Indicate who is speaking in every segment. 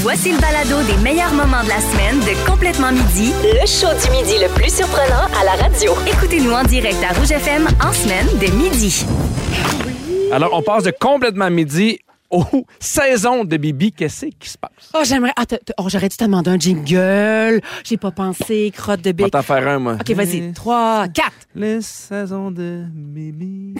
Speaker 1: Voici le balado des meilleurs moments de la semaine de Complètement Midi.
Speaker 2: Le show du midi le plus surprenant à la radio.
Speaker 1: Écoutez-nous en direct à Rouge FM en semaine de midi.
Speaker 3: Alors, on passe de complètement midi aux saisons de Bibi. Qu'est-ce qui se passe?
Speaker 4: Oh, j'aimerais. Ah, t'as- t'as- oh, j'aurais dû te demander un jingle. J'ai pas pensé, crotte de
Speaker 3: On
Speaker 4: bec.
Speaker 3: va t'en faire un, moi.
Speaker 4: Ok, vas-y. 3, 4.
Speaker 3: Les saisons de Bibi.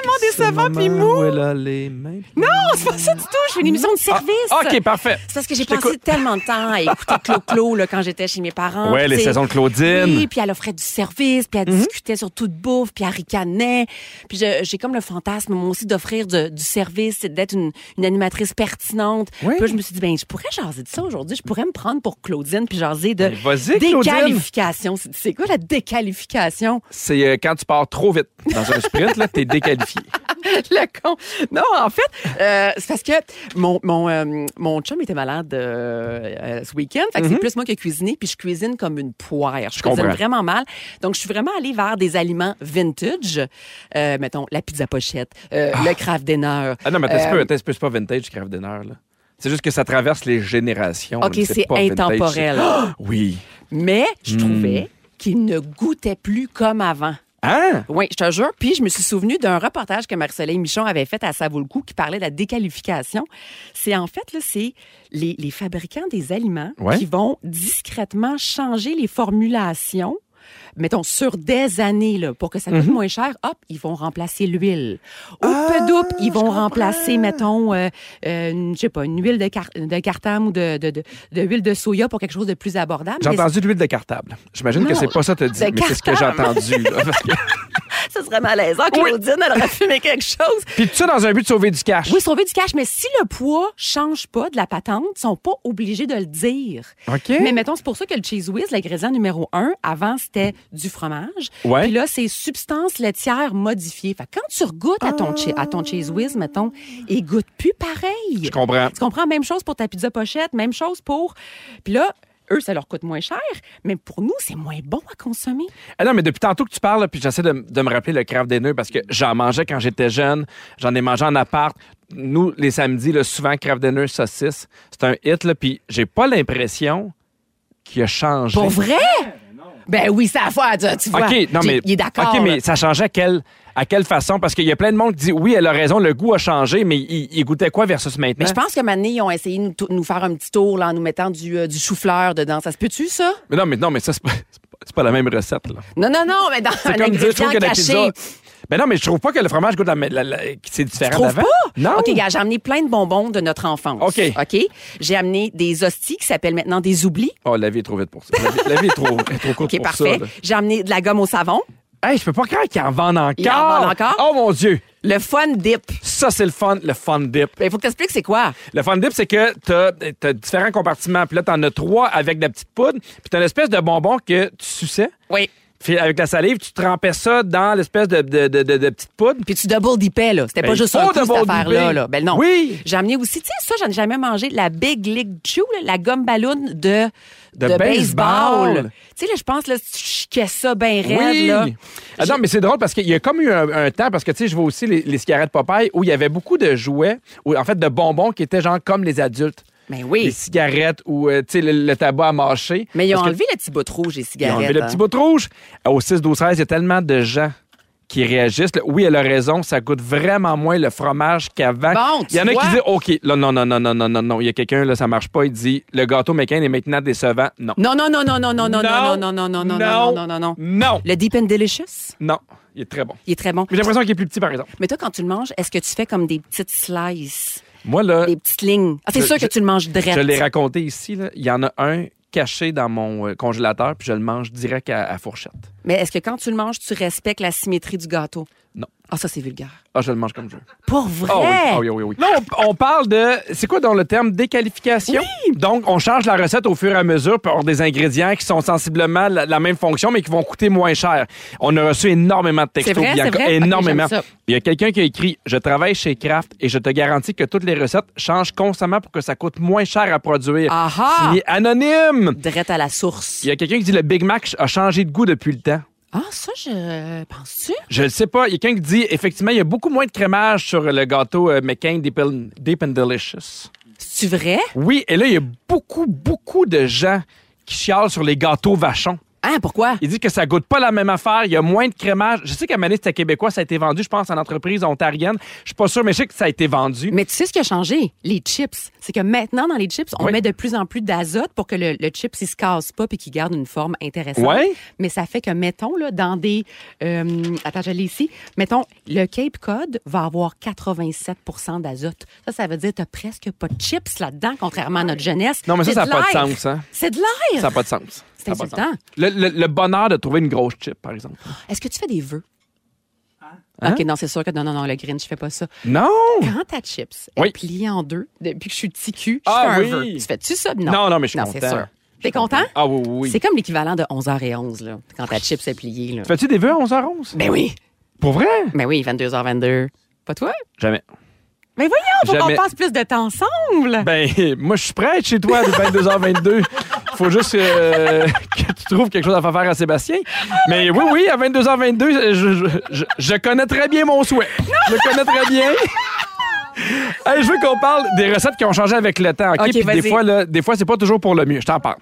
Speaker 4: Tellement décevant, puis mou.
Speaker 3: elle a les mains.
Speaker 4: Non, c'est pas ça du tout. Je fais une émission de service.
Speaker 3: Ah, OK, parfait.
Speaker 4: C'est parce que j'ai
Speaker 3: Je t'écoute.
Speaker 4: passé tellement de temps à écouter Clo-Clo là, quand j'étais chez mes parents.
Speaker 3: Ouais, les
Speaker 4: tu sais.
Speaker 3: saisons de Claudine. Mhm.
Speaker 4: Oui, puis elle offrait du service, puis elle discutait sur toute bouffe, puis elle ricanait. Puis je- j'ai comme le fantasme, moi aussi, d'offrir de- du service, et d'être une, une animatrice pertinente.
Speaker 3: Oui.
Speaker 4: Puis là, je me suis dit, ben, je pourrais jaser de ça aujourd'hui. Je pourrais me prendre pour Claudine, puis jaser de
Speaker 3: Ben, vas-y, Claudine.
Speaker 4: déqualification. C'est- C'est quoi la déqualification?
Speaker 3: C'est euh, quand tu pars trop vite dans un sprint, là, t'es déqualifié.
Speaker 4: le con. Non, en fait, euh, c'est parce que mon, mon, euh, mon chum était malade euh, euh, ce week-end. Fait que c'est plus moi qui ai cuisiné, puis je cuisine comme une poire. Je, cuisine
Speaker 3: comprends.
Speaker 4: vraiment mal. Donc, je suis vraiment allée vers des aliments vintage. Euh, mettons, la pizza pochette, euh, le craft dinner.
Speaker 3: Ah non, mais t'as
Speaker 4: Euh,
Speaker 3: peu, t'as peu, c'est pas vintage, Crave Dinner, là. C'est juste que ça traverse les générations.
Speaker 4: OK,
Speaker 3: là,
Speaker 4: c'est
Speaker 3: pas vintage,
Speaker 4: intemporel.
Speaker 3: c'est- Ah, oui.
Speaker 4: Mais je trouvais qu'il ne goûtait plus comme avant.
Speaker 3: Hein?
Speaker 4: Oui, je te jure. Puis je me suis souvenu d'un reportage que Marcelin Michon avait fait à Ça vaut le coup qui parlait de la déqualification. C'est en fait, là, c'est les, les fabricants des aliments
Speaker 3: Ouais.
Speaker 4: qui vont discrètement changer les formulations. Mettons, sur des années, là, pour que ça
Speaker 3: Mhm.
Speaker 4: coûte moins cher, hop, ils vont remplacer l'huile. Au
Speaker 3: Ah,
Speaker 4: peu double, ils vont remplacer, mettons, euh, euh, une- je sais pas, une huile de, car- de cartame ou de, de, de- de huile de soya pour quelque chose de plus abordable.
Speaker 3: J'ai
Speaker 4: Mais
Speaker 3: entendu de l'huile de cartable. J'imagine que
Speaker 4: Non,
Speaker 3: c'est pas ça que t'as dit,
Speaker 4: de
Speaker 3: mais c'est ce que j'ai entendu. là, parce que-
Speaker 4: Ça serait malaisant. Claudine, elle aurait fumé quelque chose.
Speaker 3: Puis tout ça dans un but de sauver du cash.
Speaker 4: Oui, sauver du cash, mais si le poids change pas de la patente, ils sont pas obligés de le dire.
Speaker 3: OK.
Speaker 4: Mais mettons, c'est pour ça que le cheese whiz, l'ingrédient numéro un, avant, c'était du fromage.
Speaker 3: Ouais.
Speaker 4: Puis là, c'est substance laitière modifiée. Fait que quand tu regoutes à
Speaker 3: Ah.
Speaker 4: ton, che- à ton cheese whiz, mettons, il goûte plus pareil.
Speaker 3: Je comprends.
Speaker 4: Tu comprends? Même chose pour ta pizza pochette, même chose pour... Puis là, eux, ça leur coûte moins cher, mais pour nous, c'est moins bon à consommer.
Speaker 3: Ah non, mais depuis tantôt que tu parles, là, puis j'essaie de, m- de me rappeler le craft dinner parce que j'en mangeais quand j'étais jeune, j'en ai mangé en appart. Nous, les samedis, là, souvent, craft dinner saucisse, c'est un hit, là, puis j'ai pas l'impression qu'il a changé.
Speaker 4: Pour vrai? Ben oui, ça a foi, tu- tu vois.
Speaker 3: OK, non,
Speaker 4: J'ai-
Speaker 3: mais,
Speaker 4: Il est d'accord.
Speaker 3: OK,
Speaker 4: là.
Speaker 3: mais ça changeait à quelle, à quelle façon? Parce qu'il y a plein de monde qui dit oui, elle a raison, le goût a changé, mais il, il goûtait quoi versus maintenant?
Speaker 4: Mais je pense que Mané, ils ont essayé de nous, tou- nous faire un petit tour là, en nous mettant du, euh, du chou-fleur dedans. Ça se peut-tu, ça?
Speaker 3: Mais non, mais non, mais ça, c'est pas, c'est pas- c'est pas la même recette. Là.
Speaker 4: Non, non, non, mais dans un
Speaker 3: C'est comme dire, je trouve
Speaker 4: ingrédient
Speaker 3: que la
Speaker 4: caché.
Speaker 3: pizza. Mais ah, ben non, mais je trouve pas que le fromage goûte la, la- la- que c'est
Speaker 4: Tu
Speaker 3: différent
Speaker 4: trouves
Speaker 3: d'avant.
Speaker 4: pas?
Speaker 3: Non.
Speaker 4: OK, gars, j'ai amené plein de bonbons de notre enfance.
Speaker 3: OK.
Speaker 4: OK? J'ai amené des hosties qui s'appellent maintenant des oublis.
Speaker 3: Oh, la vie est trop vite pour ça. La vie, la vie est, trop, est trop courte
Speaker 4: OK,
Speaker 3: pour
Speaker 4: parfait.
Speaker 3: ça. là.
Speaker 4: J'ai amené de la gomme au savon.
Speaker 3: Hey, je peux pas croire qu'ils en vendent encore.
Speaker 4: Ils en vendent encore?
Speaker 3: Oh mon Dieu!
Speaker 4: Le fun dip.
Speaker 3: Ça, c'est le fun, le fun dip.
Speaker 4: Il faut que t'expliques c'est quoi.
Speaker 3: Le fun dip, c'est que t'as as différents compartiments. Puis là, t'en as trois avec de la petite poudre. Puis t'as une espèce de bonbon que tu suçais.
Speaker 4: Oui.
Speaker 3: Puis avec la salive, tu trempais ça dans l'espèce de, de, de, de- de petite poudre.
Speaker 4: Puis tu double dipais, là. C'était
Speaker 3: Ben,
Speaker 4: pas juste
Speaker 3: il
Speaker 4: un
Speaker 3: faut
Speaker 4: coup, cette
Speaker 3: double
Speaker 4: affaire-là.
Speaker 3: dipper.
Speaker 4: Là. Ben non.
Speaker 3: Oui.
Speaker 4: J'ai amené aussi, tu sais, ça, j'en ai jamais mangé, la Big League Chew, là, la gomme ballon de,
Speaker 3: De baseball.
Speaker 4: Tu sais, là, je pense, là, tu chiquais ça ben raide,
Speaker 3: Oui!
Speaker 4: là.
Speaker 3: Ah non, mais c'est drôle parce qu'il y a comme eu un, un temps, parce que tu sais, je vois aussi les, les cigarettes Popeye où il y avait beaucoup de jouets, ou en fait de bonbons qui étaient genre comme les adultes.
Speaker 4: Ben
Speaker 3: Les
Speaker 4: oui.
Speaker 3: cigarettes ou euh, tu sais, le, le tabac à mâcher.
Speaker 4: Mais ils ont
Speaker 3: Parce que-
Speaker 4: enlevé le petit bout de rouge et
Speaker 3: Ils ont
Speaker 4: cigarettes.
Speaker 3: enlevé le
Speaker 4: hein.
Speaker 3: petit bout de rouge. Au 6, 12, 13, il y a tellement de gens qui réagissent. là. Oui, elle a raison, ça coûte vraiment moins le fromage qu'avant.
Speaker 4: Bon, tu
Speaker 3: il y en a
Speaker 4: vois.
Speaker 3: qui disent OK, là, non, non, non, non, non, non, non. Il y a quelqu'un, là, ça marche pas. Il dit le gâteau mécan est maintenant décevant. Non.
Speaker 4: Non, non, non, non, non, non, non, non, non, non, non, non, non, non, non, non.
Speaker 3: Non,
Speaker 4: Le Deep and Delicious,
Speaker 3: non. Il est très bon.
Speaker 4: il est très bon.
Speaker 3: J'ai l'impression qu'il est plus petit, par exemple.
Speaker 4: Mais toi, quand tu le manges, est-ce que tu fais comme des petites slices,
Speaker 3: Moi, là,
Speaker 4: des petites lignes? Ah, c'est
Speaker 3: Euh, je-
Speaker 4: sûr que
Speaker 3: je-
Speaker 4: tu le manges direct.
Speaker 3: je l'ai raconté ici, là, il y en a un caché dans mon euh, congélateur, puis je le mange direct à, à fourchette.
Speaker 4: Mais est-ce que quand tu le manges, tu respectes la symétrie du gâteau?
Speaker 3: Non.
Speaker 4: Ah, ça, c'est vulgaire.
Speaker 3: Ah, je le mange comme je veux.
Speaker 4: Pour vrai?
Speaker 3: Oh oui, oh oui, oui, oui. Là, on, on parle de. C'est quoi dans le terme déqualification? Donc, on change la recette au fur et à mesure pour avoir des ingrédients qui sont sensiblement la, la même fonction, mais qui vont coûter moins cher. On a reçu énormément de textos,
Speaker 4: C'est vrai,
Speaker 3: Bianca,
Speaker 4: c'est vrai?
Speaker 3: Énormément.
Speaker 4: Ok, j'aime ça.
Speaker 3: Il y a quelqu'un qui a écrit Je travaille chez Kraft et je te garantis que toutes les recettes changent constamment pour que ça coûte moins cher à produire.
Speaker 4: Aha!
Speaker 3: Signé anonyme!
Speaker 4: Direct Ah à la source.
Speaker 3: Il y a quelqu'un qui dit le Big Mac a changé de goût depuis le temps.
Speaker 4: Ah, ça, je pense-tu?
Speaker 3: Je ne sais pas. Il y a quelqu'un qui dit effectivement, il y a beaucoup moins de crémage sur le gâteau euh, McCain Deep and, Deep and Delicious.
Speaker 4: C'est vrai?
Speaker 3: Oui, et là, il y a beaucoup, beaucoup de gens qui chialent sur les gâteaux vachons.
Speaker 4: Hein, pourquoi?
Speaker 3: Il dit que ça goûte pas la même affaire, il y a moins de crémage. Je sais qu'à Mané, c'était québécois, ça a été vendu, je pense, en entreprise ontarienne. Je suis pas sûr, mais je sais que ça a été vendu.
Speaker 4: Mais tu sais ce qui a changé? Les chips. C'est que maintenant, dans les chips, on
Speaker 3: Oui.
Speaker 4: met de plus en plus d'azote pour que le, le chips, il se casse pas puis qu'il garde une forme intéressante.
Speaker 3: Ouais.
Speaker 4: Mais ça fait que, mettons, là, dans des... euh, attends, je l'ai ici. Mettons, le Cape Cod va avoir 87 d'azote. Ça, ça veut dire que t'as presque pas de chips là-dedans, contrairement à notre jeunesse.
Speaker 3: Non, mais ça,
Speaker 4: C'est
Speaker 3: ça n'a pas de
Speaker 4: l'air.
Speaker 3: sens, hein?
Speaker 4: C'est de l'air!
Speaker 3: Ça n'a pas de sens.
Speaker 4: C'est
Speaker 3: Ça a pas de sens.
Speaker 4: insultant. Ah.
Speaker 3: Le, le- le bonheur de trouver une grosse chip, par exemple.
Speaker 4: Est-ce que tu fais des vœux?
Speaker 3: Hein?
Speaker 4: OK, non, c'est sûr que non, non, non, le Grinch, je fais pas ça.
Speaker 3: Non!
Speaker 4: Quand ta chips est
Speaker 3: Oui.
Speaker 4: pliée en deux, depuis que je suis petit cul, je
Speaker 3: Ah
Speaker 4: fais un
Speaker 3: oui.
Speaker 4: vœu. Tu fais-tu ça? Non.
Speaker 3: Non, non, mais je suis
Speaker 4: Non,
Speaker 3: content.
Speaker 4: c'est sûr.
Speaker 3: Je suis
Speaker 4: T'es content?
Speaker 3: Ah oui, oui,
Speaker 4: C'est
Speaker 3: oui.
Speaker 4: comme l'équivalent de 11h11, là, quand ta chips est pliée. Là.
Speaker 3: Fais-tu des vœux à 11h11?
Speaker 4: Ben oui,
Speaker 3: Pour vrai?
Speaker 4: ben oui, 22h22. Pas toi?
Speaker 3: Jamais.
Speaker 4: Mais voyons, faut
Speaker 3: Jamais.
Speaker 4: qu'on passe plus de temps ensemble.
Speaker 3: Ben, moi, je suis prête chez toi à 22h22. Faut juste euh, que tu trouves quelque chose à faire faire à Sébastien. Mais oui, oui, à 22h22, je, je- je- je connais très bien mon souhait. Je le connais très bien. Hey, je veux qu'on parle des recettes qui ont changé avec le temps. OK,
Speaker 4: OK,
Speaker 3: Puis des
Speaker 4: vas-y.
Speaker 3: fois, là, des fois, c'est pas toujours pour le mieux. Je t'en parle.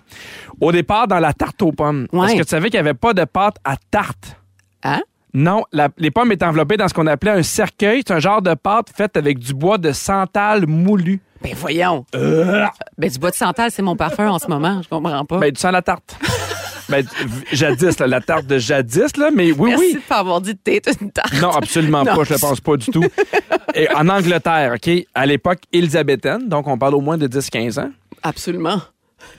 Speaker 3: Au départ, dans la tarte aux pommes,
Speaker 4: Ouais.
Speaker 3: est-ce que tu savais qu'il n'y avait pas de pâte à tarte?
Speaker 4: Hein?
Speaker 3: Non, la- les pommes étaient enveloppées dans ce qu'on appelait un cercueil. C'est un genre de pâte faite avec du bois de santal moulu.
Speaker 4: Ben voyons. Ben du bois de santal, c'est mon parfum en ce moment. Je comprends pas.
Speaker 3: Euh. Ben, tu sens la tarte. ben, v- jadis, là, la tarte de jadis, là, mais oui,
Speaker 4: Merci
Speaker 3: oui.
Speaker 4: de pas avoir dit que t'es une tarte.
Speaker 3: Non, absolument
Speaker 4: Non.
Speaker 3: pas, je le pense pas du tout. Et en Angleterre, OK, à l'époque élisabéthaine, donc on parle au moins de 10-15 ans,
Speaker 4: Absolument.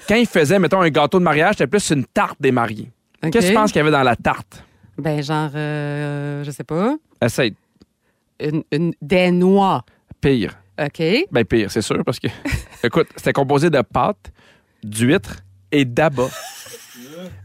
Speaker 3: quand ils faisaient, mettons, un gâteau de mariage, c'était plus une tarte des mariés.
Speaker 4: OK.
Speaker 3: Qu'est-ce que tu penses qu'il y avait dans la tarte?
Speaker 4: Ben genre, euh, je sais pas,
Speaker 3: Essaye,
Speaker 4: une, une- des noix.
Speaker 3: pire.
Speaker 4: OK?
Speaker 3: Ben pire, c'est sûr, parce que, écoute, c'était composé de pâtes, d'huîtres et d'abats.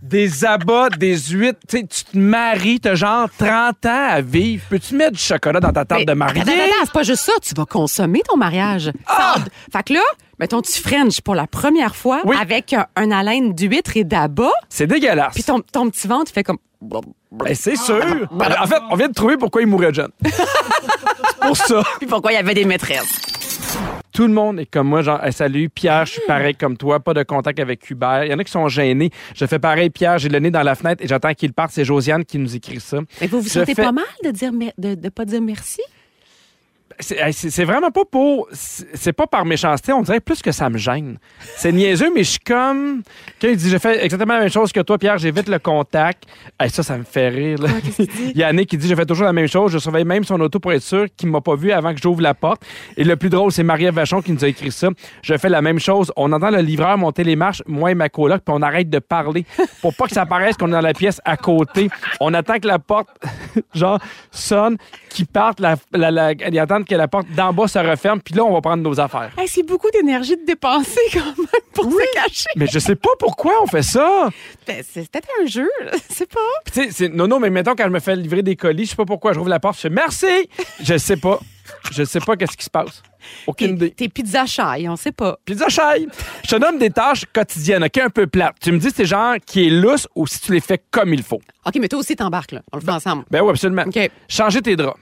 Speaker 3: Des abats, des huîtres, tu sais, tu te maries, t'as genre 30 ans à vivre. Peux-tu mettre du chocolat dans ta tarte
Speaker 4: Mais-
Speaker 3: de mariée?
Speaker 4: Attends, attends, attends, c'est pas juste ça. Tu vas consommer ton mariage. Sans- Fait que là, mettons, tu French pour la première fois
Speaker 3: Oui.
Speaker 4: avec un, un haleine d'huître et d'abat,
Speaker 3: C'est dégueulasse.
Speaker 4: puis Ah. ton, ton petit ventre fait comme...
Speaker 3: Ben, c'est sûr. En fait, on vient de trouver pourquoi il mourait jeune. c'est pour ça.
Speaker 4: Puis pourquoi il y avait des maîtresses?
Speaker 3: Tout le monde est comme moi, genre, Hey, salut, Pierre, je suis pareil comme toi, pas de contact avec Hubert. Il y en a qui sont gênés. Je fais pareil, Pierre, j'ai le nez dans la fenêtre et j'attends qu'il parte. C'est Josiane qui nous écrit ça.
Speaker 4: Mais vous vous
Speaker 3: Je
Speaker 4: sentez
Speaker 3: fais-
Speaker 4: pas mal de dire mer- de, de pas dire merci?
Speaker 3: C'est hey, c'est- c'est vraiment pas pour. C'est c'est pas par méchanceté, on dirait plus que ça me gêne. C'est niaiseux, mais je suis comme. Quand il dit, j'ai fait exactement la même chose que toi, Pierre, j'évite le contact. Hey, ça, ça me fait rire. là. Il y a Annick qui dit, je fais toujours la même chose, je surveille même son auto pour être sûr qu'il m'a pas vu avant que j'ouvre la porte. Et le plus drôle, c'est Maria Vachon qui nous a écrit ça. Je fais la même chose. On entend le livreur monter les marches, moi et ma coloc, puis on arrête de parler pour pas que ça paraisse qu'on est dans la pièce à côté. On attend que la porte, genre, sonne, qu'ils partent, la, la, la- ils attendent que la porte d'en bas se referme, puis là, on va prendre nos affaires.
Speaker 4: Hey, c'est beaucoup d'énergie de dépenser quand même pour se cacher.
Speaker 3: Mais je sais pas pourquoi on fait ça.
Speaker 4: Ben, c'est peut-être un jeu, là. c'est pas.
Speaker 3: Puis tu sais, c'est- non, non, mais mettons, quand je me fais livrer des colis, je sais pas pourquoi, j'ouvre la porte, je fais merci. Je sais pas. Je sais pas qu'est-ce qui se passe. Aucune
Speaker 4: T'es
Speaker 3: idée.
Speaker 4: t'es pizza shy, on sait pas.
Speaker 3: Pizza Shy, je te nomme des tâches quotidiennes, OK, un peu plates. Tu me dis si t'es genre qui est lousse ou si tu les fais comme il faut.
Speaker 4: OK, mais toi aussi t'embarques, là. On le fait ensemble.
Speaker 3: Ben oui, absolument.
Speaker 4: OK.
Speaker 3: Changer tes draps.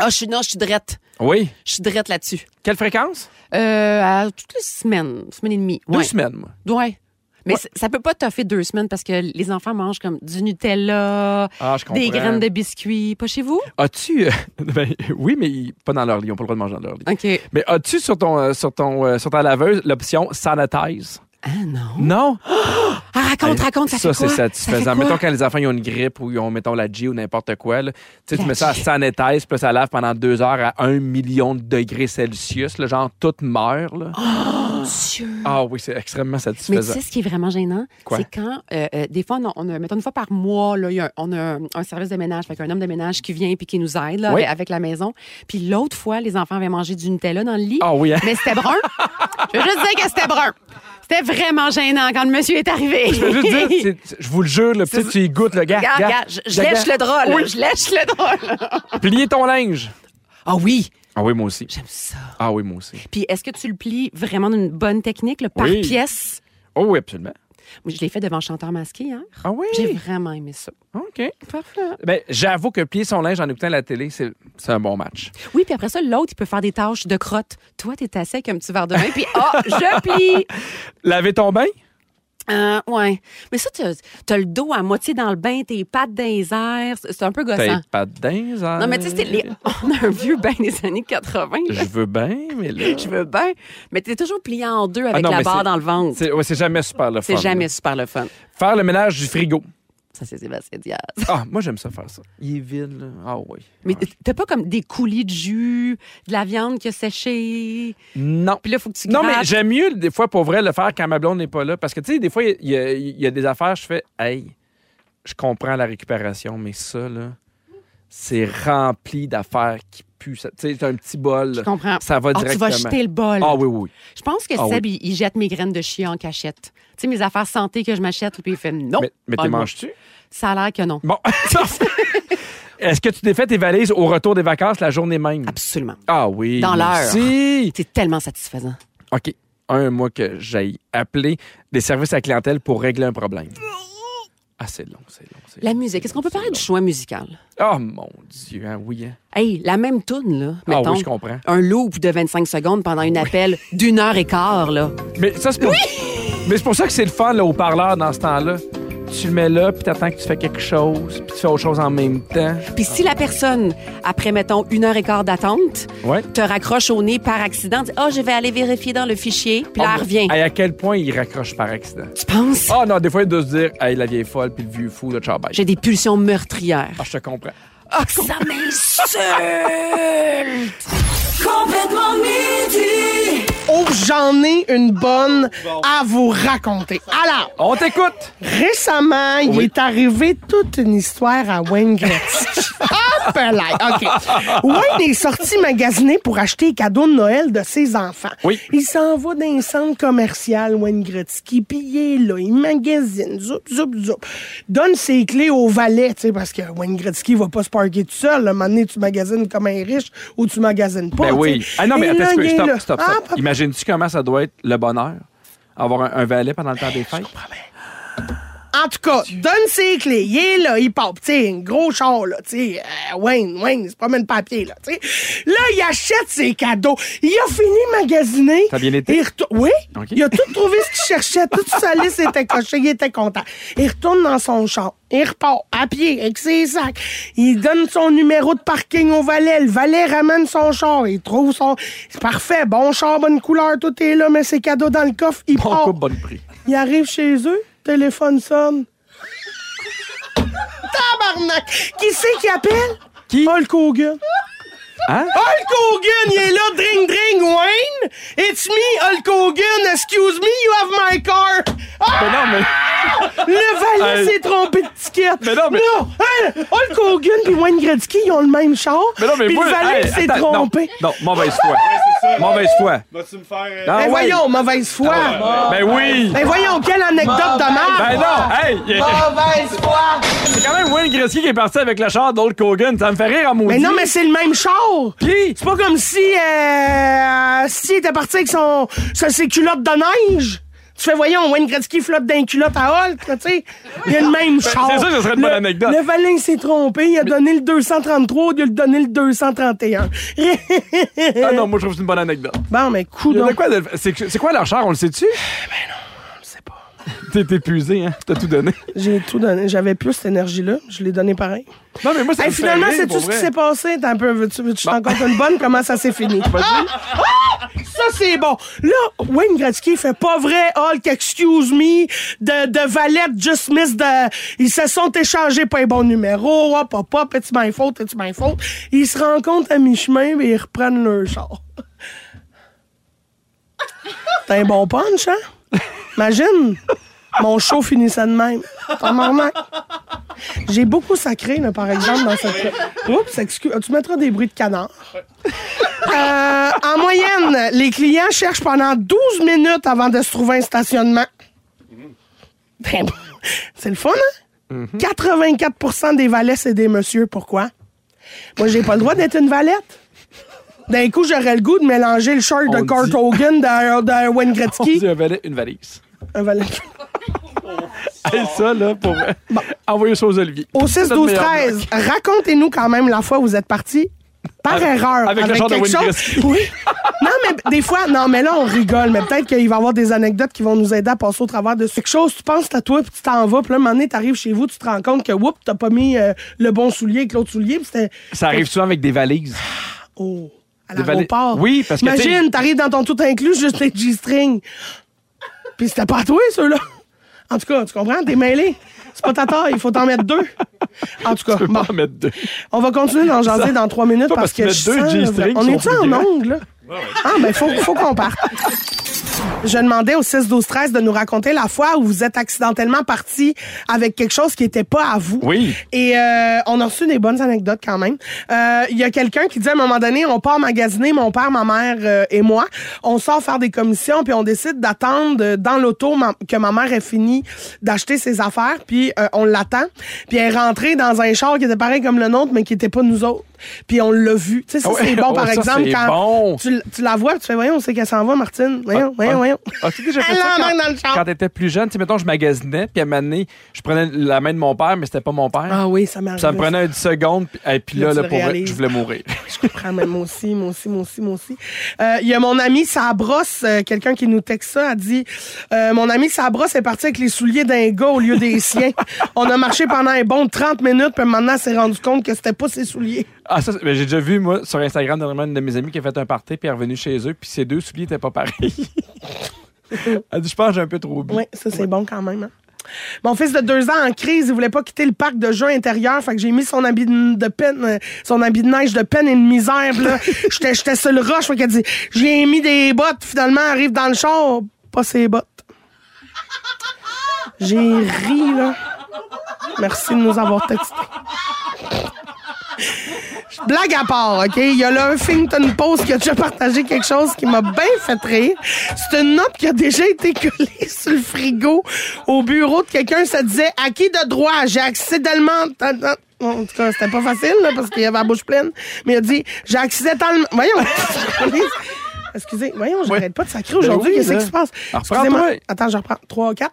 Speaker 4: Ah, je suis, non, je suis drette.
Speaker 3: Oui.
Speaker 4: Je suis drette là-dessus.
Speaker 3: Quelle fréquence?
Speaker 4: Euh, à toutes les semaines, semaine et demie.
Speaker 3: Deux
Speaker 4: ouais.
Speaker 3: semaines, moi.
Speaker 4: Ouais. Mais c- ça peut pas toffer deux semaines parce que les enfants mangent comme du Nutella,
Speaker 3: Ah, je comprends.
Speaker 4: des graines de biscuits. Pas chez vous?
Speaker 3: As-tu... euh, ben, oui, mais ils- pas dans leur lit. On n'a pas le droit de manger dans leur lit.
Speaker 4: OK.
Speaker 3: Mais as-tu sur, ton, euh, sur, ton, euh, sur ta laveuse l'option sanitize?
Speaker 4: Ah, non.
Speaker 3: Non.
Speaker 4: Ah, raconte, raconte, ça,
Speaker 3: Ça,
Speaker 4: fait quoi?
Speaker 3: c'est
Speaker 4: Ça
Speaker 3: satisfaisant.
Speaker 4: fait quoi?
Speaker 3: Mettons quand les enfants ils ont une grippe ou ils ont, mettons, la G ou n'importe quoi, là, tu sais, tu
Speaker 4: La
Speaker 3: mets ça à
Speaker 4: G.
Speaker 3: sanitize, puis là, ça lave pendant deux heures à un million de degrés Celsius. Là, genre, tout meurt. Là. Ah oui, c'est extrêmement
Speaker 4: Mais tu
Speaker 3: satisfaisant.
Speaker 4: sais ce qui est vraiment gênant?
Speaker 3: Quoi?
Speaker 4: C'est quand, euh, euh, des fois, on a, on a- mettons une fois par mois, là, il y a un- on a un, un service de ménage, fait un homme de ménage qui vient puis qui nous aide là,
Speaker 3: Oui.
Speaker 4: avec, avec la maison. Puis l'autre fois, les enfants avaient mangé du Nutella dans le lit.
Speaker 3: Ah oui, hein?
Speaker 4: Mais c'était brun. Je veux juste dire que c'était brun. C'était vraiment gênant quand le monsieur est arrivé.
Speaker 3: Je veux juste dire, c'est- c'est- je vous le jure, le petit, tu y goûtes, le gars.
Speaker 4: Regarde,
Speaker 3: gars,
Speaker 4: regarde, je, je
Speaker 3: gars,
Speaker 4: lèche
Speaker 3: gars.
Speaker 4: le drôle. Je lèche le drôle.
Speaker 3: Plier ton linge.
Speaker 4: Ah oui,
Speaker 3: Ah oui, moi aussi.
Speaker 4: j'aime ça.
Speaker 3: Ah oui, moi aussi.
Speaker 4: Puis est-ce que tu le plies vraiment d'une bonne technique, là, par
Speaker 3: Oui.
Speaker 4: pièce?
Speaker 3: Oh oui, absolument.
Speaker 4: Moi, je l'ai fait devant Chanteur Masqué hier.
Speaker 3: Ah oui?
Speaker 4: J'ai vraiment aimé ça.
Speaker 3: OK.
Speaker 4: Parfait.
Speaker 3: Ben, j'avoue que plier son linge en écoutant la télé, c'est c'est un bon match.
Speaker 4: Oui, puis après ça, l'autre, il peut faire des tâches de crotte. Toi, t'es assis avec un petit verre de vin, puis ah, je plie!
Speaker 3: Laver ton bain?
Speaker 4: Euh, ouais. Mais ça, t'as t'as le dos à moitié dans le bain, tes pattes dans les airs. C'est c'est un peu gossant.
Speaker 3: T'as pas de dingue, hein?
Speaker 4: Non, mais tu sais, c'est les- on a un vieux bain des années 80. là.
Speaker 3: Je veux bien, mais là...
Speaker 4: Je veux bien. Mais t'es toujours plié en deux avec
Speaker 3: Ah non,
Speaker 4: la
Speaker 3: mais
Speaker 4: barre
Speaker 3: c'est-
Speaker 4: dans le ventre.
Speaker 3: C'est ouais, c'est jamais super le fun.
Speaker 4: C'est jamais
Speaker 3: là.
Speaker 4: super le fun.
Speaker 3: Faire le ménage du frigo.
Speaker 4: Ça, c'est Sébastien Diaz.
Speaker 3: Ah, moi, j'aime ça faire ça. Il est vide, là. Ah oui.
Speaker 4: Mais
Speaker 3: Ouais.
Speaker 4: t'as pas comme des coulis de jus, de la viande qui a séché.
Speaker 3: Non.
Speaker 4: Puis là, faut que tu
Speaker 3: Non, mais
Speaker 4: grattes.
Speaker 3: j'aime mieux, des fois, pour vrai, le faire quand ma blonde n'est pas là. Parce que, tu sais, des fois, il y, a- il y a des affaires, je fais, hey, je comprends la récupération, mais ça, là, c'est rempli d'affaires qui puent. Ça- Tu sais, t'as un petit bol.
Speaker 4: Je comprends.
Speaker 3: Ça va
Speaker 4: Ah, tu
Speaker 3: directement.
Speaker 4: vas jeter le bol.
Speaker 3: Ah oui, oui, oui.
Speaker 4: Je pense que
Speaker 3: Ah oui.
Speaker 4: Seb, il- il, jette mes graines de chia en cachette. Tu sais, mes affaires santé que je m'achète, puis il fait Oh, ah, non.
Speaker 3: mais mais
Speaker 4: pas
Speaker 3: t'es
Speaker 4: le mot.
Speaker 3: manges-tu?
Speaker 4: Ça a l'air que non.
Speaker 3: Bon. Est-ce que tu défais tes valises au retour des vacances la journée même?
Speaker 4: Absolument.
Speaker 3: Ah oui.
Speaker 4: Dans l'heure.
Speaker 3: Si.
Speaker 4: C'est tellement satisfaisant.
Speaker 3: OK. Un mois que j'ai appelé des services à la clientèle pour régler un problème. Ah, c'est long, c'est long. c'est
Speaker 4: La
Speaker 3: long,
Speaker 4: musique.
Speaker 3: c'est
Speaker 4: Est-ce qu'on
Speaker 3: long,
Speaker 4: peut
Speaker 3: c'est
Speaker 4: parler
Speaker 3: long.
Speaker 4: du choix musical?
Speaker 3: Oh mon Dieu, hein, oui. hein.
Speaker 4: Hey, la même toune, là.
Speaker 3: Ah
Speaker 4: mettons.
Speaker 3: oui, je comprends.
Speaker 4: Un loop de 25 secondes pendant une appel d'une heure et quart, là.
Speaker 3: Mais ça, c'est pour... Mais c'est pour ça que c'est le fun, le haut-parleur, dans ce temps-là. Tu le mets là, puis t'attends que tu fais quelque chose, puis tu fais autre chose en même temps.
Speaker 4: Puis si la personne, après, mettons, une heure et quart d'attente,
Speaker 3: Ouais.
Speaker 4: te raccroche au nez par accident, dit « Ah, je vais aller vérifier dans le fichier. »
Speaker 3: Oh,
Speaker 4: Puis là, elle revient.
Speaker 3: Et à quel point il raccroche par accident.
Speaker 4: Tu penses?
Speaker 3: Ah non, des fois, il doit se dire, hey, la vieille folle, puis le vieux fou, le ciao, bye.
Speaker 4: J'ai des pulsions meurtrières.
Speaker 3: Ah, je te comprends.
Speaker 4: Ah, ça m'insulte!
Speaker 5: Oh, j'en ai une bonne à vous raconter. Alors,
Speaker 3: On t'écoute!
Speaker 5: récemment, il est arrivé toute une histoire à Wayne Gretzky. Hop là, OK. Wayne est sorti magasiner pour acheter les cadeaux de Noël de ses enfants.
Speaker 3: Oui.
Speaker 5: Il s'en va dans un centre commercial, Wayne Gretzky, puis il est là, il magasine, zoup, zoup, zoup. Donne ses clés au valet, tu sais, parce que Wayne Gretzky va pas se parquer tout seul. Là. un moment donné, tu magasines comme un riche ou tu magasines
Speaker 3: Ben
Speaker 5: pas. tu sais.
Speaker 3: oui. Ah non, mais
Speaker 5: Et
Speaker 3: attends,
Speaker 5: là,
Speaker 3: un peu.
Speaker 5: il est
Speaker 3: stop,
Speaker 5: là.
Speaker 3: stop,
Speaker 5: Ah,
Speaker 3: stop.
Speaker 5: papa,
Speaker 3: Imagines-tu comment ça doit être le bonheur, avoir un, un valet pendant le temps des fêtes?
Speaker 5: En tout cas, donne ses clés. Il est là, il part. Tu sais, un gros char, là. Tu sais, euh, Wayne, Wayne, il se promène pas à pied, là. Tu sais, là, il achète ses cadeaux. Il a fini de magasiner.
Speaker 3: Ça a bien été?
Speaker 5: Il retou- oui.
Speaker 3: Ok.
Speaker 5: Il a tout trouvé ce qu'il cherchait. Toute sa liste était cochée. Il était content. Il retourne dans son char. Il repart à pied avec ses sacs. Il donne son numéro de parking au valet. Le valet ramène son char. Il trouve son. C'est parfait. Bon char, bonne couleur. Tout est là. Met ses cadeaux dans le coffre. Il
Speaker 3: Bon
Speaker 5: part.
Speaker 3: coupe, bonne prix.
Speaker 5: Il arrive chez eux, téléphone sonne. Tabarnak! Qui c'est qui appelle?
Speaker 3: Qui?
Speaker 5: Hulk Hogan. Ah!
Speaker 3: Hein?
Speaker 5: Hulk Hogan, il est là, dring dring, Wayne! It's me, Hulk Hogan, excuse me, you have my car! Ah!
Speaker 3: Mais non, mais...
Speaker 5: Le valet
Speaker 3: Hey.
Speaker 5: s'est trompé de ticket!
Speaker 3: Mais non, mais-
Speaker 5: Non! Hein? Hulk Hogan et Wayne Gretzky, ils ont le même char!
Speaker 3: Mais non, mais
Speaker 5: Puis
Speaker 3: moi,
Speaker 5: le valet
Speaker 3: hey,
Speaker 5: s'est
Speaker 3: attends,
Speaker 5: trompé!
Speaker 3: Non, non, mauvaise foi. Mauvaise foi.
Speaker 6: Vas-tu me faire.
Speaker 3: Non,
Speaker 5: Ben
Speaker 3: ouais.
Speaker 5: voyons, mauvaise foi!
Speaker 3: Ben oui!
Speaker 5: Ben voyons, quelle anecdote de
Speaker 3: Ben
Speaker 5: merde!
Speaker 3: non! Hey! il y a-
Speaker 5: Mauvaise foi!
Speaker 3: C'est quand même Wayne Gretzky qui est parti avec le char d'Old Kogan. Ça me fait rire en maudit.
Speaker 5: Mais non, mais c'est le même char!
Speaker 3: Qui?
Speaker 5: C'est pas comme si euh, si était parti avec son, sa- ses culottes de neige. Tu fais, voyons, Wayne Gretzky flotte d'un culotte à Hulk, là, tu sais. Il y a le même char.
Speaker 3: Ben, c'est sûr que ce serait une
Speaker 5: Le-
Speaker 3: bonne anecdote.
Speaker 5: Le Valin s'est trompé, il a donné le 233, il a donné le 231.
Speaker 3: Ah non, moi, je trouve que c'est une bonne anecdote.
Speaker 5: bon, mais coup
Speaker 3: Il y a
Speaker 5: donc. Eh ben
Speaker 3: de quoi de- C'est que- c'est quoi leur char? On le sait-tu?
Speaker 5: sais pas.
Speaker 3: T'es épuisé, hein? T'as tout donné.
Speaker 5: J'ai tout donné. J'avais plus cette énergie-là. Je l'ai donné pareil.
Speaker 3: Non, mais moi, ça
Speaker 5: Hey,
Speaker 3: me fait
Speaker 5: finalement,
Speaker 3: rire,
Speaker 5: c'est tout
Speaker 3: pour
Speaker 5: ce qui
Speaker 3: vrai.
Speaker 5: s'est passé. T'as un peu, veux-tu veux t'en compte une bonne? Comment ça s'est fini? Ah! Ça, c'est bon. Là, Wayne Gretzky fait pas vrai, Hulk, excuse me, de, de Valette, just miss de... Ils se sont échangés pas les bons numéros, hop, hop, hop, et tu m'en faute, et tu m'en faute. Ils se rencontrent à mi-chemin, et ils reprennent leur char. T'as un bon punch, hein? Imagine, mon show finissait de même. T'en marmac. J'ai beaucoup sacré, là, par exemple, dans cette... Oups, excuse... ah, Tu mettras des bruits de canard. Euh, en moyenne, les clients cherchent pendant 12 minutes avant de se trouver un stationnement. Ben, C'est le fun, hein?
Speaker 3: Mhm.
Speaker 5: 84 des valets, c'est des messieurs. Pourquoi? Moi, j'ai pas le droit d'être une valette. D'un coup, j'aurais le goût de mélanger le short
Speaker 3: On
Speaker 5: de Kurt
Speaker 3: dit-
Speaker 5: Hogan d'un d'un Wayne
Speaker 3: On dit
Speaker 5: Gretzky.
Speaker 3: un valet, une valise.
Speaker 5: Un valet.
Speaker 3: Hey, ça, là, pour vrai. Envoyez ça aux Olivier.
Speaker 5: Oh. Au
Speaker 3: C'est notre meilleur bloc.
Speaker 5: 6-12-13, racontez-nous quand même la fois où vous êtes parti par erreur.
Speaker 3: avec le genre de Wayne Gretzky.
Speaker 5: Oui. Non, mais des fois, non, mais là, on rigole, mais peut-être qu'il va y avoir des anecdotes qui vont nous aider à passer au travers de quelque chose. Tu penses à toi, puis tu t'en vas, puis là, un moment donné, t'arrives chez vous, tu te rends compte que, oups, t'as pas mis euh, le bon soulier avec l'autre soulier, puis c'était.
Speaker 3: Ça arrive souvent avec des valises.
Speaker 5: Oh, à
Speaker 3: Des valets-
Speaker 5: l'aéroport.
Speaker 3: Oui, parce que, tu sais-
Speaker 5: Imagine, t'arrives dans ton tout inclus, juste les G-string. Puis c'était pas à toi, ceux-là. En tout cas, tu comprends? T'es mêlé. C'est pas ta taille, il faut t'en mettre deux. En tout cas,
Speaker 3: Tu peux
Speaker 5: bon.
Speaker 3: pas en mettre deux.
Speaker 5: On va continuer d'en jaser dans trois minutes
Speaker 3: Pas
Speaker 5: parce
Speaker 3: parce
Speaker 5: que
Speaker 3: qu'ils
Speaker 5: je
Speaker 3: mettent deux
Speaker 5: sens-
Speaker 3: G-strings
Speaker 5: On
Speaker 3: qui
Speaker 5: est-tu
Speaker 3: sont plus
Speaker 5: en
Speaker 3: grands?
Speaker 5: ongle, là? Ah, ben, faut, faut qu'on parte. Je demandais au 6-12-13 de nous raconter la fois où vous êtes accidentellement parti avec quelque chose qui n'était pas à vous.
Speaker 3: Oui.
Speaker 5: Et euh, on a reçu des bonnes anecdotes quand même. Euh, Il y a quelqu'un qui dit à un moment donné, on part magasiner, mon père, ma mère euh, et moi. On sort faire des commissions, puis on décide d'attendre euh, dans l'auto ma- que ma mère ait fini d'acheter ses affaires, puis euh, on l'attend. Puis elle est rentrée dans un char qui était pareil comme le nôtre, mais qui n'était pas nous autres. Puis on l'a vu. Tu sais, ça,
Speaker 3: Ah ouais.
Speaker 5: c'est bon,
Speaker 3: Oh,
Speaker 5: par
Speaker 3: ça,
Speaker 5: exemple,
Speaker 3: c'est
Speaker 5: quand
Speaker 3: bon.
Speaker 5: tu, l- tu la vois, puis tu fais, voyons, on sait qu'elle s'en va, Martine. Voyons, voyons, voyons.
Speaker 3: Ah, As-tu déjà fait
Speaker 5: Elle
Speaker 3: ça
Speaker 5: l'emmène dans le
Speaker 3: quand,
Speaker 5: char.
Speaker 3: quand t'étais plus jeune? Tu sais, mettons, je magasinais, puis à un moment donné, je prenais la main de mon père, mais c'était pas mon père.
Speaker 5: Ah oui, ça m'arrive.
Speaker 3: Ça me prenait une seconde, puis, et puis
Speaker 5: Là,
Speaker 3: là,
Speaker 5: tu
Speaker 3: là,
Speaker 5: le
Speaker 3: pour vrai,
Speaker 5: réalises.
Speaker 3: je voulais mourir.
Speaker 5: Je comprends, mais moi aussi, moi aussi, moi aussi, moi aussi. Euh, Il y a mon ami Sabros, euh, quelqu'un qui nous texte ça, a dit euh, Mon ami Sabros est parti avec les souliers d'un gars au lieu des siens. On a marché pendant un bon 30 minutes, puis maintenant, s'est rendu compte que c'était pas ses souliers.
Speaker 3: Ah, ça, c'est- ben, j'ai déjà vu, moi, sur Instagram, dernièrement, une de mes amies qui a fait un party, puis elle est revenue chez eux, puis ses deux souliers étaient pas pareils. elle dit, je pense que j'ai un peu trop bu.
Speaker 5: Oui, ça, c'est bon quand même. hein. Mon fils de deux ans en crise, il voulait pas quitter le parc de jeux intérieur, fait que j'ai mis son habit de de peine, euh, son habit de neige de peine et de misère. puis là, J'étais j'étais sur le roche, fait qu'elle dit J'ai mis des bottes, finalement, arrive dans le char, pas ses bottes. J'ai ri, là. Merci de nous avoir texté. Blague à part, OK? Il y a le Huffington Post qui a déjà partagé quelque chose qui m'a bien fait rire. C'est une note qui a déjà été collée sur le frigo au bureau de quelqu'un. Ça disait « À qui de droit? J'ai accidentellement... » En tout cas, c'était pas facile, là, parce qu'il y avait la bouche pleine. Mais il a dit « J'ai accidentellement... » Voyons! Excusez, voyons, j'arrête pas de sacrer
Speaker 3: Ben
Speaker 5: aujourd'hui.
Speaker 3: oui,
Speaker 5: Qu'est-ce
Speaker 3: là.
Speaker 5: qui se passe?
Speaker 3: Alors,
Speaker 5: Excusez-moi.
Speaker 3: reprends-toi.
Speaker 5: Attends, je reprends. 3, 4.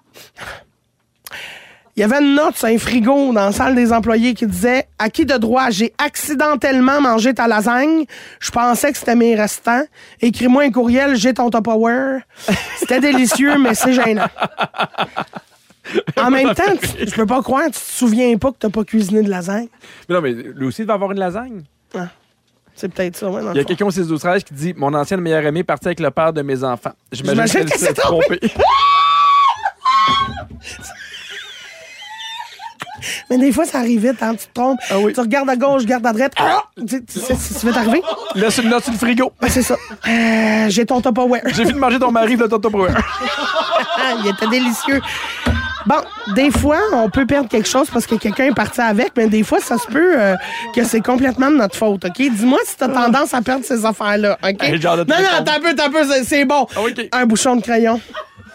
Speaker 5: Il y avait une note sur un frigo dans la salle des employés qui disait À qui de droit j'ai accidentellement mangé ta lasagne Je pensais que c'était mes restants. Écris-moi un courriel, j'ai ton Tupperware. C'était délicieux, mais c'est gênant. En même temps, tu- je peux pas croire, tu te souviens pas que t'as pas cuisiné de lasagne.
Speaker 3: Mais non, mais lui aussi, il devait avoir une lasagne.
Speaker 5: C'est peut-être ça, ouais, dans
Speaker 3: Il y
Speaker 5: le
Speaker 3: a
Speaker 5: fond.
Speaker 3: quelqu'un au 6 12 13 qui dit Mon ancienne meilleure amie est partie avec le père de mes enfants.
Speaker 5: J'imagine
Speaker 3: qu'elle
Speaker 5: qu'elle s'est trompée. Mais des fois, ça arrive vite, hein, tu te trompes.
Speaker 3: Ah oui.
Speaker 5: Tu regardes à gauche, regardes à droite. Ah! Tu sais, tu sais, ça va t'arriver.
Speaker 3: Là, c'est une note sur le frigo.
Speaker 5: Ben, c'est ça. Euh, j'ai ton Tupperware.
Speaker 3: J'ai vu de manger ton mari de Toto Brewer.
Speaker 5: Ah, il était délicieux. Bon, des fois, on peut perdre quelque chose parce que quelqu'un est parti avec, mais des fois, ça se peut euh, que c'est complètement de notre faute, OK? Dis-moi si t'as tendance à perdre ces affaires-là, OK?
Speaker 3: Hey,
Speaker 5: non,
Speaker 3: genre de
Speaker 5: non,
Speaker 3: téléphone.
Speaker 5: t'as un peu, t'as un peu, c'est- c'est bon.
Speaker 3: Ah, OK.
Speaker 5: Un bouchon de crayon.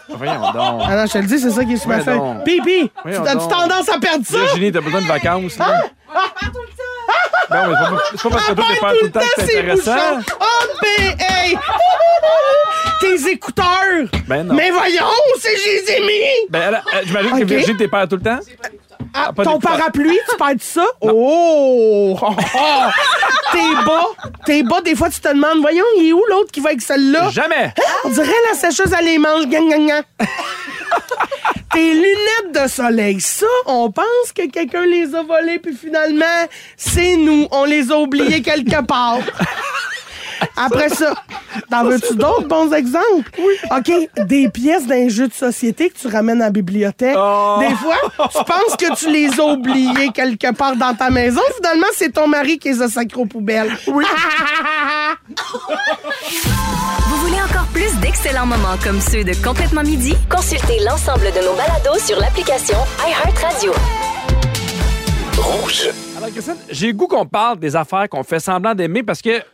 Speaker 3: Voyons donc.
Speaker 5: Ah non, je te le dis, c'est ça qui est super
Speaker 3: Ouais,
Speaker 5: feuille.
Speaker 3: donc.
Speaker 5: Pipi, tu
Speaker 3: Voyons
Speaker 5: as-tu
Speaker 3: donc.
Speaker 5: tendance à perdre ça?
Speaker 3: Virginie, t'as besoin de vacances, là? Ben Non, mais c'est pas- c'est pas parce que toi, t'es pas tout le temps que c'est
Speaker 5: ces
Speaker 3: intéressant.
Speaker 5: bouchons. Oh, ben, hey! Tes écouteurs!
Speaker 3: Ben non.
Speaker 5: Mais voyons, c'est je les ai mis!
Speaker 3: Ben, elle, elle- j'imagine
Speaker 5: Ok.
Speaker 3: que Virginie, t'es père tout le temps.
Speaker 5: Ah,
Speaker 3: pas
Speaker 5: ton
Speaker 3: d'écouteurs.
Speaker 5: parapluie, tu perds ça? Oh! Oh, oh! T'es bas. T'es bas. Des fois, tu te demandes, voyons, il est où l'autre qui va avec celle-là?
Speaker 3: Jamais.
Speaker 5: On dirait la sécheuse à les manches. Gang, gang, gang. Tes lunettes de soleil, ça, on pense que quelqu'un les a volées, puis finalement, c'est nous. On les a oubliées quelque part. Après ça, t'en veux-tu d'autres bons exemples? Oui. OK, des pièces d'un jeu de société que tu ramènes à la bibliothèque.
Speaker 3: Oh.
Speaker 5: Des fois, tu penses que tu les as oubliées quelque part dans ta maison. Finalement, c'est ton mari qui les a sacrées aux poubelles. Oui.
Speaker 1: Vous voulez encore plus d'excellents moments comme ceux de Complètement Midi?
Speaker 2: Consultez l'ensemble de nos balados sur l'application iHeartRadio.
Speaker 3: Alors, Christine, j'ai le goût qu'on parle des affaires qu'on fait semblant d'aimer parce que. tu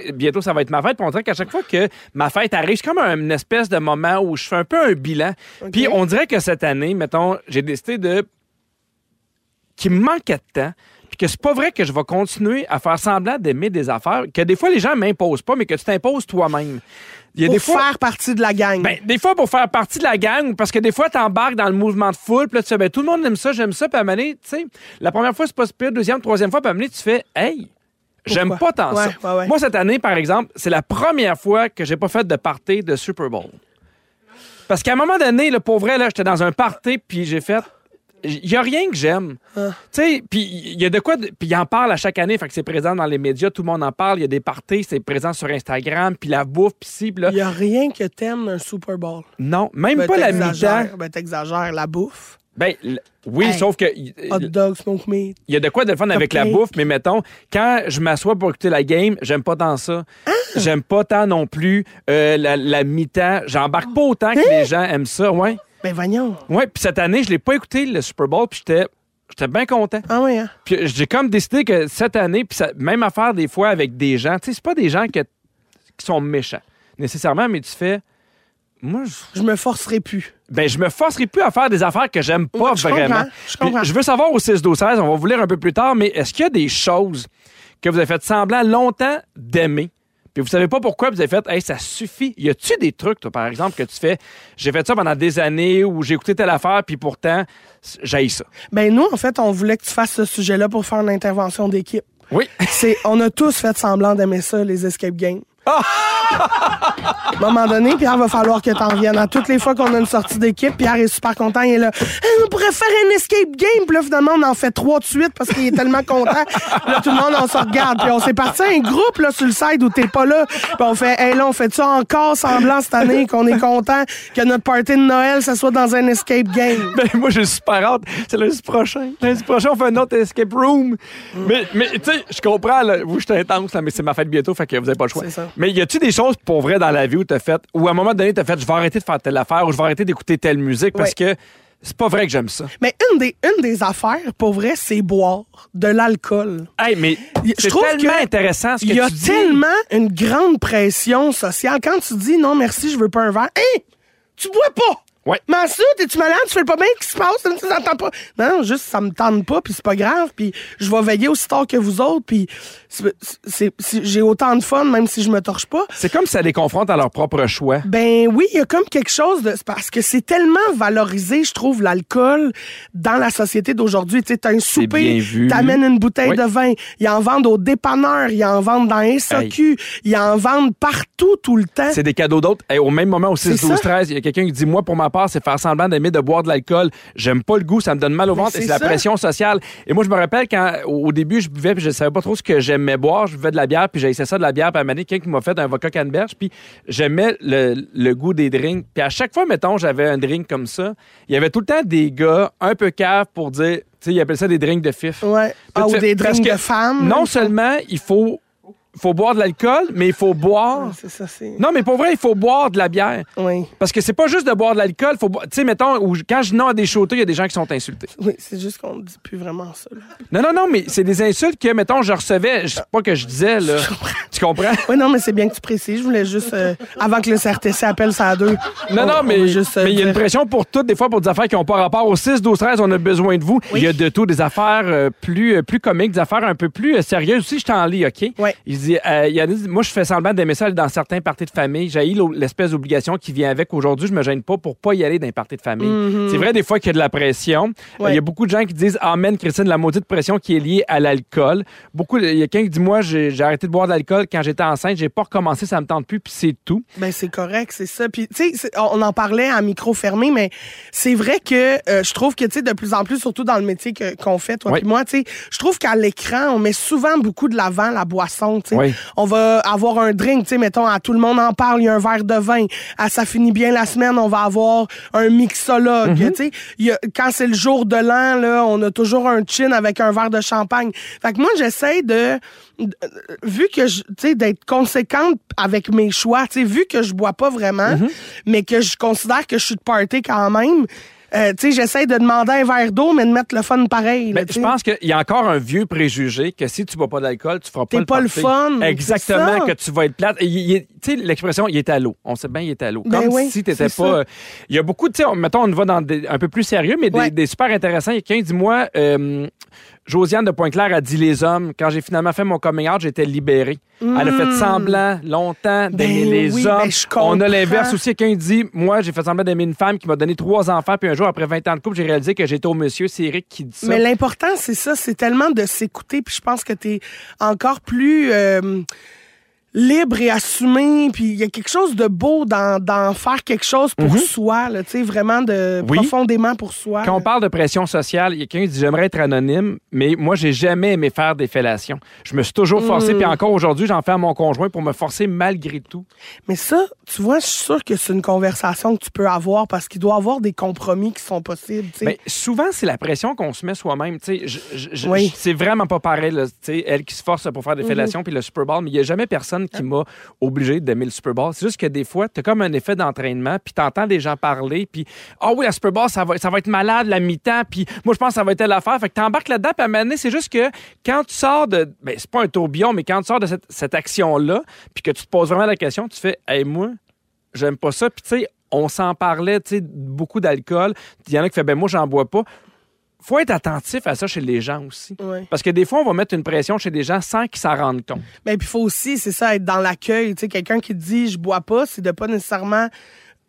Speaker 3: sais, bientôt, ça va être ma fête. Puis on dirait qu'à chaque fois que ma fête arrive, c'est comme un- une espèce de moment où je fais un peu un bilan. Puis on dirait que cette année, mettons, j'ai décidé de. qu'il me manquait de temps. Puis que c'est pas vrai que je vais continuer à faire semblant d'aimer des affaires que des fois les gens m'imposent pas, mais que tu t'imposes toi-même. Il y a
Speaker 5: Pour
Speaker 3: des fois.
Speaker 5: faire partie de la gang.
Speaker 3: Ben, des fois, pour faire partie de la gang, parce que des fois, t'embarques dans le mouvement de foule, puis là, tu fais, ben, tout le monde aime ça, j'aime ça, puis à un moment donné, tu sais, la première fois, c'est pas si pire, deuxième, troisième fois, puis à un moment donné, tu fais, hey, j'aime pas
Speaker 5: Pourquoi?
Speaker 3: tant
Speaker 5: Ouais,
Speaker 3: ça.
Speaker 5: ouais, ouais.
Speaker 3: Moi, cette année, par exemple, c'est la première fois que j'ai pas fait de party de Super Bowl. Parce qu'à un moment donné, le pauvre, là, j'étais dans un party, puis j'ai fait, il y a rien que j'aime.
Speaker 5: Ah.
Speaker 3: Tu sais, puis il y a de quoi. de- Puis il en parle à chaque année, fait que c'est présent dans les médias, tout le monde en parle, il y a des parties, c'est présent sur Instagram, puis la bouffe, puis ci, puis là.
Speaker 5: Il n'y a rien que t'aimes d'un Super Bowl.
Speaker 3: Non, même
Speaker 5: Ben,
Speaker 3: pas la mi-temps.
Speaker 5: t'exagères, ben, t'exagères la bouffe.
Speaker 3: Ben, l- oui,
Speaker 4: Hey.
Speaker 3: sauf que il
Speaker 5: Hot dog, smoke meat.
Speaker 3: il y a de quoi de le fun avec la
Speaker 5: Cupcake.
Speaker 3: bouffe, mais mettons, quand je m'assois pour écouter la game, j'aime pas tant ça. J'aime pas tant non plus euh, la, la mi-temps. J'embarque pas autant que les gens aiment ça, ouais.
Speaker 5: Ben, voyons.
Speaker 3: Ouais, puis cette année, je l'ai pas écouté le Super Bowl, puis j'étais j'étais bien content.
Speaker 5: Ah oui, hein?
Speaker 3: Puis euh, j'ai comme décidé que cette année, puis ça- même affaire des fois avec des gens, tu sais, c'est pas des gens que- qui sont méchants nécessairement, mais tu fais moi je
Speaker 5: Je me forcerai plus.
Speaker 3: ben je me forcerai plus à faire des affaires que j'aime pas
Speaker 5: Ouais, je
Speaker 3: vraiment.
Speaker 5: comprends, je comprends.
Speaker 3: Puis, veux savoir au 6 12 16, on va vous lire un peu plus tard, mais est-ce qu'il y a des choses que vous avez fait semblant longtemps d'aimer puis vous savez pas pourquoi, puis vous avez fait, hey, ça suffit. Y a-tu des trucs, toi, par exemple, que tu fais, j'ai fait ça pendant des années ou j'ai écouté telle affaire, puis pourtant, j'aille ça.
Speaker 5: Ben, nous, en fait, on voulait que tu fasses ce sujet-là pour faire une intervention d'équipe.
Speaker 3: Oui.
Speaker 5: C'est, on a tous fait semblant d'aimer ça, les escape games. À un moment donné, Pierre, va falloir que t'en reviennes. À toutes les fois qu'on a une sortie d'équipe, Pierre est super content. Il est là, Eh, on pourrait faire un escape game. Puis là, finalement, on en fait trois de suite parce qu'il est tellement content. Puis là, tout le monde, on se regarde. Puis on s'est parti un groupe là, sur le side où t'es pas là. Puis on fait, hey, là, on fait ça encore semblant cette année qu'on est content que notre party de Noël, ça soit dans un escape game.
Speaker 3: Ben, moi, j'ai super hâte. C'est lundi prochain. Lundi prochain, on fait un autre escape room. Mais, mais tu sais, je comprends, là. Vous, je suis intense, là, mais c'est ma fête bientôt, fait que vous avez pas le choix.
Speaker 5: C'est ça.
Speaker 3: Mais y a-tu des choses pour vrai dans la vie où t'as fait, ou à un moment donné, t'as fait, je vais arrêter de faire telle affaire, ou je vais arrêter d'écouter telle musique, parce que c'est pas vrai que j'aime ça.
Speaker 5: Mais une des, une des affaires, pour vrai, c'est boire de l'alcool.
Speaker 3: Hey, mais
Speaker 5: Y- je
Speaker 3: c'est
Speaker 5: trouve
Speaker 3: tellement
Speaker 5: que
Speaker 3: intéressant ce que
Speaker 5: Il y a
Speaker 3: tu dis.
Speaker 5: tellement une grande pression sociale. Quand tu dis non, merci, je veux pas un verre, hein, tu bois pas!
Speaker 3: Ouais.
Speaker 5: Mais ça, t'es-tu malade? Tu fais pas bien ce qui se passe? Tu t'entends pas? Non, non, juste, ça me tente pas, puis c'est pas grave, puis je vais veiller aussi tard que vous autres, puis c'est- c'est- c'est- j'ai autant de fun, même si je me torche pas.
Speaker 3: C'est comme si ça les confronte à leur propre choix.
Speaker 5: Ben oui, il y a comme quelque chose de c'est parce que c'est tellement valorisé, je trouve, l'alcool dans la société d'aujourd'hui. Tu sais, t'as un
Speaker 3: bien
Speaker 5: souper,
Speaker 3: vu.
Speaker 5: t'amènes une bouteille
Speaker 3: Oui.
Speaker 5: de vin, ils en vendent aux dépanneurs, ils en vendent dans les SAQ, ils en vendent partout tout le temps.
Speaker 3: C'est des cadeaux d'autres. Et au même moment, au 6,
Speaker 5: C'est
Speaker 3: 12,
Speaker 5: ça.
Speaker 3: 13, il y a quelqu'un qui dit Moi, pour ma part, c'est faire semblant d'aimer de boire de l'alcool. J'aime pas le goût, ça me donne mal au
Speaker 5: Mais
Speaker 3: ventre et
Speaker 5: Ben, c'est
Speaker 3: c'est la
Speaker 5: ça.
Speaker 3: pression sociale. Et moi, je me rappelle quand, au au début, je buvais puis je savais pas trop ce que j'aimais boire. Je buvais de la bière puis j'essayais ça de la bière. Puis à un moment donné, quelqu'un qui m'a fait un vodka canneberge. Puis j'aimais le, le goût des drinks. Puis à chaque fois, mettons, j'avais un drink comme ça, il y avait tout le temps des gars un peu caves pour dire Tu sais, ils appellent ça des drinks de fif.
Speaker 5: Ouais. Ah, ou des
Speaker 3: Parce
Speaker 5: drinks
Speaker 3: que
Speaker 5: de femmes.
Speaker 3: Non seulement il faut, faut boire de l'alcool, mais il faut boire.
Speaker 5: Ah, C'est ça, c'est.
Speaker 3: Non, mais pour vrai, il faut boire de la bière.
Speaker 5: Oui.
Speaker 3: Parce que c'est pas juste de boire de l'alcool. Faut bo- Tu sais, mettons, ou je- quand je dis non à des shooters, il y a des gens qui sont insultés.
Speaker 5: Oui, c'est juste qu'on dit plus vraiment ça. là.
Speaker 3: Non, non, non, mais c'est des insultes que, mettons, je recevais. Je sais pas que je disais, là. Tu comprends?
Speaker 5: Oui, non, mais c'est bien que tu précises. Je voulais juste, euh, avant que le CRTC appelle ça à deux.
Speaker 3: Non,
Speaker 5: on-
Speaker 3: non,
Speaker 5: on
Speaker 3: mais
Speaker 5: veut
Speaker 3: juste,
Speaker 5: euh,
Speaker 3: mais il y a une
Speaker 5: dire-
Speaker 3: pression pour toutes, des fois, pour des affaires qui n'ont pas rapport. Au 6, 12, 13, on a besoin de vous. Il y a de tout, des affaires euh, plus, euh, plus comiques, des affaires un peu plus euh, sérieuses aussi. Je t'en lis, OK?
Speaker 5: Ouais.
Speaker 3: Il dit, euh, il y en a dit, moi, je fais semblant d'aimer ça aller dans certains parties de famille. J'ai l'espèce d'obligation qui vient avec. Aujourd'hui, je me gêne pas pour pas y aller dans les parties de famille. C'est vrai, des fois, qu'il y a de la pression. Euh, Il
Speaker 5: Mm-hmm. Ouais.
Speaker 3: y a beaucoup de gens qui disent, Amen, Christine, la maudite pression qui est liée à l'alcool. Beaucoup, il y a quelqu'un qui dit, moi, j'ai j'ai arrêté de boire de l'alcool quand j'étais enceinte. J'ai pas recommencé, ça me tente plus, puis c'est tout.
Speaker 5: Ben c'est correct, c'est ça. Puis tu sais, c'est- on on en parlait à micro fermé, mais c'est vrai que euh, je trouve que tu sais de plus en plus, surtout dans le métier que- qu'on fait toi
Speaker 3: Oui.
Speaker 5: puis moi, tu sais, je trouve qu'à l'écran on met souvent beaucoup de l'avant la boisson. Tu sais,
Speaker 3: Oui.
Speaker 5: on va avoir un drink, tu sais, mettons à tout le monde en parle, il y a un verre de vin, à ça finit bien la semaine, on va avoir un mixologue.
Speaker 3: Mhm.
Speaker 5: Tu sais, Il y a- quand c'est le jour de l'an là, on a toujours un chin avec un verre de champagne. Fait que moi j'essaie de de- vu que je tu sais d'être conséquente avec mes choix, tu sais vu que je bois pas vraiment
Speaker 3: Mhm.
Speaker 5: mais que je considère que je suis de party quand même, euh, tu sais j'essaie de demander un verre d'eau mais de mettre le fun pareil. là,
Speaker 3: Mais Ben,
Speaker 5: tu
Speaker 3: je
Speaker 5: sais.
Speaker 3: pense qu'il y a encore un vieux préjugé que si tu bois pas d'alcool, tu feras pas
Speaker 5: T'es
Speaker 3: le
Speaker 5: pas le
Speaker 3: party.
Speaker 5: fun, c'est
Speaker 3: Exactement,
Speaker 5: ça.
Speaker 3: que tu vas être plate. Et il- il- Tu sais, l'expression, il est à l'eau. On sait bien, il est à l'eau.
Speaker 5: Ben
Speaker 3: Comme
Speaker 5: oui,
Speaker 3: si t'étais
Speaker 5: c'est
Speaker 3: pas.
Speaker 5: ça.
Speaker 3: euh, Il y a beaucoup, tu sais, on- mettons, on va dans des- un peu plus sérieux, mais des,
Speaker 5: Ouais.
Speaker 3: des super intéressants. Il y a quelqu'un qui dit, moi, euh, Josiane de Pointe-Claire a dit les hommes. Quand j'ai finalement fait mon coming out, j'étais libérée. Elle a fait semblant longtemps d'aimer
Speaker 5: Hmm. Ben
Speaker 3: les
Speaker 5: oui,
Speaker 3: hommes.
Speaker 5: ben je
Speaker 3: On a
Speaker 5: comprends.
Speaker 3: l'inverse aussi. Quelqu'un dit Moi, j'ai fait semblant d'aimer une femme qui m'a donné trois enfants, puis un jour, après 20 ans de couple, j'ai réalisé que j'étais au monsieur. C'est Eric qui dit ça.
Speaker 5: Mais l'important, c'est ça, c'est tellement de s'écouter, puis je pense que t'es encore plus euh, libre et assumé, puis il y a quelque chose de beau dans, dans faire quelque chose pour soi, là, tu sais, vraiment de
Speaker 3: Mhm. Oui.
Speaker 5: profondément pour soi.
Speaker 3: Quand on parle de pression sociale, il y a quelqu'un qui dit j'aimerais être anonyme, mais moi j'ai jamais aimé faire des fellations. Je me suis toujours forcé, puis encore aujourd'hui j'en fais à mon conjoint pour me forcer malgré tout.
Speaker 5: Mais ça, tu vois, je suis sûre que c'est une conversation que tu peux avoir parce qu'il doit y avoir des compromis qui sont possibles, tu sais.
Speaker 3: Mais Ben, souvent c'est la pression qu'on se met soi-même. Tu sais, je- je- je-
Speaker 5: Oui.
Speaker 3: je- c'est vraiment pas pareil. là. Tu sais, elle qui se force pour faire des fellations puis le Super Bowl, mais il y a jamais personne qui m'a obligé d'aimer le Super Bowl. C'est juste que des fois t'as comme un effet d'entraînement, puis t'entends des gens parler, puis ah oui la Super Bowl ça va ça va être malade la mi-temps, puis moi je pense que ça va être telle affaire. Fait que t'embarques là-dedans, puis à un moment donné, c'est juste que quand tu sors de ben c'est pas un tourbillon, mais quand tu sors de cette, cette action là, puis que tu te poses vraiment la question, tu fais hey moi j'aime pas ça. Puis, tu sais, on s'en parlait, tu sais, beaucoup d'alcool. Il y en a qui fait, ben moi, j'en bois pas. Faut être attentif à ça chez les gens aussi.
Speaker 5: Ouais.
Speaker 3: Parce que des fois, on va mettre une pression chez des gens sans qu'ils s'en rendent compte.
Speaker 5: Mais Ben, puis il faut aussi, c'est ça, être dans l'accueil. Tu sais, quelqu'un qui dit je bois pas, c'est de pas nécessairement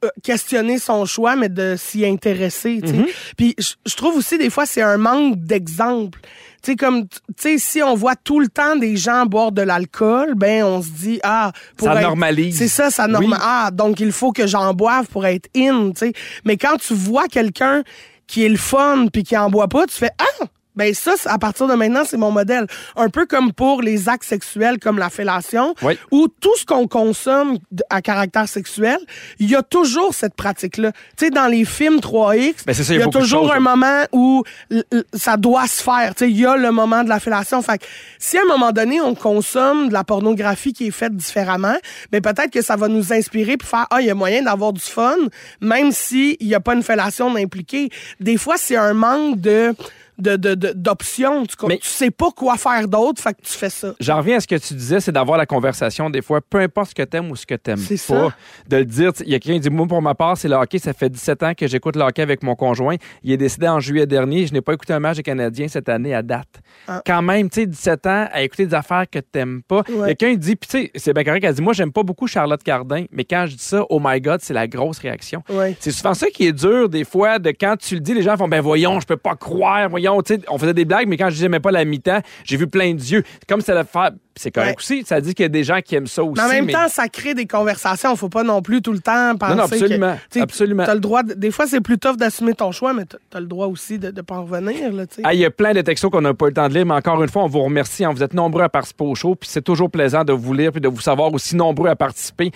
Speaker 5: euh, questionner son choix, mais de s'y intéresser. tu sais.
Speaker 3: Mm-hmm.
Speaker 5: Puis je je trouve aussi des fois c'est un manque d'exemple. Tu sais comme tu sais si on voit tout le temps des gens boire de l'alcool, ben on se dit ah pour
Speaker 3: Ça
Speaker 5: être-
Speaker 3: normalise.
Speaker 5: C'est ça, ça normalise.
Speaker 3: Oui.
Speaker 5: Ah donc il faut que j'en boive pour être in. tu sais. Mais quand tu vois quelqu'un qui est le fun puis qui en boit pas, tu fais ah ben ça, c'est- à partir de maintenant, c'est mon modèle. Un peu comme pour les actes sexuels, comme la fellation,
Speaker 3: Oui.
Speaker 5: où tout ce qu'on consomme d- à caractère sexuel, il y a toujours cette pratique-là. Tu sais, dans les films 3X,
Speaker 3: Ben, c'est ça, il y a
Speaker 5: il y a
Speaker 3: beaucoup de
Speaker 5: toujours
Speaker 3: choses,
Speaker 5: un
Speaker 3: là.
Speaker 5: moment où l- l- ça doit se faire. Tu sais, il y a le moment de la fellation. Fait que si à un moment donné, on consomme de la pornographie qui est faite différemment, ben peut-être que ça va nous inspirer pour faire, ah, il y a moyen d'avoir du fun, même s'il n'y a pas une fellation impliquée. Des fois, c'est un manque de de- de- de- d'options. Tu, com-
Speaker 3: Mais-
Speaker 5: tu sais pas quoi faire d'autre, fait que tu fais ça.
Speaker 3: J'en reviens à ce que tu disais, c'est d'avoir la conversation des fois, peu importe ce que t'aimes ou ce que t'aimes pas.
Speaker 5: C'est ça.
Speaker 3: De le dire. Il y a quelqu'un qui dit, moi, pour ma part, c'est le hockey. Ça fait 17 ans que j'écoute le hockey avec mon conjoint. Il est décédé en juillet dernier. Je n'ai pas écouté un match des Canadiens cette année à date.
Speaker 5: Ah.
Speaker 3: Quand même, tu sais, 17 ans, à écouter des affaires que t'aimes pas. Il y a
Speaker 5: Ouais.
Speaker 3: quelqu'un qui dit, puis tu sais, c'est bien correct, elle dit, moi, j'aime pas beaucoup Charlotte Cardin, mais quand je dis ça, oh my God, c'est la grosse réaction.
Speaker 5: Ouais.
Speaker 3: C'est souvent ça qui est dur, des fois, de quand tu le dis, les gens font, ben voyons, je peux pas croire, voyons, tu sais, on faisait des blagues, mais quand je disais, mais pas la mi-temps, j'ai vu plein d'yeux. Comme ça le faire, c'est correct
Speaker 5: Ouais.
Speaker 3: aussi, ça dit qu'il y a des gens qui aiment ça aussi.
Speaker 5: Mais en même
Speaker 3: mais-
Speaker 5: temps, ça crée des conversations. Faut pas non plus tout le temps penser.
Speaker 3: non, absolument,
Speaker 5: que, tu sais,
Speaker 3: absolument.
Speaker 5: T'as le droit. de- des fois, c'est plus tough d'assumer ton choix, mais t'as t'as le droit aussi de, de pas en revenir. Là, tu sais.
Speaker 3: Ah, il y a plein de textos qu'on n'a pas eu le temps de lire, mais encore une fois, on vous remercie. hein. Vous êtes nombreux à participer au show, puis c'est toujours plaisant de vous lire, puis de vous savoir aussi nombreux à participer.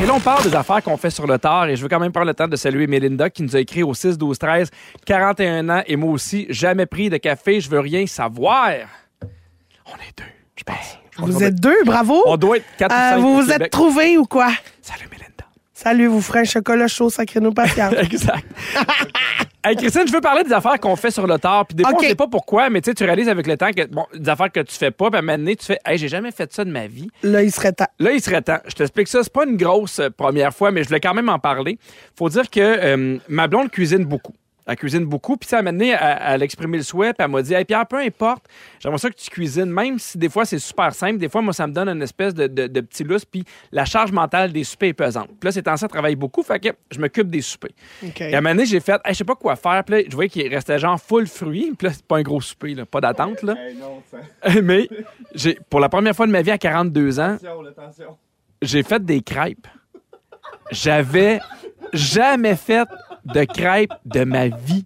Speaker 3: Et là, on parle des affaires qu'on fait sur le tard, et je veux quand même prendre le temps de saluer Melinda qui nous a écrit au 6, 12, 13, 41 ans, et moi aussi, jamais pris de café, je veux rien savoir. On est deux, je pense. Je pense qu'on
Speaker 5: vous
Speaker 3: est-
Speaker 5: êtes deux, bravo.
Speaker 3: On doit être quatre ou
Speaker 5: Euh,
Speaker 3: cinq
Speaker 5: vous
Speaker 3: au
Speaker 5: vous
Speaker 3: Québec.
Speaker 5: êtes trouvés ou quoi?
Speaker 3: Salut, Melinda.
Speaker 5: Salut, vous ferez un chocolat chaud, sacré nous patience.
Speaker 3: Exact. Hey, Christine, je veux parler des affaires qu'on fait sur le tard. Puis des fois,
Speaker 5: OK.
Speaker 3: on sait pas pourquoi, mais tu sais, tu réalises avec le temps que, bon, des affaires que tu fais pas, puis à un moment donné, tu fais, hey, j'ai jamais fait ça de ma vie.
Speaker 5: Là, il serait temps.
Speaker 3: Là, il serait temps. Je t'explique ça. C'est pas une grosse euh, première fois, mais je voulais quand même en parler. Faut dire que euh, ma blonde cuisine beaucoup. Elle cuisine beaucoup. Puis ça m'a amené à, à l'exprimer le souhait. Puis elle m'a dit Hey, Pierre, peu importe, j'aimerais ça que tu cuisines, même si des fois c'est super simple. Des fois, moi, ça me donne une espèce de, de, de petit lousse. Puis la charge mentale des soupers est pesante. Puis là, ces temps-ci, elle travaille beaucoup. Fait que je m'occupe des soupers.
Speaker 5: OK.
Speaker 3: Et à un moment donné, j'ai fait, Hey, je sais pas quoi faire. Puis là, je voyais qu'il restait genre full fruits. Puis là, c'est pas un gros souper, là. pas d'attente. Là. Mais j'ai, pour la première fois de ma vie à 42 ans, j'ai fait des crêpes. J'avais jamais fait de crêpes de ma vie.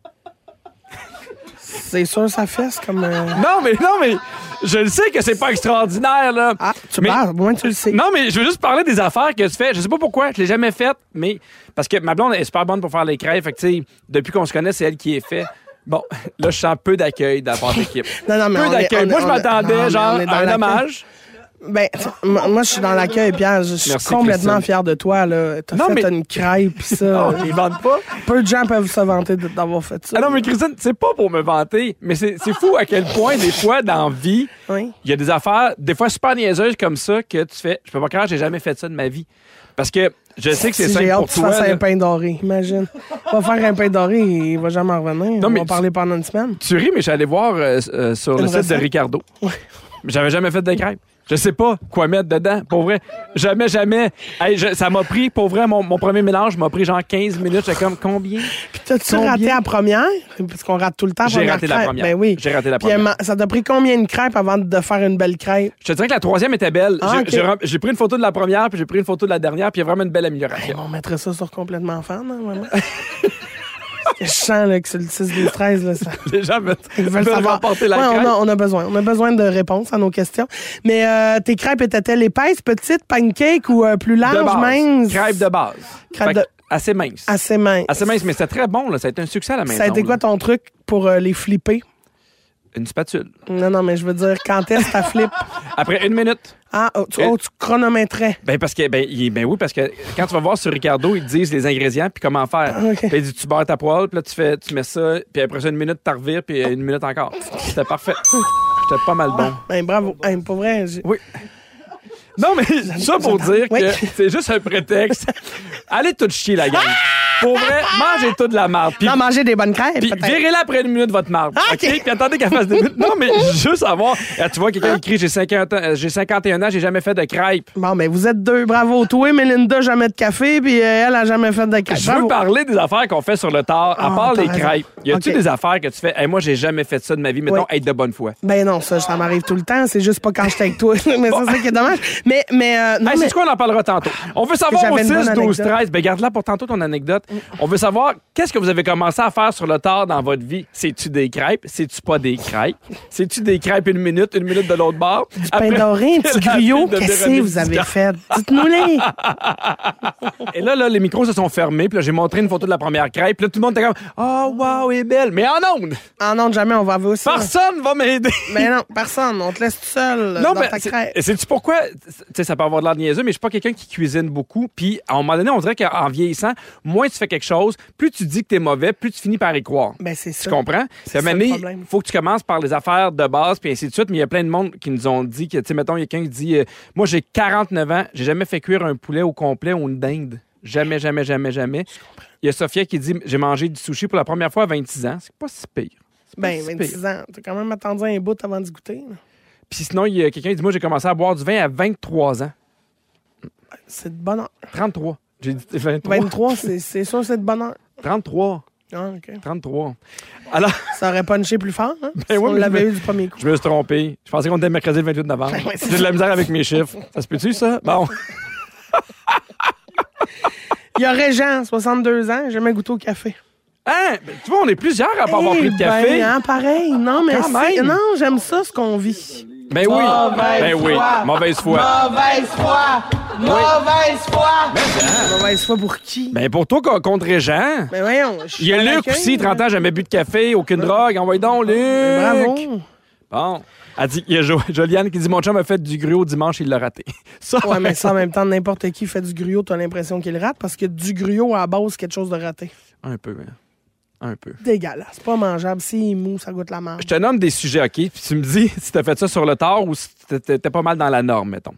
Speaker 5: C'est sûr, ça fesse comme. euh,
Speaker 3: Non, mais non, mais je le sais que c'est pas extraordinaire, là.
Speaker 5: Ah, tu
Speaker 3: Mais-
Speaker 5: parles, au moins tu le sais.
Speaker 3: Non, mais je veux juste parler des affaires que tu fais. Je sais pas pourquoi, je l'ai jamais faite, mais parce que ma blonde est super bonne pour faire les crêpes. Fait que, tu sais, depuis qu'on se connaît, c'est elle qui est fait. Bon, là, je sens peu d'accueil de la part de l'équipe.
Speaker 5: Non, non, mais
Speaker 3: peu
Speaker 5: on est-
Speaker 3: d'accueil.
Speaker 5: on est-
Speaker 3: Moi, je
Speaker 5: on est- non, mais
Speaker 3: m'attendais,
Speaker 5: on
Speaker 3: genre,
Speaker 5: est dans
Speaker 3: à un
Speaker 5: l'accueil.
Speaker 3: hommage.
Speaker 5: Ben, t- moi, moi, je suis dans l'accueil, Pierre. Je suis
Speaker 3: Merci,
Speaker 5: complètement
Speaker 3: Christine.
Speaker 5: fier de toi, là. T'as
Speaker 3: Non,
Speaker 5: fait
Speaker 3: mais-
Speaker 5: une crêpe, pis ça.
Speaker 3: Non, ils vendent pas.
Speaker 5: Peu de gens peuvent se vanter de- d'avoir fait ça.
Speaker 3: Ah non, mais Christine, c'est pas pour me vanter, mais c'est c'est fou à quel point, des fois, dans la vie,
Speaker 5: Oui.
Speaker 3: il y a des affaires, des fois super niaiseuses comme ça, que tu fais, je peux pas croire, j'ai jamais fait ça de ma vie. Parce que Je sais que c'est
Speaker 5: Si
Speaker 3: simple
Speaker 5: j'ai hâte
Speaker 3: pour
Speaker 5: que tu fasses
Speaker 3: toi. là.
Speaker 5: un pain doré, imagine. Va faire un pain doré, il va jamais en revenir.
Speaker 3: Non,
Speaker 5: On
Speaker 3: mais
Speaker 5: va
Speaker 3: tu-
Speaker 5: parler pendant une semaine.
Speaker 3: Tu ris, mais j'allais voir euh, euh, sur le
Speaker 5: Une
Speaker 3: site de
Speaker 5: recette?
Speaker 3: Ricardo. J'avais jamais fait de crêpes. Je sais pas quoi mettre dedans, pour vrai. Jamais, jamais. Hey, je- ça m'a pris, pour vrai, mon, mon premier mélange m'a pris genre 15 minutes. J'étais comme, combien?
Speaker 5: Puis t'as-tu
Speaker 3: Combien?
Speaker 5: raté la première? Parce qu'on rate tout le temps.
Speaker 3: J'ai
Speaker 5: première
Speaker 3: raté la
Speaker 5: crêpe.
Speaker 3: première.
Speaker 5: Ben oui.
Speaker 3: J'ai raté la
Speaker 5: Puis, euh,
Speaker 3: première.
Speaker 5: ça t'a pris combien de crêpes avant de faire une belle crêpe?
Speaker 3: Je te dirais que la troisième était belle.
Speaker 5: Ah,
Speaker 3: J'ai-
Speaker 5: ok.
Speaker 3: j'ai rem- J'ai pris une photo de la première, puis j'ai pris une photo de la dernière, puis il y a vraiment une belle amélioration.
Speaker 5: On mettrait ça sur complètement fan, hein, vraiment. Je sens là, que sur le 6 des 13, là, ça.
Speaker 3: Les gens veulent,
Speaker 5: Ils veulent
Speaker 3: veulent
Speaker 5: savoir.
Speaker 3: remporter la
Speaker 5: Ouais,
Speaker 3: crêpe.
Speaker 5: on, a, on a besoin. On a besoin de réponses à nos questions. Mais euh, tes crêpes étaient-elles épaisses, petites, pancakes ou euh, plus
Speaker 3: de
Speaker 5: larges,
Speaker 3: base.
Speaker 5: minces?
Speaker 3: Crêpe de base.
Speaker 5: Crêpe
Speaker 3: Fait
Speaker 5: de-
Speaker 3: que Assez mince.
Speaker 5: Assez minces.
Speaker 3: Assez Ah, mince, mais c'était très bon. Là. Ça a été un succès à la maison.
Speaker 5: Ça a été quoi
Speaker 3: là.
Speaker 5: ton truc pour euh, les flipper?
Speaker 3: Une spatule.
Speaker 5: Non, non, mais je veux dire, quand est-ce que t'as flip?
Speaker 3: Après une minute.
Speaker 5: Ah, oh, tu,
Speaker 3: Euh,
Speaker 5: oh, tu chronométrais.
Speaker 3: Ben parce que ben, il- ben oui parce que quand tu vas voir sur Ricardo ils te disent les ingrédients puis comment faire.
Speaker 5: Ah, ok.
Speaker 3: Puis il dit tu beurres ta poêle puis là tu fais tu mets ça puis après ça une minute t'en revires puis une minute encore. C'était parfait. C'était pas mal bon.
Speaker 5: Ben, bravo. Hey, pour vrai, j'ai-
Speaker 3: Oui. Non mais ça pour dire
Speaker 5: Oui. Ah!
Speaker 3: que c'est juste un prétexte. Allez tout chier la gang. Pour vrai mangez tout de la marde. Puis
Speaker 5: non, manger des bonnes crêpes,
Speaker 3: Puis
Speaker 5: peut-être.
Speaker 3: virez-la après une minute, votre marde.
Speaker 5: Ah,
Speaker 3: OK?
Speaker 5: ok. Ah.
Speaker 3: Puis attendez qu'elle fasse des minutes. Non, mais juste avoir. Là, tu vois, quelqu'un écrit J'ai 50 ans- euh, j'ai 51 ans, j'ai jamais fait de crêpes.
Speaker 5: Bon, ben, vous êtes deux. Bravo. Toi, Melinda, jamais de café, puis euh, elle a jamais fait de crêpes.
Speaker 3: Ben, Je veux
Speaker 5: Bravo.
Speaker 3: parler des affaires qu'on fait sur le tard, à
Speaker 5: Ah,
Speaker 3: part
Speaker 5: t'as
Speaker 3: les
Speaker 5: raison.
Speaker 3: crêpes. Y a-tu
Speaker 5: Ok.
Speaker 3: des affaires que tu fais Hey, Moi, j'ai jamais fait ça de ma vie, mettons,
Speaker 5: Oui.
Speaker 3: être de bonne foi.
Speaker 5: Ben non, ça, ça m'arrive tout le temps. C'est juste pas quand j'étais avec toi. mais c'est ça qui est dommage. Mais, mais, euh, non,
Speaker 3: Hey,
Speaker 5: mais
Speaker 3: Ben,
Speaker 5: Ah,
Speaker 3: C'est quoi, on en parlera tantôt. On veut savoir au
Speaker 5: j'avais une
Speaker 3: 6,
Speaker 5: bonne
Speaker 3: 12,
Speaker 5: anecdote. Mm.
Speaker 3: 13. Ben, garde-la pour tantôt ton anecdote. On veut savoir qu'est-ce que vous avez commencé à faire sur le tard dans votre vie. C'est-tu des crêpes? C'est-tu pas des crêpes? C'est-tu des crêpes une minute, une minute de l'autre bord? Du
Speaker 5: pain doré, un petit griot, qu'est-ce que vous avez fait? Dites-nous-les.
Speaker 3: Et là, là, les micros se sont fermés. Puis là, j'ai montré une photo de la première crêpe. Puis là, tout le monde était comme Oh, wow, elle est belle. Mais en onde,
Speaker 5: Ah non, jamais, on va vous aussi.
Speaker 3: personne va m'aider.
Speaker 5: Mais non, personne. On te laisse tout seul non, Euh, dans ta crêpe.
Speaker 3: c'est- sais-tu pourquoi? Tu sais, ça peut avoir de l'air niaiseux, mais je suis pas quelqu'un qui cuisine beaucoup. Puis, à un moment donné, on dirait qu'en vieillissant, moins tu fais quelque chose, plus tu dis que t'es mauvais, plus tu finis par y croire.
Speaker 5: Ben, c'est ça.
Speaker 3: Tu comprends?
Speaker 5: C'est ça, le
Speaker 3: Il
Speaker 5: problème.
Speaker 3: faut que tu commences par les affaires de base, puis ainsi de suite. Mais il y a plein de monde qui nous ont dit que, tu sais, mettons, il y a quelqu'un qui dit euh, Moi, j'ai 49 ans, j'ai jamais fait cuire un poulet au complet ou une dinde. Jamais, jamais, jamais, jamais. Il y a Sophia qui dit J'ai mangé du sushi pour la première fois à 26 ans. C'est pas si pire. C'est pas
Speaker 5: Ben,
Speaker 3: si pire.
Speaker 5: 26 ans. T'as quand même attendu un bout avant d'y goûter. là.
Speaker 3: Puis sinon, il y a quelqu'un qui dit Moi, j'ai commencé à boire du vin à 23 ans.
Speaker 5: C'est de bonheur.
Speaker 3: 33. J'ai dit euh, 23.
Speaker 5: 23, c'est- c'est sûr, c'est de bonheur.
Speaker 3: 33.
Speaker 5: Ah, OK.
Speaker 3: 33. Alors,
Speaker 5: Ça aurait punché plus fort, hein? si
Speaker 3: ouais,
Speaker 5: on
Speaker 3: Ben mais je
Speaker 5: l'avait
Speaker 3: me-
Speaker 5: eu du premier coup.
Speaker 3: je me suis trompé. Je pensais qu'on était mercredi le 28 novembre.
Speaker 5: Ouais, c'est
Speaker 3: J'ai de la misère avec mes chiffres. Ça se peut-tu, ça? Bon.
Speaker 5: Il y aurait Jean, 62 ans, jamais goûté au café.
Speaker 3: Hein? Ben, tu vois, on est plusieurs à pas avoir
Speaker 5: Eh
Speaker 3: pris de café. Ah,
Speaker 5: Ben, hein, pareil. Non, mais
Speaker 3: Quand
Speaker 5: c'est-
Speaker 3: même.
Speaker 5: non, j'aime ça, ce qu'on vit.
Speaker 3: Ben oui. ben oui. Mauvaise foi.
Speaker 5: Mauvaise foi pour qui?
Speaker 3: Ben pour toi, qu'on- contre Jean.
Speaker 5: Ben voyons. je suis
Speaker 3: Il y a
Speaker 5: à
Speaker 3: Luc
Speaker 5: l'accueil,
Speaker 3: aussi, 30 ans, jamais bu de café, aucune drogue. Envoyez donc, Luc.
Speaker 5: ben, Bravo.
Speaker 3: Bon. Elle dit, il y a Jo- Joliane qui dit Mon chum a fait du gruau dimanche, il l'a raté. Ça,
Speaker 5: Ouais, mais ça, en même temps, n'importe qui fait du gruau, t'as l'impression qu'il rate parce que du gruau à la base, c'est quelque chose de raté.
Speaker 3: Un peu, hein. Un peu.
Speaker 5: Dégueulasse. Pas mangeable. C'est mou, ça goûte la
Speaker 3: Je
Speaker 5: marde.
Speaker 3: te nomme des sujets, OK? Puis tu me dis si t'as fait ça sur le tard ou si t'étais t'étais pas mal dans la norme, mettons.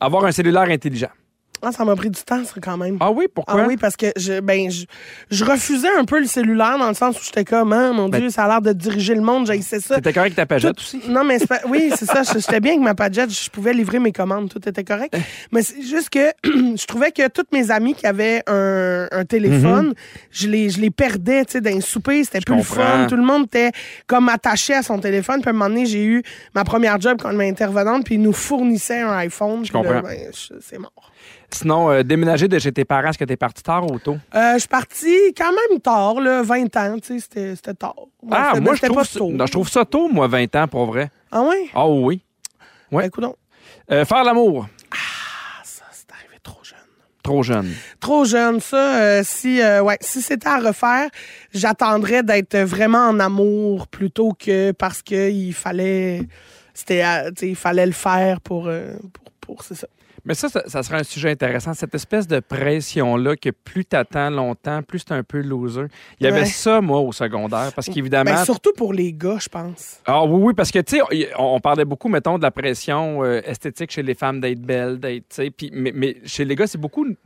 Speaker 3: Avoir un cellulaire intelligent.
Speaker 5: Ah, ça m'a pris du temps, ça, quand même.
Speaker 3: Ah oui, pourquoi?
Speaker 5: Ah oui, parce que je, ben, je, je refusais un peu le cellulaire dans le sens où j'étais comme, hein, mon
Speaker 3: Ben-
Speaker 5: Dieu, ça a l'air de diriger le monde, j'haïssais ça.
Speaker 3: T'étais correct avec ta pagette aussi?
Speaker 5: Non, mais c'est pas- oui, c'est ça. J'étais bien avec ma Padgett. Je pouvais livrer mes commandes. Tout était correct.
Speaker 3: Eh.
Speaker 5: Mais c'est juste que je trouvais que toutes mes amies qui avaient un, un téléphone, je, les, je les perdais, tu sais, d'un souper. C'était plus le
Speaker 3: Mm-hmm. comprends.
Speaker 5: fun. Tout le monde était comme attaché à son téléphone. Puis à un moment donné, j'ai eu ma première job quand même intervenante, puis ils nous fournissaient un iPhone. ben, Je
Speaker 3: comprends.
Speaker 5: c'est mort.
Speaker 3: Sinon, euh, déménager de chez tes parents, est-ce que t'es parti tard ou tôt?
Speaker 5: Euh, je suis partie quand même tard, là, 20 ans, tu sais, c'était- c'était tard. Ouais,
Speaker 3: ah,
Speaker 5: c'était- ben,
Speaker 3: moi, je
Speaker 5: c'était
Speaker 3: trouve,
Speaker 5: pas
Speaker 3: ça,
Speaker 5: tôt.
Speaker 3: non, je trouve ça tôt, moi, 20 ans, pour vrai.
Speaker 5: Ah ouais?
Speaker 3: Ah oui. ouais.
Speaker 5: Ben, coudonc.
Speaker 3: Euh, faire l'amour,
Speaker 5: Ah, ça, c'est arrivé trop jeune.
Speaker 3: trop jeune.
Speaker 5: Trop jeune, ça. Euh, si euh, ouais, si c'était à refaire, j'attendrais d'être vraiment en amour plutôt que parce que il fallait, c'était, à- tu sais, il fallait le faire pour, euh, pour, pour- c'est ça.
Speaker 3: Mais ça, ça, ça serait un sujet intéressant, cette espèce de pression-là que plus t'attends longtemps, plus t'es un peu loser. Il y avait
Speaker 5: Ouais.
Speaker 3: ça, moi, au secondaire, parce qu'évidemment,
Speaker 5: Ben, surtout pour les gars, je pense.
Speaker 3: Ah oui, oui, parce que, tu sais, y- on, on parlait beaucoup, mettons, de la pression euh, esthétique chez les femmes d'être belles, d'être, tu sais, puis- mais, mais chez les gars, c'est beaucoup une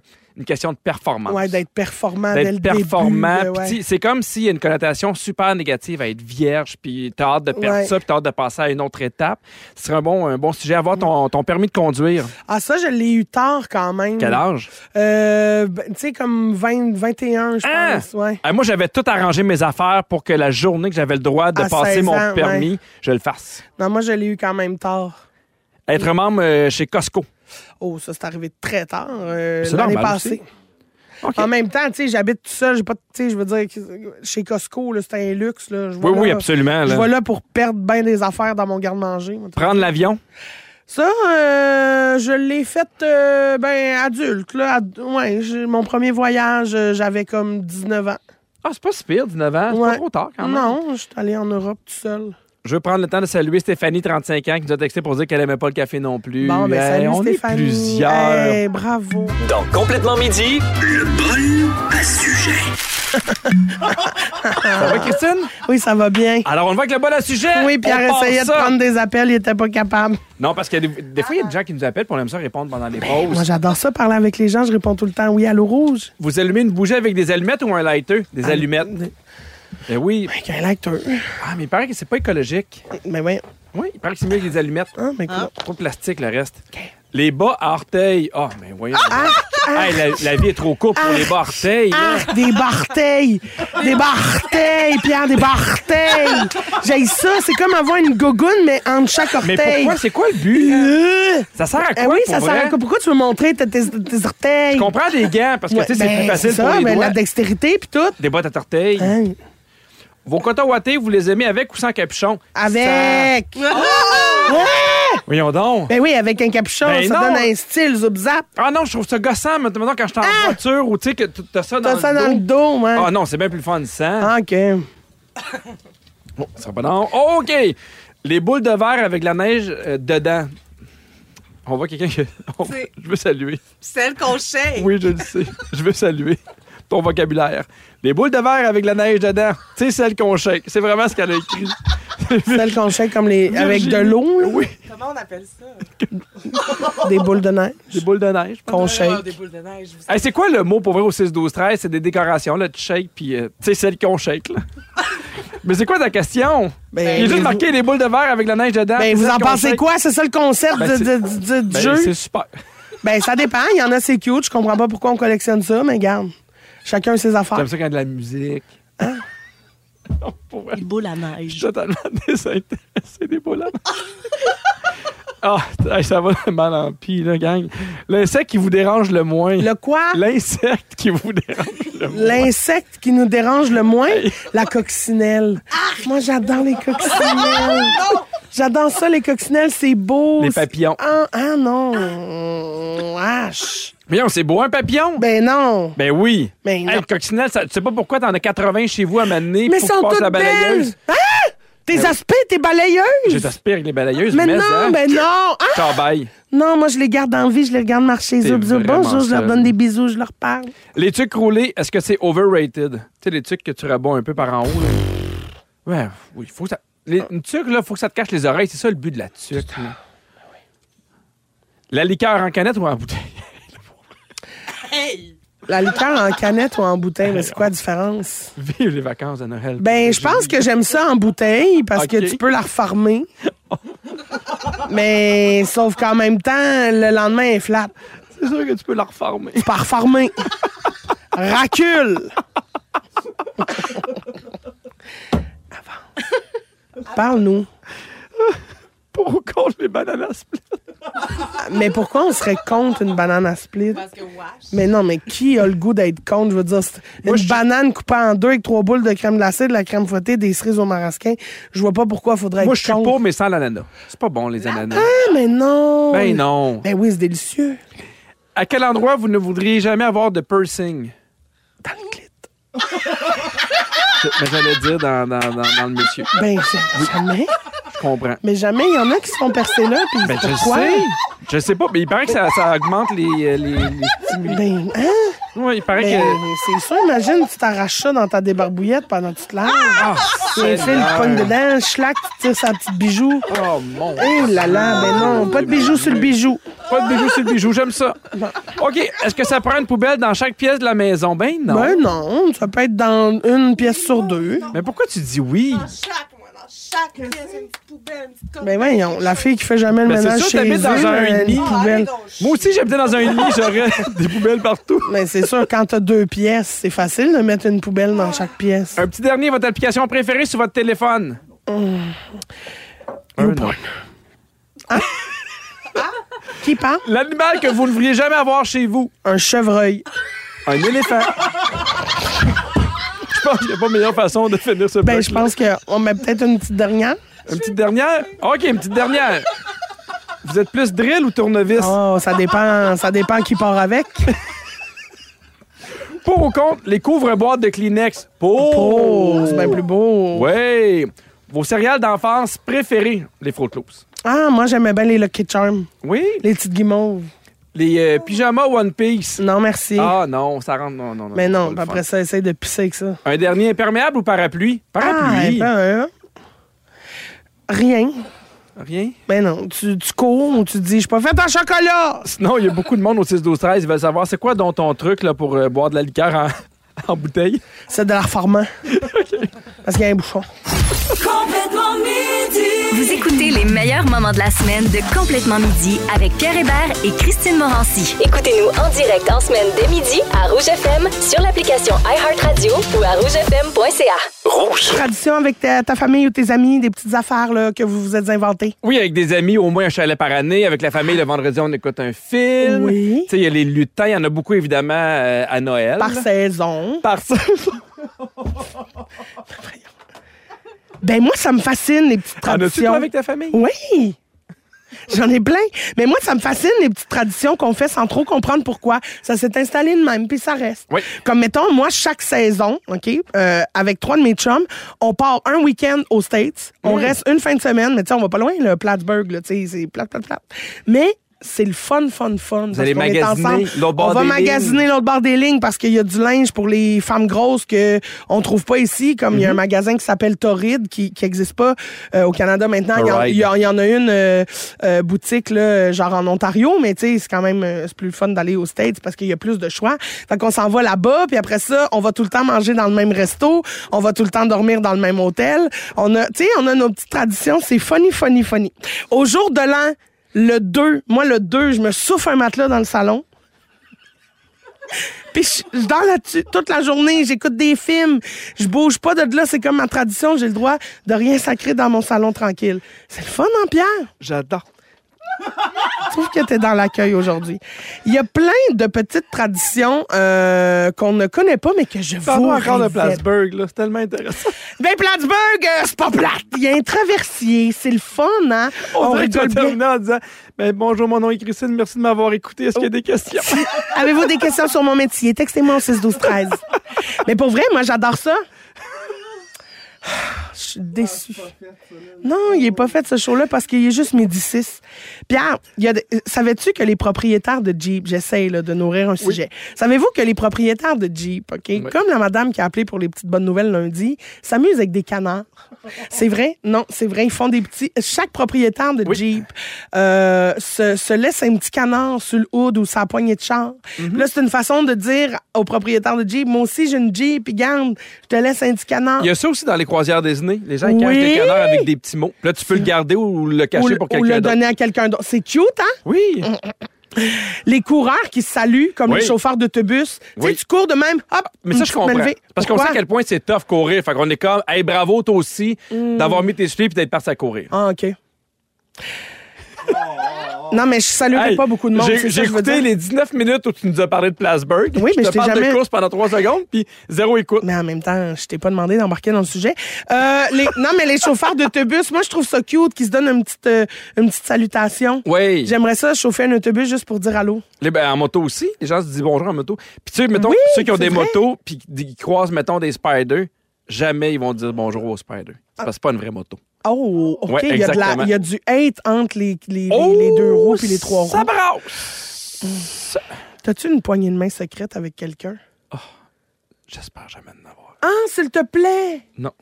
Speaker 3: question de performance.
Speaker 5: Ouais, d'être performant dès le
Speaker 3: d'être performant.
Speaker 5: début, euh,
Speaker 3: puis
Speaker 5: ouais.
Speaker 3: tu- C'est comme s'il y a une connotation super négative à être vierge, puis t'as hâte de perdre
Speaker 5: Ouais.
Speaker 3: ça, puis t'as hâte de passer à une autre étape. Ce serait un bon, un bon sujet. Avoir ton, ton permis de conduire.
Speaker 5: Ah, ça, je l'ai eu tard quand même.
Speaker 3: Quel âge?
Speaker 5: Euh, ben, tu sais, comme 20, 21, je
Speaker 3: Hein?
Speaker 5: pense. Ouais.
Speaker 3: Ah, moi, j'avais tout arrangé mes affaires pour que la journée que j'avais le droit de
Speaker 5: À
Speaker 3: passer
Speaker 5: 16
Speaker 3: mon
Speaker 5: ans,
Speaker 3: permis, je le fasse.
Speaker 5: Non, moi, je l'ai eu quand même tard. Mm.
Speaker 3: Être membre euh, chez Costco.
Speaker 5: Oh, ça, c'est arrivé très tard. euh,
Speaker 3: C'est
Speaker 5: L'année
Speaker 3: normal
Speaker 5: passée.
Speaker 3: OK.
Speaker 5: En même temps, tu sais, j'habite tout seul. J'ai pas, de- tu sais, je veux dire, que- chez Costco, là, c'est un luxe. Là. Je vais
Speaker 3: oui, oui,
Speaker 5: là-
Speaker 3: absolument.
Speaker 5: Je
Speaker 3: là.
Speaker 5: vais là pour perdre bien des affaires dans mon garde-manger. moi, tu
Speaker 3: Prendre l'avion.
Speaker 5: Ça, euh, je l'ai fait euh, ben adulte là. Ad- ouais, j'ai- mon premier voyage, euh, j'avais comme 19 ans.
Speaker 3: Ah, c'est pas si pire, 19 ans. C'est
Speaker 5: Ouais.
Speaker 3: pas trop tard quand même.
Speaker 5: Non, je suis allé en Europe tout seul.
Speaker 3: Je veux prendre le temps de saluer Stéphanie, 35 ans, qui nous a texté pour dire qu'elle aimait pas le café non plus.
Speaker 5: Bon, ben
Speaker 3: Hey,
Speaker 5: salut
Speaker 3: Euh, on
Speaker 5: Stéphanie.
Speaker 3: est plusieurs.
Speaker 5: Hey, bravo.
Speaker 6: Dans Complètement midi,
Speaker 3: Ça va, Christine?
Speaker 5: Oui, ça va bien.
Speaker 3: Alors, on voit que le bon à sujet.
Speaker 5: Oui,
Speaker 3: Ah, on
Speaker 5: Pierre
Speaker 3: part
Speaker 5: essayait de
Speaker 3: ça.
Speaker 5: prendre des appels, il était pas capable.
Speaker 3: Non, parce que des, des fois, il y a des gens qui nous appellent pour on aime ça répondre pendant les
Speaker 5: Ben, Moi,
Speaker 3: pauses.
Speaker 5: j'adore ça, parler avec les gens, je réponds tout le temps oui à l'eau rouge.
Speaker 3: Vous allumez une bougie avec des allumettes ou un lighter? Des allumettes. Eh oui.
Speaker 5: Avec un lecteur.
Speaker 3: Ah, mais il paraît que c'est pas écologique.
Speaker 5: Mais ouais,
Speaker 3: Oui, il paraît que c'est mieux que des allumettes.
Speaker 5: hein, mais quoi.
Speaker 3: Trop plastique, le reste. Les bas à orteils. Ah, mais voyons. Hey, la, la vie est trop courte pour les bas à orteils. là.
Speaker 5: Ah, des barteilles! Des barteilles, Pierre, des barteilles! J'ai ça, c'est comme avoir une gogoune, mais entre chaque
Speaker 3: Mais
Speaker 5: orteil.
Speaker 3: pourquoi? C'est quoi le but?
Speaker 5: Euh,
Speaker 3: Ça sert à
Speaker 5: eh
Speaker 3: quoi?
Speaker 5: oui,
Speaker 3: pour
Speaker 5: ça sert
Speaker 3: vrai?
Speaker 5: à quoi? Pourquoi tu veux montrer tes, tes, tes orteils?
Speaker 3: Je comprends des gants parce que
Speaker 5: Ouais,
Speaker 3: tu sais, c'est
Speaker 5: ben,
Speaker 3: plus facile
Speaker 5: ça,
Speaker 3: pour les
Speaker 5: ben,
Speaker 3: doigts.
Speaker 5: la dextérité puis tout.
Speaker 3: Des bottes à orteils.
Speaker 5: Hein,
Speaker 3: Vos cotons wattés, vous les aimez avec ou sans capuchon?
Speaker 5: Avec.
Speaker 3: Ça- Voyons donc.
Speaker 5: Ben oui, avec un capuchon,
Speaker 3: Ben
Speaker 5: ça
Speaker 3: non.
Speaker 5: donne un style zoup-zap.
Speaker 3: Ah non, je trouve ça gossant, mais maintenant quand je suis en
Speaker 5: Ah!
Speaker 3: voiture ou tu sais que t- t'as ça dans
Speaker 5: T'as
Speaker 3: le
Speaker 5: ça
Speaker 3: dos.
Speaker 5: dans le dos, ouais.
Speaker 3: Ah non, c'est bien plus fun sans.
Speaker 5: Ah, OK.
Speaker 3: Oh, ça sera pas non. OK. Les boules de verre avec la neige euh, dedans. On voit quelqu'un que. on-
Speaker 7: C'est-
Speaker 3: Je veux saluer.
Speaker 7: Celle qu'on shake.
Speaker 3: Oui, je le sais. Je veux saluer ton vocabulaire. Les boules de verre avec la neige dedans. Tu sais, celle qu'on shake. C'est vraiment ce qu'elle a écrit.
Speaker 5: Celle qu'on shake comme les... avec de l'eau, là,
Speaker 3: Oui,
Speaker 7: Comment on appelle ça?
Speaker 5: des boules de neige
Speaker 3: des boules de neige.
Speaker 5: qu'on shake.
Speaker 7: Des boules de neige. vous
Speaker 3: Hey, c'est quoi le mot pour vrai au 6-12-13? C'est des décorations, là, tu shake, puis euh, tu sais, celle qu'on shake, là. Mais c'est quoi ta question?
Speaker 5: Ben,
Speaker 3: Il est
Speaker 5: les-
Speaker 3: juste marqué les boules de verre avec la neige dedans. puis
Speaker 5: Ben, vous
Speaker 3: celle
Speaker 5: en
Speaker 3: qu'on
Speaker 5: pensez
Speaker 3: shake.
Speaker 5: quoi? C'est ça le concept
Speaker 3: Ben,
Speaker 5: du-
Speaker 3: c'est-
Speaker 5: du- du- du
Speaker 3: Ben,
Speaker 5: jeu?
Speaker 3: C'est super.
Speaker 5: Ben, ça dépend. Il y en a, c'est cute. Je comprends pas pourquoi on collectionne ça, mais garde. Chacun ses affaires.
Speaker 3: J'aime ça quand il y a de la musique. Non, pour vrai,
Speaker 8: Une boule à
Speaker 3: je
Speaker 8: neige.
Speaker 3: suis totalement désintéressé des boules de neige. Ah, hey, ça va mal en pis, là, gang. L'insecte qui vous dérange le moins.
Speaker 5: Le quoi?
Speaker 3: L'insecte qui vous dérange le moins.
Speaker 5: L'insecte qui nous dérange le moins, la coccinelle. Moi, j'adore les coccinelles. J'adore ça, les coccinelles, c'est beau.
Speaker 3: Les papillons.
Speaker 5: Ah, ah non. H.
Speaker 3: Voyons, c'est beau, un papillon?
Speaker 5: Ben non.
Speaker 3: Ben oui.
Speaker 5: Ben non.
Speaker 3: Hey, coccinelle, ça- tu sais pas pourquoi t'en as 80 chez vous à m'amener
Speaker 5: Mais
Speaker 3: pour que
Speaker 5: sont
Speaker 3: je passe la
Speaker 5: toutes
Speaker 3: balayeuse. Ben
Speaker 5: belles. Ah! Tes aspects, tes
Speaker 3: Je
Speaker 5: balayeuses.
Speaker 3: t'aspire avec les balayeuses, mais,
Speaker 5: Mais non,
Speaker 3: hein,
Speaker 5: ben non. Ah!
Speaker 3: travaille.
Speaker 5: Non, moi, je les garde en vie, je les regarde marcher.
Speaker 3: T'es
Speaker 5: Zoup, zoup,
Speaker 3: vraiment
Speaker 5: bonjour, je leur
Speaker 3: seule.
Speaker 5: donne des bisous, je leur parle.
Speaker 3: Les trucs roulés, est-ce que c'est overrated? Tu sais, les trucs que tu rabats un peu par en haut. là. Ouais, oui, faut que ça... les- une tuque, là, faut que ça te cache les oreilles. C'est ça le but de la tuque. là. La liqueur en canette ou en bouteille?
Speaker 7: Hey!
Speaker 5: La liqueur en canette ou en bouteille, mais c'est quoi la différence?
Speaker 3: Vive les vacances de Noël.
Speaker 5: Ben, je pense que j'aime ça en bouteille parce
Speaker 3: Ok.
Speaker 5: que tu peux la refarmer. mais sauf qu'en même temps, le lendemain, elle est flat.
Speaker 3: C'est sûr que tu peux la reformer.
Speaker 5: Pas refarmer. Racule! Avance. Parle-nous.
Speaker 3: Pour ou contre les bananes à split?
Speaker 5: Mais pourquoi on serait contre une banane à split?
Speaker 7: Parce que wash.
Speaker 5: Mais non, mais qui a le goût d'être contre? Je veux dire, c'est une banane coupée en deux avec trois boules de crème glacée, de la crème fouettée, des cerises au marasquin. Je vois pas pourquoi il faudrait
Speaker 3: Moi,
Speaker 5: être
Speaker 3: je suis
Speaker 5: contre.
Speaker 3: pour, mais sans l'ananas. C'est pas bon, les ananas.
Speaker 5: Ah, mais non!
Speaker 3: Ben non.
Speaker 5: Ben oui, c'est délicieux.
Speaker 3: À quel endroit vous ne voudriez jamais avoir de piercing?
Speaker 5: Dans le clit.
Speaker 3: Mais j'allais dire dans, dans, dans, dans le monsieur.
Speaker 5: Ben ja- jamais.
Speaker 3: Je comprends.
Speaker 5: Mais jamais, il y en a qui se font percer là, puis
Speaker 3: Ben, je
Speaker 5: pourquoi?
Speaker 3: sais. Je sais pas, mais il paraît que ça, ça augmente les, euh, les, les stimuli.
Speaker 5: Ben, hein?
Speaker 3: Ouais, il paraît
Speaker 5: Ben,
Speaker 3: que.
Speaker 5: c'est sûr, imagine, tu t'arraches ça dans ta débarbouillette pendant que tu te laves. Ah, les fils qui pognent dedans, schlac, tu tires sa petite bijou.
Speaker 3: Oh mon.
Speaker 5: Oh là là, ben non, pas de bijoux sur le bijou.
Speaker 3: Pas de bijoux sur le bijou, j'aime ça. OK, est-ce que ça prend une poubelle dans chaque pièce de la maison? Ben non.
Speaker 5: Ben non, ça peut être dans une pièce sur deux.
Speaker 3: Mais pourquoi tu dis oui?
Speaker 7: Chaque, moi, dans chaque pièce, une petite poubelle, une petite
Speaker 5: Ben voyons, la fille qui fait jamais le
Speaker 3: Ben, c'est
Speaker 5: ménage
Speaker 3: sûr,
Speaker 5: chez
Speaker 3: t'habites
Speaker 5: eux,
Speaker 3: dans un
Speaker 5: elle a
Speaker 3: lit.
Speaker 7: Ah,
Speaker 5: une
Speaker 8: Ah,
Speaker 5: poubelle.
Speaker 3: Moi aussi, j'habitais dans un ennemi, j'aurais des poubelles partout.
Speaker 5: Mais Ben, c'est sûr, quand t'as deux pièces, c'est facile de mettre une poubelle dans chaque pièce.
Speaker 3: Un petit dernier, votre application préférée sur votre téléphone?
Speaker 5: Euh.
Speaker 3: Un nom.
Speaker 5: Qui parle?
Speaker 3: L'animal que vous ne vouliez jamais avoir chez vous?
Speaker 5: Un chevreuil.
Speaker 3: Un éléphant. Je pense qu'il n'y a pas meilleure façon de finir ce
Speaker 5: Ben,
Speaker 3: bloc-là.
Speaker 5: je pense qu'on met peut-être une petite dernière.
Speaker 3: Une petite dernière? OK, une petite dernière. Vous êtes plus drill ou tournevis?
Speaker 5: Oh, ça dépend, ça dépend qui part avec.
Speaker 3: Pour ou contre les couvre-boîtes de Kleenex? Pour.
Speaker 5: Oh, c'est bien plus beau.
Speaker 3: Ouais. Vos céréales d'enfance préférées? Les Fruit Loops.
Speaker 5: Ah, moi, j'aimais bien les Lucky Charms.
Speaker 3: Oui.
Speaker 5: Les petites guimauves.
Speaker 3: Les euh, pyjamas One Piece.
Speaker 5: Non, merci.
Speaker 3: Ah non, ça rentre. Non, non, non.
Speaker 5: Mais
Speaker 3: pas
Speaker 5: non,
Speaker 3: le
Speaker 5: puis
Speaker 3: fun.
Speaker 5: après ça, essaye de pisser avec ça.
Speaker 3: Un dernier imperméable ou parapluie? Parapluie.
Speaker 5: Ah, ben, euh, Rien.
Speaker 3: Rien.
Speaker 5: Ben non, tu, tu cours ou tu dis, je suis pas faite en chocolat.
Speaker 3: Sinon, il y a beaucoup de monde au 6-12-13. Ils veulent savoir c'est quoi dont ton truc là, pour euh, boire de la liqueur en, en bouteille.
Speaker 5: C'est de la reformant. Parce qu'il y a un bouchon.
Speaker 1: Vous écoutez les meilleurs moments de la semaine de Complètement Midi avec Pierre Hébert et Christine Morancy.
Speaker 2: Écoutez-nous en direct en semaine dès midi à Rouge FM sur l'application iHeartRadio ou à rougefm.ca.
Speaker 5: Tradition avec ta, ta famille ou tes amis, des petites affaires là, que vous vous êtes inventées.
Speaker 3: Oui, avec des amis, au moins un chalet par année. Avec la famille, le vendredi, on écoute un film.
Speaker 5: Oui.
Speaker 3: Tu sais, il y a les lutins. Il y en a beaucoup, évidemment, euh, à Noël.
Speaker 5: Par saison.
Speaker 3: Par ça.
Speaker 5: Ben moi, ça me fascine, les petites
Speaker 3: En as-tu,
Speaker 5: traditions.
Speaker 3: toi, avec ta famille?
Speaker 5: Oh, Oui! J'en ai plein. Mais moi, ça me fascine, les petites traditions qu'on fait sans trop comprendre pourquoi. Ça s'est installé de même, puis ça reste.
Speaker 3: Oui.
Speaker 5: Comme, mettons, moi, chaque saison, OK, euh, avec trois de mes chums, on part un week-end aux States. On reste une fin de semaine, mais tu sais, on va pas loin, le Plattsburgh, là, tu sais, c'est plate, plate, plate. Mais c'est le fun, fun, fun. parce
Speaker 3: allez
Speaker 5: qu'on est
Speaker 3: magasiner
Speaker 5: ensemble.
Speaker 3: l'autre bord
Speaker 5: On va
Speaker 3: des
Speaker 5: magasiner magasiner l'autre bord des lignes parce qu'il y a du linge pour les femmes grosses que on trouve pas ici. Comme il y a un magasin qui s'appelle Torrid qui qui existe pas euh, au Canada maintenant. Il y en-
Speaker 3: Alright.
Speaker 5: il y, en- il y en a une euh, euh, boutique là, genre en Ontario, mais tu sais c'est quand même euh, c'est plus le fun d'aller aux States parce qu'il y a plus de choix. Fait qu'on s'en va là-bas puis après ça on va tout le temps manger dans le même resto, on va tout le temps dormir dans le même hôtel. On a tu sais on a nos petites traditions, c'est funny funny funny. Au jour de l'an le 2, moi le 2, je me souffle un matelas dans le salon. Puis je- je dors là-dessus toute la journée, j'écoute des films, je bouge pas de là, c'est comme ma tradition, j'ai le droit de rien sacrer dans mon salon tranquille. C'est le fun, hein, Pierre?
Speaker 3: J'adore.
Speaker 5: Je trouve que t'es dans l'accueil aujourd'hui. Il y a plein de petites traditions euh, qu'on ne connaît pas, mais que je vois.
Speaker 3: Parle-moi encore de Plattsburgh, là. C'est tellement intéressant.
Speaker 5: Ben, Plattsburgh, euh, c'est pas plate. Il y a un traversier, c'est le fun, hein?
Speaker 3: On, dirait que tu vas
Speaker 5: rigole bien.
Speaker 3: terminer en disant ben, Bonjour, mon nom est Christine, merci de m'avoir écouté. Est-ce qu'il y a des questions?
Speaker 5: Avez-vous des questions sur mon métier? Textez-moi au 6 12 13 Mais pour vrai, moi, j'adore ça. Je suis déçue. Non, il n'est pas fait ce show-là parce qu'il est juste midi 6. Pierre, il y a de- euh, savais-tu que les propriétaires de Jeep, j'essaye là, de nourrir un sujet. Savez-vous que les propriétaires de Jeep, OK, comme la madame qui a appelé pour les petites bonnes nouvelles lundi, s'amusent avec des canards? C'est vrai? Non, c'est vrai. Ils font des petits. Chaque propriétaire de
Speaker 3: Oui.
Speaker 5: Jeep euh, se, se laisse un petit canard sur le hood ou sa poignée de char.
Speaker 3: Mhm.
Speaker 5: Là, c'est une façon de dire au propriétaire de Jeep, moi aussi, j'ai une Jeep, puis garde, je te laisse un petit canard.
Speaker 3: Il y a ça aussi dans les croisières Disney. Les gens ils
Speaker 5: Oui.
Speaker 3: cachent des canards avec des petits mots. Puis Là, tu peux le garder ou le
Speaker 5: Ou,
Speaker 3: cacher
Speaker 5: le-
Speaker 3: pour
Speaker 5: ou le
Speaker 3: quelqu'un d'autre.
Speaker 5: donner à quelqu'un d'autre. C'est cute, hein?
Speaker 3: Oui.
Speaker 5: les coureurs qui se saluent, comme
Speaker 3: Oui.
Speaker 5: les chauffeurs d'autobus. Tu
Speaker 3: Oui. Ah,
Speaker 5: sais, tu cours de même, hop,
Speaker 3: Mais ça,
Speaker 5: une
Speaker 3: je
Speaker 5: petite main
Speaker 3: comprends.
Speaker 5: levée.
Speaker 3: Parce qu'on sait
Speaker 5: Pourquoi?
Speaker 3: à quel point c'est tough courir. Fait qu'on est comme, hey, bravo, toi aussi,
Speaker 5: Hmm.
Speaker 3: d'avoir mis tes souliers puis d'être parti à courir.
Speaker 5: Ah, OK. non, mais je saluerais
Speaker 3: Hey,
Speaker 5: pas beaucoup de monde.
Speaker 3: j'ai-
Speaker 5: c'est ça
Speaker 3: J'ai
Speaker 5: que je veux
Speaker 3: écouté
Speaker 5: dire.
Speaker 3: les 19 minutes où tu nous as parlé de Plattsburgh.
Speaker 5: Oui, mais
Speaker 3: je
Speaker 5: je
Speaker 3: te
Speaker 5: t'ai
Speaker 3: parle de
Speaker 5: jamais-
Speaker 3: course pendant 3 secondes, puis zéro écoute.
Speaker 5: Mais en même temps, je t'ai pas demandé d'embarquer dans le sujet. Euh, les... Non, mais les chauffeurs d'autobus, moi, je trouve ça cute qu'ils se donnent une petite, euh, une petite salutation.
Speaker 3: Oui.
Speaker 5: J'aimerais ça chauffer un autobus juste pour dire allô.
Speaker 3: Les- ben, en moto aussi, les gens se disent bonjour en moto. Puis tu sais, mettons,
Speaker 5: Oui,
Speaker 3: ceux qui ont des
Speaker 5: c'est vrai.
Speaker 3: motos puis qui qui croisent, mettons, des spiders, jamais ils vont dire bonjour aux spiders. C'est
Speaker 5: Ah.
Speaker 3: Parce que c'est pas une vraie moto.
Speaker 5: Oh, OK.
Speaker 3: Ouais,
Speaker 5: il, y a de la-
Speaker 3: exactement. Oh,
Speaker 5: il y a du hate entre les, les, les- les deux roues et les trois roues.
Speaker 3: Ça brasse!
Speaker 5: T'as-tu une poignée de main secrète avec quelqu'un?
Speaker 3: J'espère jamais en avoir.
Speaker 5: Ah, s'il te plaît!
Speaker 3: Non.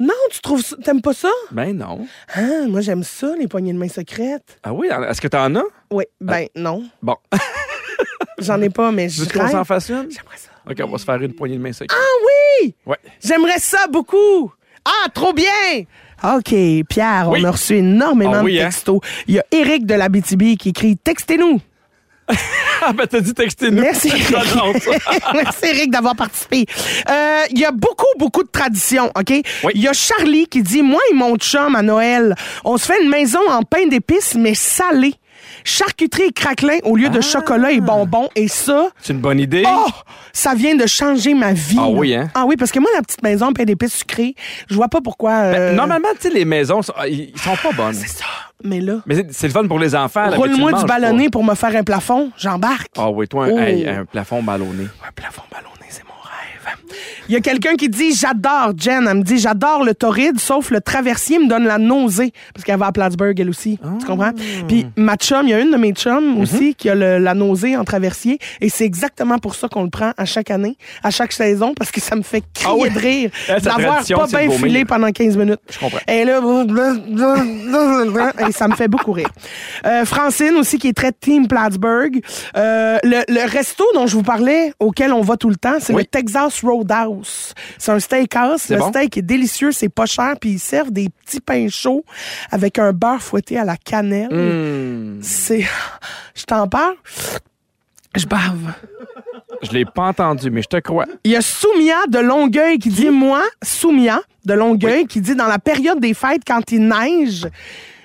Speaker 5: Non, tu trouves ça... T'aimes pas ça?
Speaker 3: Ben non.
Speaker 5: Ah, moi, j'aime ça, les poignées de main secrètes.
Speaker 3: Ah oui, est-ce que t'en as?
Speaker 5: Oui, ben non.
Speaker 3: Bon.
Speaker 5: J'en ai pas, mais je
Speaker 3: Veux-tu qu'on s'en
Speaker 5: rêve.
Speaker 3: fasse une?
Speaker 5: J'aimerais ça.
Speaker 3: OK, on va se faire une poignée de main secrète.
Speaker 5: Ah oui!
Speaker 3: Ouais.
Speaker 5: J'aimerais ça beaucoup! Ah, trop bien! OK, Pierre,
Speaker 3: Oui.
Speaker 5: on a reçu énormément
Speaker 3: Ah oui,
Speaker 5: de
Speaker 3: hein?
Speaker 5: textos. Il y a Eric de la BTB qui écrit Textez-nous!
Speaker 3: Ah, ben t'as dit textez-nous.
Speaker 5: Merci,
Speaker 3: J'adore
Speaker 5: Eric.
Speaker 3: ça.
Speaker 5: Merci, Eric, d'avoir participé. Euh, Il y a beaucoup, beaucoup de traditions, OK? Il
Speaker 3: Oui.
Speaker 5: y a Charlie qui dit Moi et mon chum à Noël, on se fait une maison en pain d'épices, mais salée. Charcuterie et craquelin au lieu de
Speaker 3: Ah.
Speaker 5: chocolat et bonbons. Et ça,
Speaker 3: C'est une bonne idée.
Speaker 5: Oh, ça vient de changer ma vie.
Speaker 3: Ah
Speaker 5: là.
Speaker 3: oui, hein?
Speaker 5: Ah oui, parce que moi, la petite maison, pain d'épices sucrées, je vois pas pourquoi. euh,
Speaker 3: Ben, normalement, tu sais, les maisons, sont- ah, ils ils sont pas bonnes.
Speaker 5: C'est ça. Mais là,
Speaker 3: Mais c'est- c'est le fun pour les enfants. là, mais tu le
Speaker 5: roule-moi
Speaker 3: manges
Speaker 5: du
Speaker 3: pas.
Speaker 5: ballonné pour me faire un plafond. J'embarque.
Speaker 3: Ah oui, toi, un,
Speaker 5: Oh.
Speaker 3: hey, un plafond ballonné.
Speaker 5: Un plafond ballonné, c'est mon rêve. Il y a quelqu'un qui dit J'adore, Jen. Elle me dit J'adore le torride, sauf le traversier me donne la nausée. Parce qu'elle va à Plattsburgh, elle aussi.
Speaker 3: Ah.
Speaker 5: Tu comprends? Puis ma chum, il y a une de mes chums
Speaker 3: Mhm.
Speaker 5: aussi qui a le- la nausée en traversier. Et c'est exactement pour ça qu'on le prend à chaque année, à chaque saison, parce que ça me fait crier
Speaker 3: Ah oui.
Speaker 5: de rire
Speaker 3: Eh, sa
Speaker 5: d'avoir
Speaker 3: tradition,
Speaker 5: pas
Speaker 3: c'est le
Speaker 5: bien
Speaker 3: vomir.
Speaker 5: filé pendant 15 minutes.
Speaker 3: Je comprends.
Speaker 5: Et là, et ça me fait beaucoup rire. Euh, Francine aussi, qui est très team Plattsburgh. Euh, le, le resto dont je vous parlais, auquel on va tout le temps, c'est
Speaker 3: Oui.
Speaker 5: le Texas Roadhouse. C'est un steakhouse. Le
Speaker 3: bon?
Speaker 5: steak est délicieux, c'est pas cher, puis ils servent des petits pains chauds avec un beurre fouetté à la cannelle. C'est... Je t'en parle? Je bave.
Speaker 3: Je l'ai pas entendu, mais je te crois.
Speaker 5: Il y a Soumia de Longueuil qui dit Moi, Soumia de Longueuil, qui dit Dans la période des fêtes, quand il neige,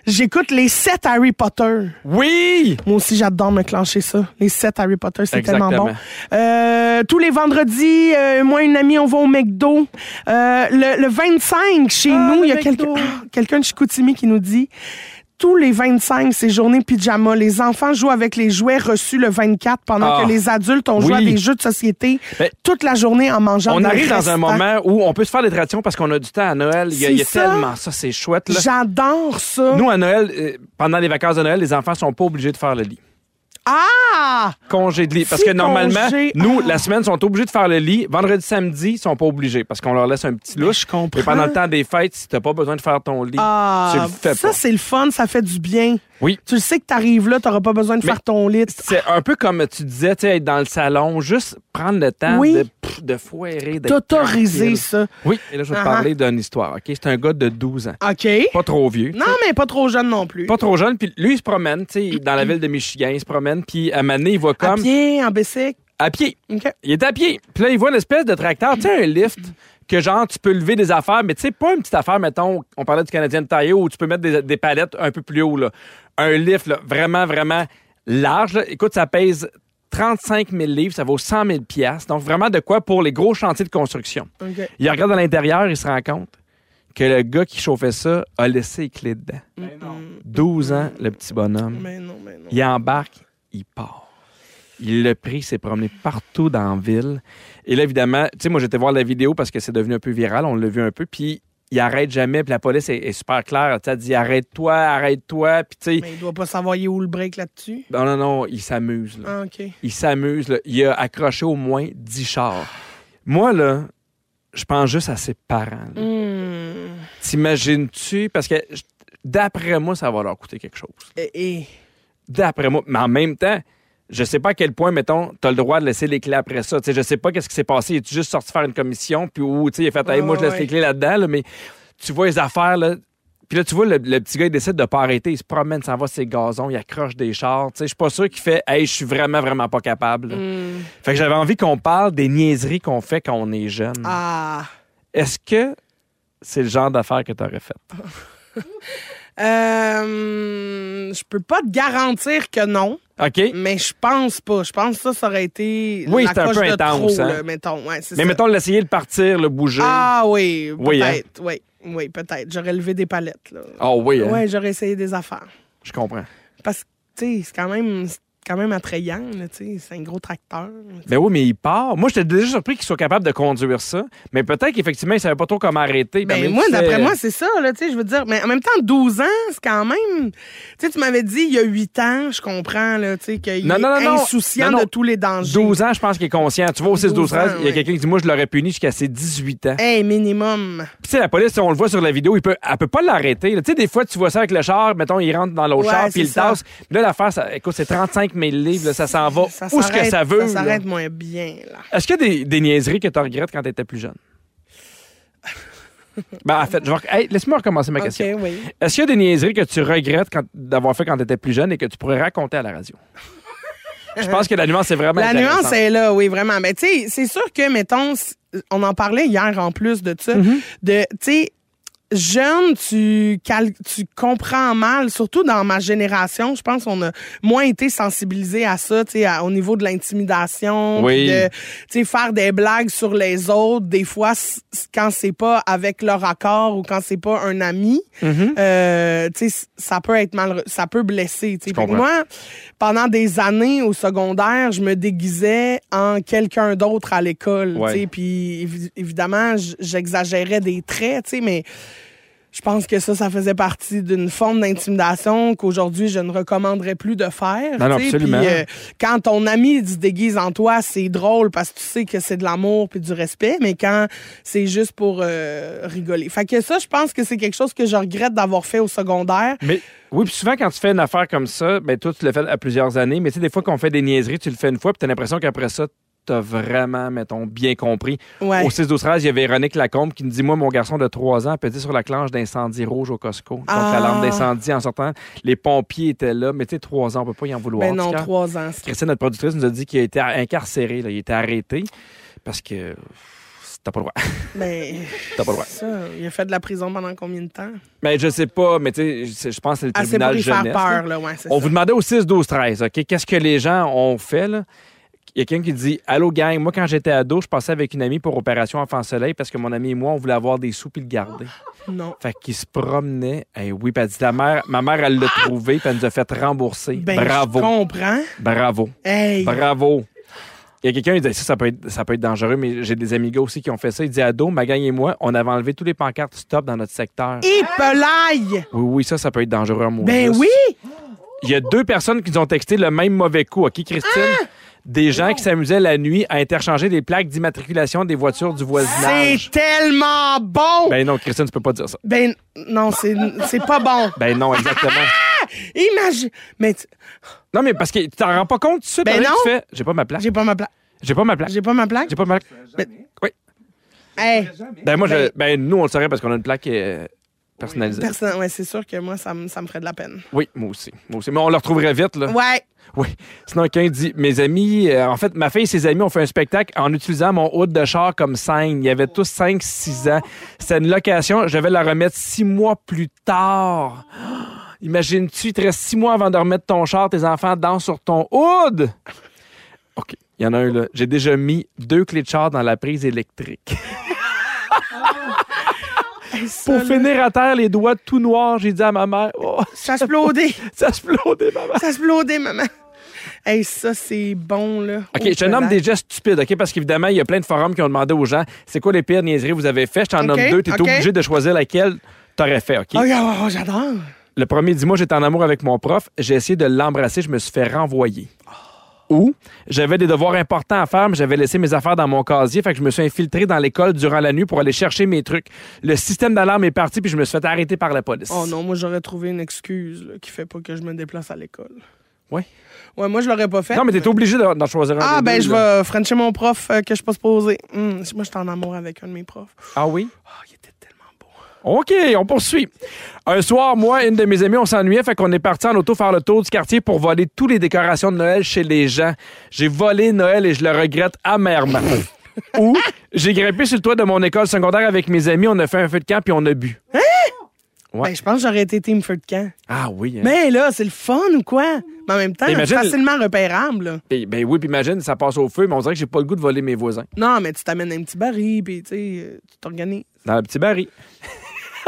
Speaker 5: j'écoute les sept Harry Potter.
Speaker 3: Oui!
Speaker 5: Moi aussi, j'adore me clencher ça. Les sept Harry Potter, c'est tellement bon.
Speaker 3: Exactement.
Speaker 5: Euh, tous les vendredis, euh, moi et une amie, on va au McDo. Euh, le, le 25, chez nous, il y a quelqu'un ah, quelqu'un de Chicoutimi qui nous dit... Tous les 25, c'est journée pyjama. Les enfants jouent avec les jouets reçus le 24 pendant
Speaker 3: Ah.
Speaker 5: que les adultes ont joué à
Speaker 3: Oui.
Speaker 5: des jeux de société
Speaker 3: Ben,
Speaker 5: toute la journée en mangeant.
Speaker 3: on
Speaker 5: des
Speaker 3: arrive dans un
Speaker 5: restants.
Speaker 3: moment où on peut se faire des traditions parce qu'on a du temps à Noël. Il y a, il y a
Speaker 5: C'est ça.
Speaker 3: tellement ça, c'est chouette. Là.
Speaker 5: J'adore ça.
Speaker 3: Nous, à Noël, euh, pendant les vacances de Noël, les enfants sont pas obligés de faire le lit.
Speaker 5: Ah!
Speaker 3: Congé de lit. Parce que
Speaker 5: Petit
Speaker 3: normalement,
Speaker 5: congé.
Speaker 3: nous,
Speaker 5: Ah.
Speaker 3: la semaine, sont obligés de faire le lit. Vendredi, samedi, ils sont pas obligés parce qu'on leur laisse un petit louche.
Speaker 5: je comprends.
Speaker 3: Et pendant le temps des fêtes, si t'as pas besoin de faire ton lit, tu
Speaker 5: Ah,
Speaker 3: le fais
Speaker 5: ça,
Speaker 3: pas.
Speaker 5: c'est le fun, ça fait du bien.
Speaker 3: Oui.
Speaker 5: Tu le sais que t'arrives là, t'auras pas besoin de
Speaker 3: Mais
Speaker 5: faire ton lit.
Speaker 3: C'est un peu comme tu disais, tu sais, être dans le salon, juste prendre le temps
Speaker 5: Oui.
Speaker 3: de, pff, de foirer, d'être
Speaker 5: Ah, T'autoriser
Speaker 3: tranquille.
Speaker 5: ça.
Speaker 3: Oui, et là, je vais te
Speaker 5: Ah,
Speaker 3: parler d'une histoire, OK? C'est un gars de 12 ans.
Speaker 5: OK.
Speaker 3: Pas trop vieux.
Speaker 5: Non, mais pas trop jeune non plus.
Speaker 3: Pas trop jeune, puis lui, il se promène, tu sais, il est dans la ville de Michigan, il se promène, puis à Mané, il voit
Speaker 5: À
Speaker 3: comme...
Speaker 5: pied, en bicycle.
Speaker 3: À pied.
Speaker 5: OK.
Speaker 3: Il est à pied. Puis là, il voit une espèce de tracteur, tu sais, un lift, que genre, tu peux lever des affaires, mais tu sais, pas une petite affaire, mettons, on parlait du Canadien de Taillot, où tu peux mettre des, des palettes un peu plus haut, là. Un lift, là, vraiment, vraiment large, là. Écoute, ça pèse 35 000 livres, ça vaut 100 000 piastres. Donc, vraiment de quoi pour les gros chantiers de construction.
Speaker 5: OK.
Speaker 3: Il regarde à l'intérieur, il se rend compte que le gars qui chauffait ça a laissé les clés dedans. 12 ans, le petit bonhomme.
Speaker 5: Mais Ben non, mais non.
Speaker 3: Il embarque, il part. Il l'a pris, il s'est promené partout dans la ville. Et là, évidemment, tu sais, moi, j'étais voir la vidéo parce que c'est devenu un peu viral, on l'a vu un peu, puis il arrête jamais, puis la police est, est super claire. Tu sais, elle dit arrête-toi, arrête-toi, puis tu sais.
Speaker 5: Mais il doit pas savoir il est où le break là-dessus.
Speaker 3: Non, non, non, il s'amuse, là.
Speaker 5: Ah, OK.
Speaker 3: Il s'amuse, là. Il a accroché au moins 10 chars. Moi, là, je pense juste à ses parents. là.
Speaker 5: Hmm.
Speaker 3: T'imagines-tu? Parce que j- d'après moi, ça va leur coûter quelque chose.
Speaker 5: Eh, eh.
Speaker 3: d'après moi. Mais en même temps, je sais pas à quel point, mettons, t'as le droit de laisser les clés après ça. Tu sais, je sais pas qu'est-ce qui s'est passé. Il est juste sorti faire une commission, puis où, tu sais, il a fait, Hey, moi, je laisse
Speaker 5: Ouais, ouais.
Speaker 3: les clés là-dedans, là, mais tu vois les affaires, là. Puis là, tu vois, le, le petit gars, il décide de pas arrêter. Il se promène, s'en va ses gazons, il accroche des chars. Tu sais, je suis pas sûr qu'il fait, hey, je suis vraiment, vraiment pas capable. là.
Speaker 5: Mm.
Speaker 3: Fait que j'avais envie qu'on parle des niaiseries qu'on fait quand on est jeune.
Speaker 5: Ah.
Speaker 3: Est-ce que c'est le genre d'affaires que t'aurais fait?
Speaker 5: Euh, je peux pas te garantir que non,
Speaker 3: OK?
Speaker 5: mais je pense pas. Je pense que ça, ça aurait été
Speaker 3: Oui,
Speaker 5: la
Speaker 3: c'était un
Speaker 5: coche
Speaker 3: peu
Speaker 5: de
Speaker 3: intense,
Speaker 5: trop,
Speaker 3: hein.
Speaker 5: là, mettons. Ouais, c'est
Speaker 3: Mais
Speaker 5: ça.
Speaker 3: mettons, l'essayer de partir, le bouger.
Speaker 5: Ah oui, peut-être.
Speaker 3: Oui,
Speaker 5: Oui,
Speaker 3: hein?
Speaker 5: oui, peut-être. J'aurais levé des palettes. Là.
Speaker 3: Ah oui, hein?
Speaker 5: Ouais, j'aurais essayé des affaires.
Speaker 3: je comprends.
Speaker 5: Parce que, tu sais, c'est quand même, c'est quand même attrayant, là, tu sais. C'est un gros tracteur.
Speaker 3: Ben oui, mais il part. Moi, j'étais déjà surpris qu'il soit capable de conduire ça. Mais peut-être qu'effectivement, il savait pas trop comment arrêter.
Speaker 5: Ben,
Speaker 3: Comme il
Speaker 5: moi,
Speaker 3: fait-
Speaker 5: d'après moi, c'est ça, là, tu sais, je veux dire. Mais en même temps, 12 ans, c'est quand même. Tu sais, tu m'avais dit il y a 8 ans, je comprends, là, tu sais, qu'il
Speaker 3: Non,
Speaker 5: est
Speaker 3: non, non, non.
Speaker 5: insouciant
Speaker 3: Non, non.
Speaker 5: de tous les dangers.
Speaker 3: 12 ans, je pense qu'il est conscient. Tu vois, au 6-12 13 il y a
Speaker 5: ouais.
Speaker 3: quelqu'un qui dit Moi, je l'aurais puni jusqu'à ses 18 ans.
Speaker 5: Hey, minimum.
Speaker 3: Puis, tu sais, la police, si on le voit sur la vidéo, il peut, elle peut pas l'arrêter. là. Tu sais, des fois, tu vois ça avec le char, mettons, il rentre dans l'autre
Speaker 5: Ouais,
Speaker 3: char, puis
Speaker 5: c'est
Speaker 3: il le
Speaker 5: ça.
Speaker 3: tasse. Puis là, l'affaire, ça, écoute, c'est 35 000 livres, là, ça s'en va
Speaker 5: Ça
Speaker 3: où ce que
Speaker 5: s'arrête-
Speaker 3: ça veut.
Speaker 5: Ça
Speaker 3: là.
Speaker 5: s'arrête moins bien, là.
Speaker 3: Est-ce qu'il y a des, des niaiseries que tu regrettes quand tu étais plus jeune? ben, en fait, je vais rec- hey, laisse-moi recommencer ma question.
Speaker 5: OK, oui.
Speaker 3: Est-ce qu'il y a des niaiseries que tu regrettes quand- d'avoir fait quand tu étais plus jeune et que tu pourrais raconter à la radio? je pense que la nuance est vraiment
Speaker 5: La nuance
Speaker 3: intéressante.
Speaker 5: est là, oui, vraiment. Mais tu sais, c'est sûr que, mettons, c- on en parlait hier en plus de ça,
Speaker 3: Mm-hmm.
Speaker 5: de, tu sais, jeune, tu, cal- tu comprends mal, surtout dans ma génération, je pense qu'on a moins été sensibilisés à ça, tu sais, à- au niveau de l'intimidation,
Speaker 3: Oui.
Speaker 5: puis de, tu sais, faire des blagues sur les autres, des fois, c- c- quand c'est pas avec leur accord ou quand c'est pas un ami,
Speaker 3: Mm-hmm.
Speaker 5: euh, tu sais, c- ça peut être mal, re- ça peut blesser, tu sais. Fait que
Speaker 3: comprends.
Speaker 5: moi, pendant des années au secondaire, je me déguisais en quelqu'un d'autre à l'école,
Speaker 3: Ouais.
Speaker 5: tu sais, puis évi- évidemment, j- j'exagérais des traits, tu sais, mais je pense que ça, ça faisait partie d'une forme d'intimidation qu'aujourd'hui, je ne recommanderais plus de faire.
Speaker 3: Non, non,
Speaker 5: tu sais.
Speaker 3: absolument.
Speaker 5: Puis, euh, quand ton ami se déguise en toi, c'est drôle parce que tu sais que c'est de l'amour puis du respect, mais quand c'est juste pour euh, rigoler. Fait que ça, je pense que c'est quelque chose que je regrette d'avoir fait au secondaire.
Speaker 3: Mais oui, puis souvent, quand tu fais une affaire comme ça, ben toi, tu le fais à plusieurs années, mais tu sais, des fois qu'on fait des niaiseries, tu le fais une fois, puis t'as l'impression qu'après ça, t'as vraiment, mettons, bien compris.
Speaker 5: Ouais.
Speaker 3: Au 6 12 13 il y avait Véronique Lacombe qui me dit Moi, mon garçon de 3 ans a pété sur la clanche d'incendie rouge au Costco. Donc, la
Speaker 5: Ah.
Speaker 3: lampe d'incendie en sortant, les pompiers étaient là, mais tu sais, 3 ans, on peut pas y en vouloir.
Speaker 5: Mais Ben non,
Speaker 3: Quand
Speaker 5: trois ans. c'est-
Speaker 3: Christine, notre productrice, nous a dit qu'il a été incarcéré, là, il a été arrêté parce que. pff, T'as pas le droit.
Speaker 5: Ben,
Speaker 3: T'as pas le droit.
Speaker 5: ça, il a fait de la prison pendant combien de temps?
Speaker 3: Mais je sais pas, mais tu sais, je pense que c'est le
Speaker 5: Assez Ah, pour
Speaker 3: tribunal
Speaker 5: lui faire
Speaker 3: jeunesse. là.
Speaker 5: peur, là, ouais, c'est
Speaker 3: On
Speaker 5: ça.
Speaker 3: vous demandait au 6, 12, 13, OK? Qu'est-ce que les gens ont fait, là? Il y a quelqu'un qui dit Allô, gang, moi, quand j'étais ado, je passais avec une amie pour Opération Enfant-Soleil parce que mon ami et moi, on voulait avoir des sous puis le garder.
Speaker 5: Non.
Speaker 3: Fait qu'il se promenait. Eh oui, puis elle dit Ta mère, ma mère, elle l'a trouvé, puis elle nous a fait rembourser.
Speaker 5: Ben,
Speaker 3: bravo,
Speaker 5: je comprends.
Speaker 3: bravo,
Speaker 5: Hey,
Speaker 3: bravo. Il y a quelqu'un qui dit ça, ça peut être, ça peut être dangereux, mais j'ai des amigos aussi qui ont fait ça. Il dit Ado, ma gang et moi, on avait enlevé tous les pancartes stop dans notre secteur.
Speaker 5: épelaille!
Speaker 3: Oui, oui, ça, ça peut être dangereux à mourir.
Speaker 5: Ben oui!
Speaker 3: Il y a deux personnes qui nous ont texté le même mauvais coup, OK, Christine?
Speaker 5: Ah!
Speaker 3: Des gens qui s'amusaient la nuit à interchanger des plaques d'immatriculation des voitures du
Speaker 5: C'est
Speaker 3: voisinage.
Speaker 5: tellement bon! Ben,
Speaker 3: Ben non, Christine, tu peux pas dire ça.
Speaker 5: non, c'est c'est pas bon.
Speaker 3: Ben non, exactement.
Speaker 5: Imagine. Mais tu-
Speaker 3: non, mais parce que tu t'en rends pas compte, tu sais,
Speaker 5: Ben
Speaker 3: pareil,
Speaker 5: non.
Speaker 3: tu fais, j'ai pas ma plaque.
Speaker 5: j'ai pas ma plaque.
Speaker 3: J'ai pas ma plaque.
Speaker 5: J'ai pas ma plaque.
Speaker 3: J'ai pas ma plaque. Oui.
Speaker 5: Hey,
Speaker 3: Ben moi, je, ben nous, on le saurait parce qu'on a une plaque euh, personnalisée.
Speaker 5: personne. Ouais, c'est sûr que moi, ça me ça me ferait de la peine.
Speaker 3: oui, moi aussi. Moi aussi. Mais on le retrouverait vite, là.
Speaker 5: Ouais.
Speaker 3: Oui. Sinon, quelqu'un dit Mes amis, euh, en fait, ma fille et ses amis ont fait un spectacle en utilisant mon hôte de char comme scène. Il y avait tous 5-6 ans. C'était une location. Je vais la remettre six mois plus tard. Imagine-tu, il te reste six mois avant de remettre ton char. Tes enfants dansent sur ton hôte. OK. Il y en a un, là. J'ai déjà mis deux clés de char dans la prise électrique. Pour finir à terre, les doigts tout noirs, j'ai dit à ma mère Oh,
Speaker 5: Ça se plaudait.
Speaker 3: ça se plaudait, maman.
Speaker 5: ça se plaudait, maman. Hey, ça, c'est bon, là.
Speaker 3: OK, je te nomme des gestes stupides, OK? Parce qu'évidemment, il y a plein de forums qui ont demandé aux gens c'est quoi les pires niaiseries que vous avez fait. Je t'en
Speaker 5: OK,
Speaker 3: nomme deux. Tu es
Speaker 5: OK.
Speaker 3: obligé de choisir laquelle t'aurais fait, OK?
Speaker 5: Oh, oh, oh, j'adore.
Speaker 3: Le premier dit Moi, j'étais en amour avec mon prof. J'ai essayé de l'embrasser. Je me suis fait renvoyer. Ou j'avais des devoirs importants à faire, mais j'avais laissé mes affaires dans mon casier, fait que je me suis infiltré dans l'école durant la nuit pour aller chercher mes trucs. Le système d'alarme est parti, puis je me suis fait arrêter par la police.
Speaker 5: Oh non, moi, j'aurais trouvé une excuse là, qui fait pas que je me déplace à l'école.
Speaker 3: Ouais.
Speaker 5: Ouais, moi, je l'aurais pas fait.
Speaker 3: Non, mais t'es obligé d'en d'en choisir un. des
Speaker 5: Ah, ben,
Speaker 3: deux,
Speaker 5: je
Speaker 3: là.
Speaker 5: vais frencher mon prof euh, que je suis pas supposée. Hum, moi, j'étais en amour avec un de mes profs.
Speaker 3: Ah oui?
Speaker 5: Oh, il était tellement beau.
Speaker 3: OK, on poursuit. Un soir, moi et une de mes amies, on s'ennuyait, fait qu'on est parti en auto faire le tour du quartier pour voler toutes les décorations de Noël chez les gens. J'ai volé Noël et je le regrette amèrement. Ou j'ai grimpé sur le toit de mon école secondaire avec mes amis, on a fait un feu de camp puis on a bu. Ouais.
Speaker 5: Ben, je pense que j'aurais été team feu de camp.
Speaker 3: Ah oui. hein.
Speaker 5: Mais là, c'est le fun ou quoi? Mais en même temps, c'est
Speaker 3: Imagine-
Speaker 5: facilement repérable. là.
Speaker 3: Et- ben oui, puis imagine, ça passe au feu, mais on dirait que j'ai pas le goût de voler mes voisins.
Speaker 5: Non, mais tu t'amènes un petit baril, puis tu sais, euh, tu t'organises.
Speaker 3: Dans le petit baril.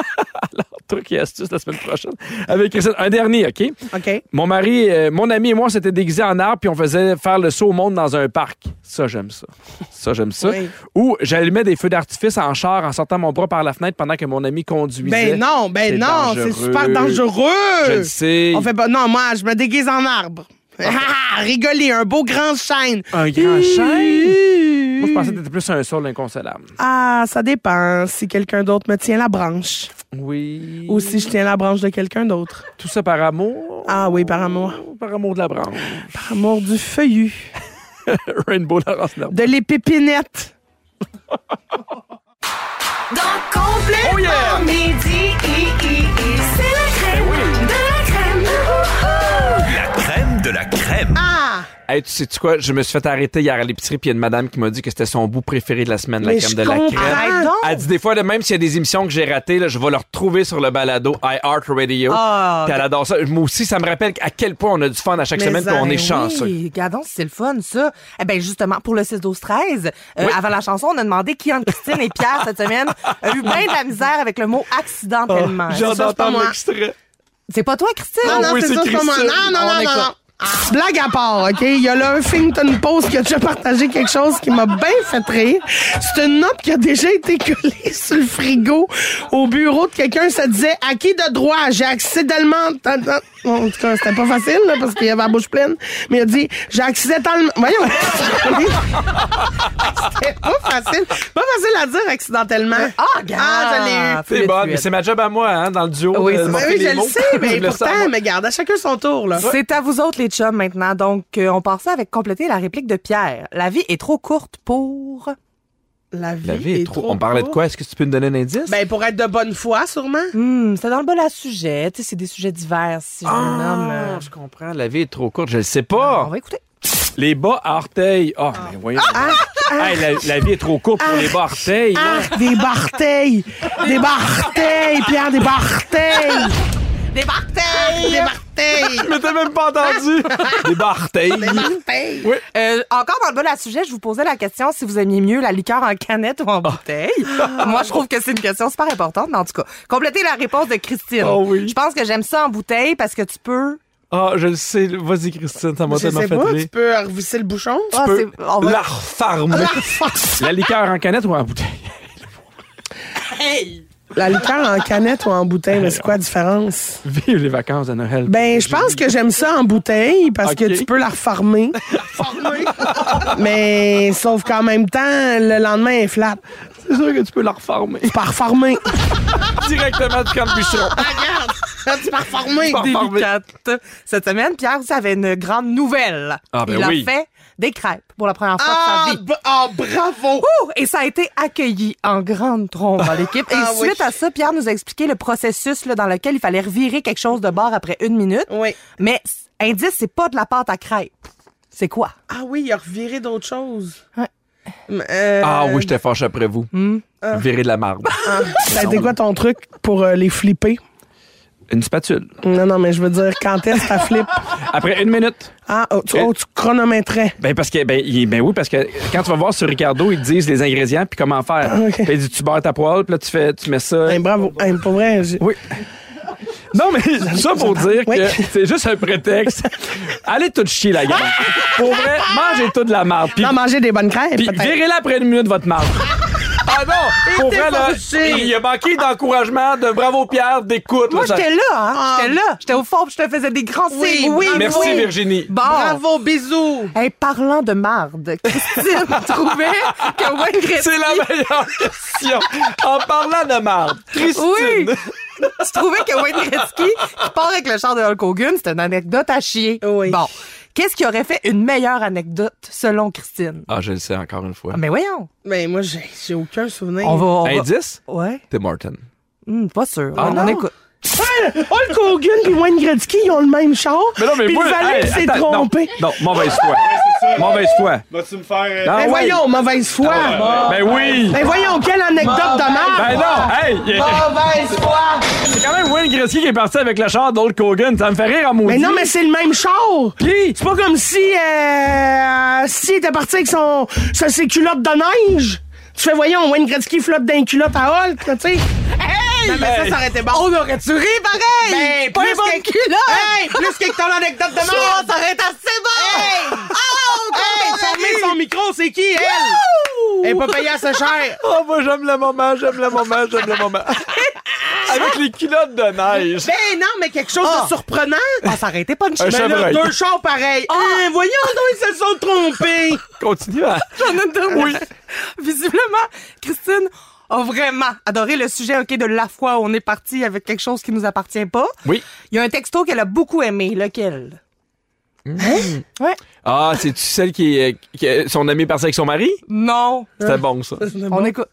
Speaker 3: Alors, trucs et astuces la semaine prochaine avec Christine. Un dernier, OK?
Speaker 5: OK.
Speaker 3: Mon mari, euh, mon ami et moi, s'était déguisés en arbre puis on faisait faire le saut au monde dans un parc. Ça, j'aime ça. Ça, j'aime ça.
Speaker 5: Oui.
Speaker 3: Ou j'allumais des feux d'artifice en char en sortant mon bras par la fenêtre pendant que mon ami conduisait.
Speaker 5: Ben non,
Speaker 3: C'est
Speaker 5: ben non, c'est super
Speaker 3: Je
Speaker 5: dangereux.
Speaker 3: le sais.
Speaker 5: On fait pas. Non, moi, je me déguise en arbre. Ah, rigoler, un beau grand chêne.
Speaker 3: Un grand chêne? Moi, je pensais que t'étais plus un sol inconsolable.
Speaker 5: Ah, ça dépend si quelqu'un d'autre me tient la branche
Speaker 3: Oui.
Speaker 5: ou si je tiens la branche de quelqu'un d'autre.
Speaker 3: Tout ça par amour.
Speaker 5: Ah oui, par amour.
Speaker 3: Par amour de la branche.
Speaker 5: Par amour du feuillu,
Speaker 3: Rainbow Laurence Lamoureux.
Speaker 5: de l'épépinette.
Speaker 3: Oh yeah! Eh
Speaker 1: C'est la crème de la crème. Oh,
Speaker 6: La crème de la crème.
Speaker 5: Ah!
Speaker 3: Hey, tu sais -tu quoi? Je me suis fait arrêter hier à l'épicerie, puis il y a une madame qui m'a dit que c'était son bout préféré de la semaine, la
Speaker 5: Mais
Speaker 3: crème
Speaker 5: je
Speaker 3: de la
Speaker 5: comprends.
Speaker 3: crème. Ah,
Speaker 5: Arrête donc.
Speaker 3: Elle dit des fois, là, même s'il y a des émissions que j'ai ratées, là, je vais le retrouver sur le balado iHeartRadio.
Speaker 8: Ah,
Speaker 3: Puis elle adore ça. Moi aussi, ça me rappelle à quel point on a du fun à chaque
Speaker 5: Mais
Speaker 3: semaine, puis
Speaker 5: ça,
Speaker 3: on est
Speaker 5: ben
Speaker 3: chanceux.
Speaker 8: Oui, regardons si c'est le fun, ça. Eh bien, justement, pour le 6-12-13, euh,
Speaker 3: Oui.
Speaker 8: avant la chanson, on a demandé qui entre Christine et Pierre cette semaine a eu bien de la misère avec le mot accidentellement.
Speaker 3: Oh, J'ai hâte
Speaker 5: Ça, c'est pas
Speaker 3: d'entendre
Speaker 5: moi.
Speaker 3: l'extrait. Ah
Speaker 8: C'est pas toi, Christine?
Speaker 5: Non, non,
Speaker 3: oui, c'est
Speaker 5: c'est ça, c'est pas moi.
Speaker 3: Christine.
Speaker 5: Non, non,
Speaker 3: On
Speaker 5: non, non,
Speaker 3: écoute.
Speaker 5: non. Ah, Blague à part, OK? Il y a le Huffington Post qui a déjà partagé quelque chose qui m'a bien fait rire. C'est une note qui a déjà été collée sur le frigo au bureau de quelqu'un. Ça disait « À qui de droit? J'ai accidentellement... » En tout cas, c'était pas facile, là, parce qu'il y avait la bouche pleine. Mais il a dit « J'ai accidentellement... » Voyons! c'était pas facile. Pas facile à dire accidentellement.
Speaker 8: Ah, regarde!
Speaker 5: Ah, je l'ai eu.
Speaker 3: C'est bon, mais c'est ma job à moi, hein, dans le duo. de
Speaker 8: Oui, c'est bon.
Speaker 5: Ben
Speaker 3: monter
Speaker 5: oui,
Speaker 3: les
Speaker 5: je le
Speaker 3: mots.
Speaker 5: sais, mais
Speaker 3: Je le
Speaker 5: pourtant,
Speaker 3: sens, moi.
Speaker 5: mais garde, à chacun son tour,
Speaker 3: Ah
Speaker 5: là.
Speaker 8: C'est à vous autres, les chums, maintenant. Donc, euh, on passe avec compléter la réplique de Pierre. La vie est trop courte pour...
Speaker 5: La vie,
Speaker 3: La vie est trop. On parlait de quoi? Est-ce que tu peux me donner un indice?
Speaker 5: Ben, pour être de bonne foi, sûrement.
Speaker 8: Hmm, c'est dans le bol à sujet. Tu sais, c'est des sujets divers, si je le nomme.
Speaker 3: Ah,
Speaker 8: euh.
Speaker 3: je comprends. La vie est trop courte. Je le sais pas.
Speaker 8: On
Speaker 5: Ah,
Speaker 8: va écouter.
Speaker 3: Les bas à orteils. Ah, mais voyons.
Speaker 8: Ah!
Speaker 3: Hey, la, la vie est trop courte pour les bas à orteils. là.
Speaker 5: Ah, des barteilles! Des barteilles, Pierre, des barteilles!
Speaker 8: Des bartels!
Speaker 5: Des barteilles!
Speaker 3: Je m'étais même pas entendu. Les bas à orteils.
Speaker 5: Ben, Barteilles!
Speaker 8: Euh, encore dans le bol à sujet, je vous posais la question si vous aimiez mieux la liqueur en canette ou
Speaker 3: Ah!
Speaker 8: en bouteille. Moi, je trouve que c'est une question super importante, mais en tout cas, complétez la réponse de Christine.
Speaker 3: Oh oui.
Speaker 8: Je pense que j'aime ça en bouteille parce que tu peux.
Speaker 3: Ah, je le sais. Vas-y, Christine, ça m'a
Speaker 5: Je
Speaker 3: tellement
Speaker 5: sais
Speaker 3: fait
Speaker 5: pas,
Speaker 3: rire.
Speaker 5: tu peux revisser le bouchon?
Speaker 8: Ah,
Speaker 3: peux
Speaker 8: c'est- on va-
Speaker 3: La refarmer. La liqueur en canette ou en bouteille?
Speaker 5: La liqueur en canette ou en bouteille, mais c'est quoi la différence?
Speaker 3: Vive les vacances de Noël.
Speaker 5: Ben, je pense que j'aime ça en bouteille parce
Speaker 3: Ok.
Speaker 5: que tu peux la refarmer. mais sauf qu'en même temps, le lendemain, elle est flat.
Speaker 3: C'est sûr que tu peux la refarmer.
Speaker 5: Pas reformée.
Speaker 3: Directement du camp de bûcheron.
Speaker 5: tu peux reformer.
Speaker 3: Par- par-
Speaker 8: délicate. Cette semaine, Pierre aussi avait une grande nouvelle.
Speaker 3: Ah, ben
Speaker 8: Il
Speaker 3: oui.
Speaker 8: a fait des crêpes pour la première fois
Speaker 5: Ah,
Speaker 8: de sa vie.
Speaker 5: b- ah, bravo!
Speaker 8: Ouh! Et ça a été accueilli en grande trombe dans l'équipe. Et
Speaker 5: Ah oui.
Speaker 8: suite à ça, Pierre nous a expliqué le processus là, dans lequel il fallait revirer quelque chose de bord après une minute.
Speaker 5: Oui.
Speaker 8: Mais s- indice, c'est pas de la pâte à crêpes. C'est quoi?
Speaker 5: Ah oui, il a reviré d'autres choses.
Speaker 8: Ouais.
Speaker 5: Euh, Hmm?
Speaker 3: Ah oui, j'étais fâche après vous. Virer de la marde.
Speaker 5: Ça a été quoi ton truc pour euh, les flipper?
Speaker 3: Une spatule.
Speaker 5: Non, non, mais je veux dire, quand est-ce que t'as flip?
Speaker 3: Après une minute.
Speaker 5: Ah, oh, tu, oh, tu chronométrais.
Speaker 3: Ben parce que ben, il- ben oui parce que quand tu vas voir sur Ricardo ils te disent les ingrédients puis comment faire.
Speaker 5: Ah, ok.
Speaker 3: Puis ils disent tu beurres ta poêle puis là tu fais tu mets ça.
Speaker 5: Hein, bravo. Hein, pour vrai, j'ai-
Speaker 3: Oui. Non mais ça pour dire
Speaker 5: Oui.
Speaker 3: que c'est juste un prétexte. Allez tout chier la gueule. pour vrai mangez tout de la marde puis
Speaker 5: non, Ah, manger des bonnes crêpes,
Speaker 3: puis
Speaker 5: peut-être.
Speaker 3: virez-la après une minute votre marde. Ah non, pour vrai là,
Speaker 5: fâché.
Speaker 3: il y a manqué d'encouragement, de bravo Pierre, d'écoute.
Speaker 8: Moi,
Speaker 3: là, ça-
Speaker 8: j'étais là, hein? J'étais là. J'étais au fond, puis je te faisais des grands
Speaker 5: Ah, Oui,
Speaker 8: signes. Oui,
Speaker 3: Merci
Speaker 8: oui.
Speaker 3: Virginie.
Speaker 8: Bon.
Speaker 5: Bravo, bisous!
Speaker 8: Hey, parlant de marde, Christine trouvait que Wayne Gretzky...
Speaker 3: C'est la meilleure question. En parlant de marde, Christine.
Speaker 8: Oui! tu trouvais que Wayne Gretzky, qui part avec le char de Hulk Hogan, c'est une anecdote à chier.
Speaker 5: Oui.
Speaker 8: Bon. Qu'est-ce qui aurait fait une meilleure anecdote, selon Christine?
Speaker 3: Ah, je le sais encore une fois.
Speaker 8: Ah, Mais voyons.
Speaker 5: Mais moi, j'ai j'ai aucun souvenir.
Speaker 8: On va... on va-
Speaker 3: Indice?
Speaker 8: Ouais.
Speaker 3: Tim Martin.
Speaker 8: Hmm, pas sûr.
Speaker 3: Ah,
Speaker 8: Ben, on
Speaker 3: non?
Speaker 8: écoute.
Speaker 5: Hey, Hein? Hulk Hogan puis Wayne Gretzky, ils ont le même char.
Speaker 3: Mais non, mais
Speaker 5: puis
Speaker 3: moi,
Speaker 5: le valet
Speaker 3: hey,
Speaker 5: s'est
Speaker 3: attends, non,
Speaker 5: trompé.
Speaker 3: Non, mauvaise foi. mauvaise foi.
Speaker 9: Vas-tu me faire.
Speaker 3: Non,
Speaker 5: Mais
Speaker 3: Ah, ouais.
Speaker 5: voyons, mauvaise foi.
Speaker 3: Ben oui.
Speaker 5: Mais voyons, quelle anecdote de
Speaker 3: Ben
Speaker 5: merde.
Speaker 3: non, hey, il y a-
Speaker 5: Mauvaise foi.
Speaker 3: c'est quand même Wayne Gretzky qui est parti avec le char d'Hulk Hogan. Ça me fait rire à maudit.
Speaker 5: Mais non, mais c'est le même char.
Speaker 3: Puis,
Speaker 5: C'est pas comme si euh, s'il était parti avec son, sa- ses culottes de neige. Tu fais, voyons, Wayne Gretzky flotte d'un culotte à Hulk, là, tu sais. Non, mais ça, ça aurait été bon. On aurait-tu ri pareil? Ben,
Speaker 8: Pas
Speaker 5: plus
Speaker 8: les bonnes
Speaker 5: que...
Speaker 8: culottes.
Speaker 5: Hey, plus que ton anecdote de merde. Ça aurait été assez bon. Hey! Oh, hey, fermez son micro, c'est qui, elle? Elle est pas payée assez cher.
Speaker 3: Oh, moi, j'aime le moment, j'aime le moment, j'aime le moment. Avec les culottes de neige.
Speaker 5: Ben non, mais quelque chose
Speaker 8: Ah.
Speaker 5: de surprenant.
Speaker 8: Ah, ça aurait été pas une
Speaker 3: Un
Speaker 8: chance.
Speaker 5: Mais là,
Speaker 3: chevreuil.
Speaker 5: deux chars pareils. Hein, voyons donc, ils se sont trompés.
Speaker 3: Continue hein. à...
Speaker 8: Oui. Visiblement, Christine a vraiment adoré le sujet OK de la foi où on est parti avec quelque chose qui nous appartient pas.
Speaker 3: Oui.
Speaker 8: Il y a un texto qu'elle a beaucoup aimé, lequel Ouais.
Speaker 3: Ah, c'est-tu celle qui, euh, qui euh, son ami est parti avec son mari?
Speaker 8: Non.
Speaker 3: C'était bon, Hein? ça.
Speaker 8: On écoute.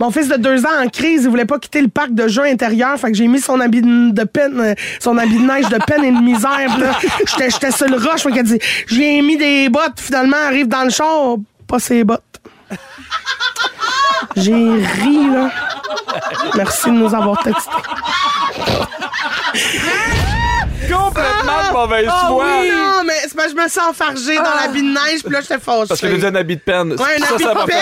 Speaker 5: Mon fils de deux ans en crise, il voulait pas quitter le parc de jeux intérieur, fait que j'ai mis son habit de de peine, euh, son habit de neige de peine et de misère. Puis là, j'étais, j'étais sur le roche, fait qu'elle dit, j'ai mis des bottes. Finalement, elle arrive dans le char, pas ses bottes. J'ai ri là. Merci de nous avoir texté.
Speaker 3: Complètement Ah, de mauvaise
Speaker 5: Ah,
Speaker 3: foi. Ah.
Speaker 5: Non, mais c'est parce que je me sens enfargée dans l'habit de neige, puis là, j'étais fâchée.
Speaker 3: Parce que j'ai dit un habit de peine.
Speaker 5: Ouais, un
Speaker 3: ça,
Speaker 5: habit
Speaker 3: ça
Speaker 5: de
Speaker 3: m'a fait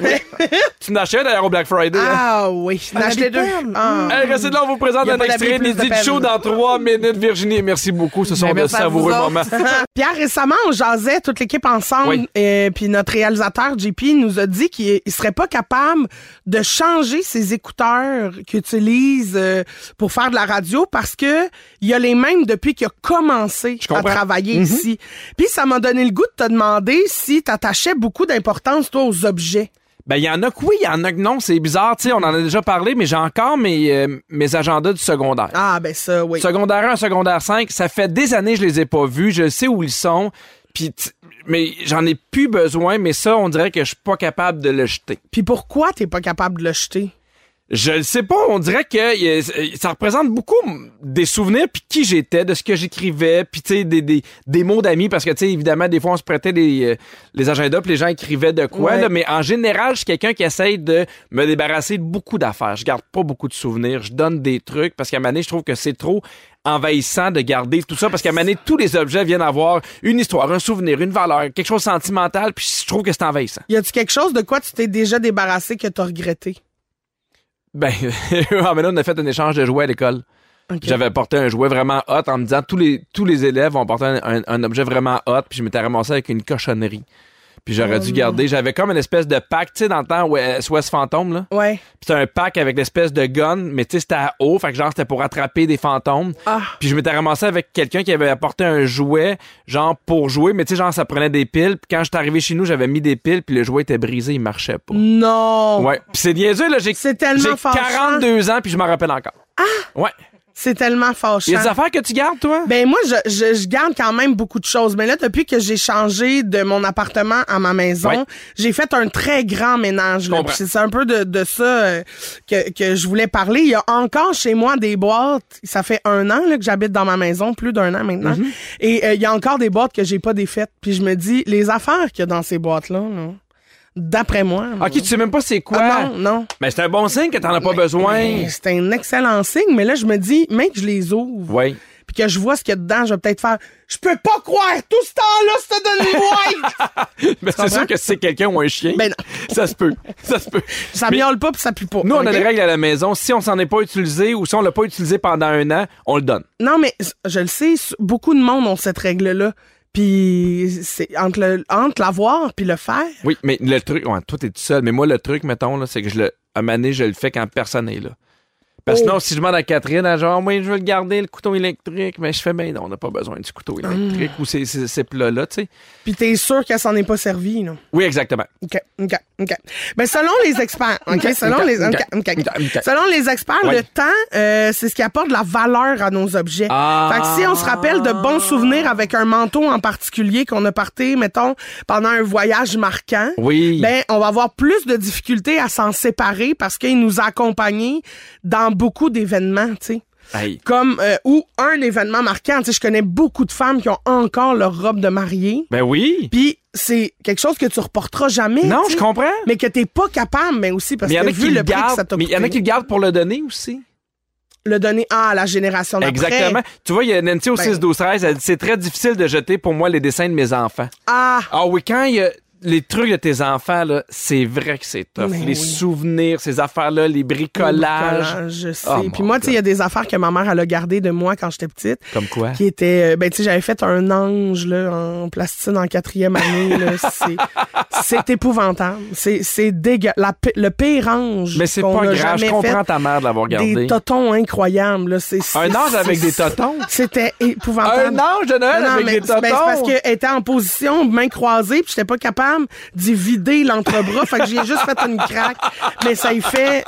Speaker 5: peine.
Speaker 3: rire. Tu n'achetais d'ailleurs au Black Friday. hein?
Speaker 5: Ah oui, j'en ai acheté deux. Ah.
Speaker 3: Hey, restez là, on vous présente
Speaker 5: Y a
Speaker 3: un
Speaker 5: pas d'habit
Speaker 3: extrait
Speaker 5: plus
Speaker 3: inédit
Speaker 5: de
Speaker 3: du show
Speaker 5: peine. Ben,
Speaker 3: dans trois minutes. Virginie, merci beaucoup. Ce sont de
Speaker 8: merci à vous
Speaker 3: savoureux
Speaker 8: autres.
Speaker 3: moments.
Speaker 5: Pierre, récemment, on jasait toute l'équipe ensemble,
Speaker 3: Oui.
Speaker 5: euh, puis notre réalisateur JP nous a dit qu'il il serait pas capable de changer ses écouteurs qu'il utilise euh, pour faire de la radio parce que il a les mêmes depuis qu'il a commencé à
Speaker 3: comprends. Mm-hmm.
Speaker 5: travailler ici. Puis ça m'a donné le goût de te demander si t'attachais beaucoup d'importance toi aux objets.
Speaker 3: Ben, il y en a que oui, il y en a que non. C'est bizarre, tu sais, on en a déjà parlé, mais j'ai encore mes, euh, mes agendas du secondaire.
Speaker 5: Ah ben ça, oui.
Speaker 3: Secondaire 1, secondaire 5, ça fait des années que je les ai pas vus, je sais où ils sont, puis t- mais j'en ai plus besoin, mais ça, on dirait que je suis pas capable de le jeter.
Speaker 5: Puis pourquoi t'es pas capable de le jeter
Speaker 3: Je le sais pas, on dirait que euh, ça représente beaucoup m- des souvenirs puis qui j'étais, de ce que j'écrivais, puis tu sais des, des, des mots d'amis parce que tu sais évidemment des fois on se prêtait les, euh, les agendas puis les gens écrivaient de quoi
Speaker 5: Ouais.
Speaker 3: là, mais en général, je suis quelqu'un qui essaye de me débarrasser de beaucoup d'affaires. Je garde pas beaucoup de souvenirs, je donne des trucs parce qu'à maner, je trouve que c'est trop envahissant de garder tout ça parce qu'à maner, tous les objets viennent avoir une histoire, un souvenir, une valeur, quelque chose de sentimental puis je trouve que c'est envahissant.
Speaker 5: Y a-tu quelque chose de quoi tu t'es déjà débarrassé que t'as regretté
Speaker 3: Ben, ah, mais là, on a fait un échange de jouets à l'école. J'avais porté un jouet vraiment hot en me disant tous les tous les élèves ont porté un, un- un objet vraiment hot puis je m'étais ramassé avec une cochonnerie. Puis j'aurais dû garder, j'avais comme une espèce de pack, tu sais dans le temps où euh, SOS fantôme là.
Speaker 5: Ouais.
Speaker 3: Puis c'était un pack avec l'espèce de gun, mais tu sais c'était à eau, fait que genre c'était pour attraper des fantômes. Puis je m'étais ramassé avec quelqu'un qui avait apporté un jouet genre pour jouer, mais tu sais genre ça prenait des piles. Puis quand j'étais arrivé chez nous, j'avais mis des piles puis le jouet était brisé, il marchait pas.
Speaker 5: Non.
Speaker 3: Ouais, puis c'est niaiseux là, j'ai
Speaker 5: Oh. C'est tellement
Speaker 3: j'ai
Speaker 5: fâchant.
Speaker 3: 42 ans puis je m'en rappelle encore. Ah ouais.
Speaker 5: C'est tellement fâchant.
Speaker 3: Il y a des affaires que tu gardes toi
Speaker 5: Ben moi, je, je, je garde quand même beaucoup de choses. Mais là, depuis que j'ai changé de mon appartement à ma maison,
Speaker 3: Ouais.
Speaker 5: j'ai fait un très grand ménage. là.
Speaker 3: comprends.
Speaker 5: Puis C'est c'est un peu de, de ça euh, que, que je voulais parler. Il y a encore chez moi des boîtes. Ça fait un an là, que j'habite dans ma maison, plus d'un an maintenant.
Speaker 3: Mhm.
Speaker 5: Et euh, il y a encore des boîtes que j'ai pas défaites. Puis je me dis, les affaires qu'il y a dans ces boîtes-là, là, d'après moi...
Speaker 3: Ah, OK, tu sais même pas c'est quoi.
Speaker 5: Ah, non, non.
Speaker 3: Mais c'est un bon signe que t'en as pas besoin.
Speaker 5: Ben, C'est un excellent signe, mais là, je me dis, même que je les ouvre,
Speaker 3: Ouais.
Speaker 5: puis que je vois ce qu'il y a dedans, je vais peut-être faire Je peux pas croire tout ce temps-là, c'était donne une boîte!
Speaker 3: Mais Ben, c'est sûr que si c'est quelqu'un ou un chien.
Speaker 5: Ben non.
Speaker 3: Ça se peut. Ça se peut.
Speaker 5: ça
Speaker 3: Mais
Speaker 5: miaule pas puis ça pue pas.
Speaker 3: Nous, on
Speaker 5: OK?
Speaker 3: a des règles à la maison. Si on s'en est pas utilisé ou si on l'a pas utilisé pendant un an, on le donne.
Speaker 5: Non, mais s- je le sais, s- beaucoup de monde ont cette règle-là. Puis c'est entre, le- entre l'avoir puis le faire.
Speaker 3: Oui, mais le truc, ouais, toi, t'es tout seul. Mais moi, le truc, mettons, là, c'est que je le, à maner, je le fais quand personne est là. Parce
Speaker 5: Oh.
Speaker 3: que sinon, si je demande à Catherine, elle, genre, moi, je veux le garder, le couteau électrique, mais je fais, ben non, on n'a pas besoin du couteau
Speaker 5: Ah.
Speaker 3: électrique ou ces, ces, ces plats-là, tu sais.
Speaker 5: Puis t'es sûr qu'elle s'en est pas servie, là.
Speaker 3: Oui, exactement.
Speaker 5: OK, OK, OK. Ben, selon les experts, OK, selon les, OK, OK, OK. selon les experts,
Speaker 3: Ouais.
Speaker 5: le temps, euh, c'est ce qui apporte de la valeur à nos objets.
Speaker 3: Ah.
Speaker 5: Fait que si on se rappelle de bons souvenirs avec un manteau en particulier qu'on a parté, mettons, pendant un voyage marquant,
Speaker 3: Oui.
Speaker 5: ben, on va avoir plus de difficultés à s'en séparer parce qu'il nous a accompagnés dans beaucoup d'événements, tu sais
Speaker 3: Hey.
Speaker 5: comme euh, ou un événement marquant, tu sais je connais beaucoup de femmes qui ont encore leur robe de mariée.
Speaker 3: Ben oui.
Speaker 5: Puis c'est quelque chose que tu reporteras jamais.
Speaker 3: Non,
Speaker 5: tu sais.
Speaker 3: je comprends.
Speaker 5: Mais que t'es pas capable, mais aussi parce
Speaker 3: Mais il y en
Speaker 5: que
Speaker 3: a
Speaker 5: vu
Speaker 3: qui
Speaker 5: le
Speaker 3: le
Speaker 5: prix que ça
Speaker 3: gardent.
Speaker 5: t'a
Speaker 3: Mais il y en a
Speaker 5: coûté,
Speaker 3: qui le gardent pour le donner aussi.
Speaker 5: le donner ah, à la génération d'après.
Speaker 3: Exactement. Tu vois, il y a Nancy au
Speaker 5: Ben.
Speaker 3: 6 12 13, elle dit c'est très difficile de jeter pour moi les dessins de mes enfants.
Speaker 5: Ah,
Speaker 3: Ah oui, quand il y a les trucs de tes enfants, là, c'est vrai que c'est tough.
Speaker 5: Mais
Speaker 3: les
Speaker 5: oui.
Speaker 3: souvenirs, ces affaires-là, les bricolages.
Speaker 5: Je sais.
Speaker 3: Oh,
Speaker 5: Puis
Speaker 3: mon
Speaker 5: moi, tu sais, il y a des affaires que ma mère, elle a gardées de moi quand j'étais petite.
Speaker 3: Comme quoi?
Speaker 5: Qui était, euh, ben, tu sais, j'avais fait un ange, là, en plastine en quatrième année, là. C'est- C'est épouvantable. C'est c'est dégueu. la pi- le pire ange.
Speaker 3: Mais c'est
Speaker 5: qu'on
Speaker 3: pas
Speaker 5: a
Speaker 3: grave, je
Speaker 5: jamais
Speaker 3: comprends
Speaker 5: fait.
Speaker 3: ta mère de l'avoir gardé.
Speaker 5: Des totons incroyables, là. C'est-
Speaker 3: Un
Speaker 5: c'est-
Speaker 3: ange avec
Speaker 5: c'est-
Speaker 3: des totons?
Speaker 5: C'était
Speaker 3: Un
Speaker 5: épouvantable.
Speaker 3: ange de Noël
Speaker 5: Non, non,
Speaker 3: avec des
Speaker 5: mais-
Speaker 3: totons?
Speaker 5: ben, c'est parce qu'elle était en position, main croisée, puis j'étais pas capable d'y vider l'entrebras. fait que j'ai juste fait une craque. Mais ça y fait.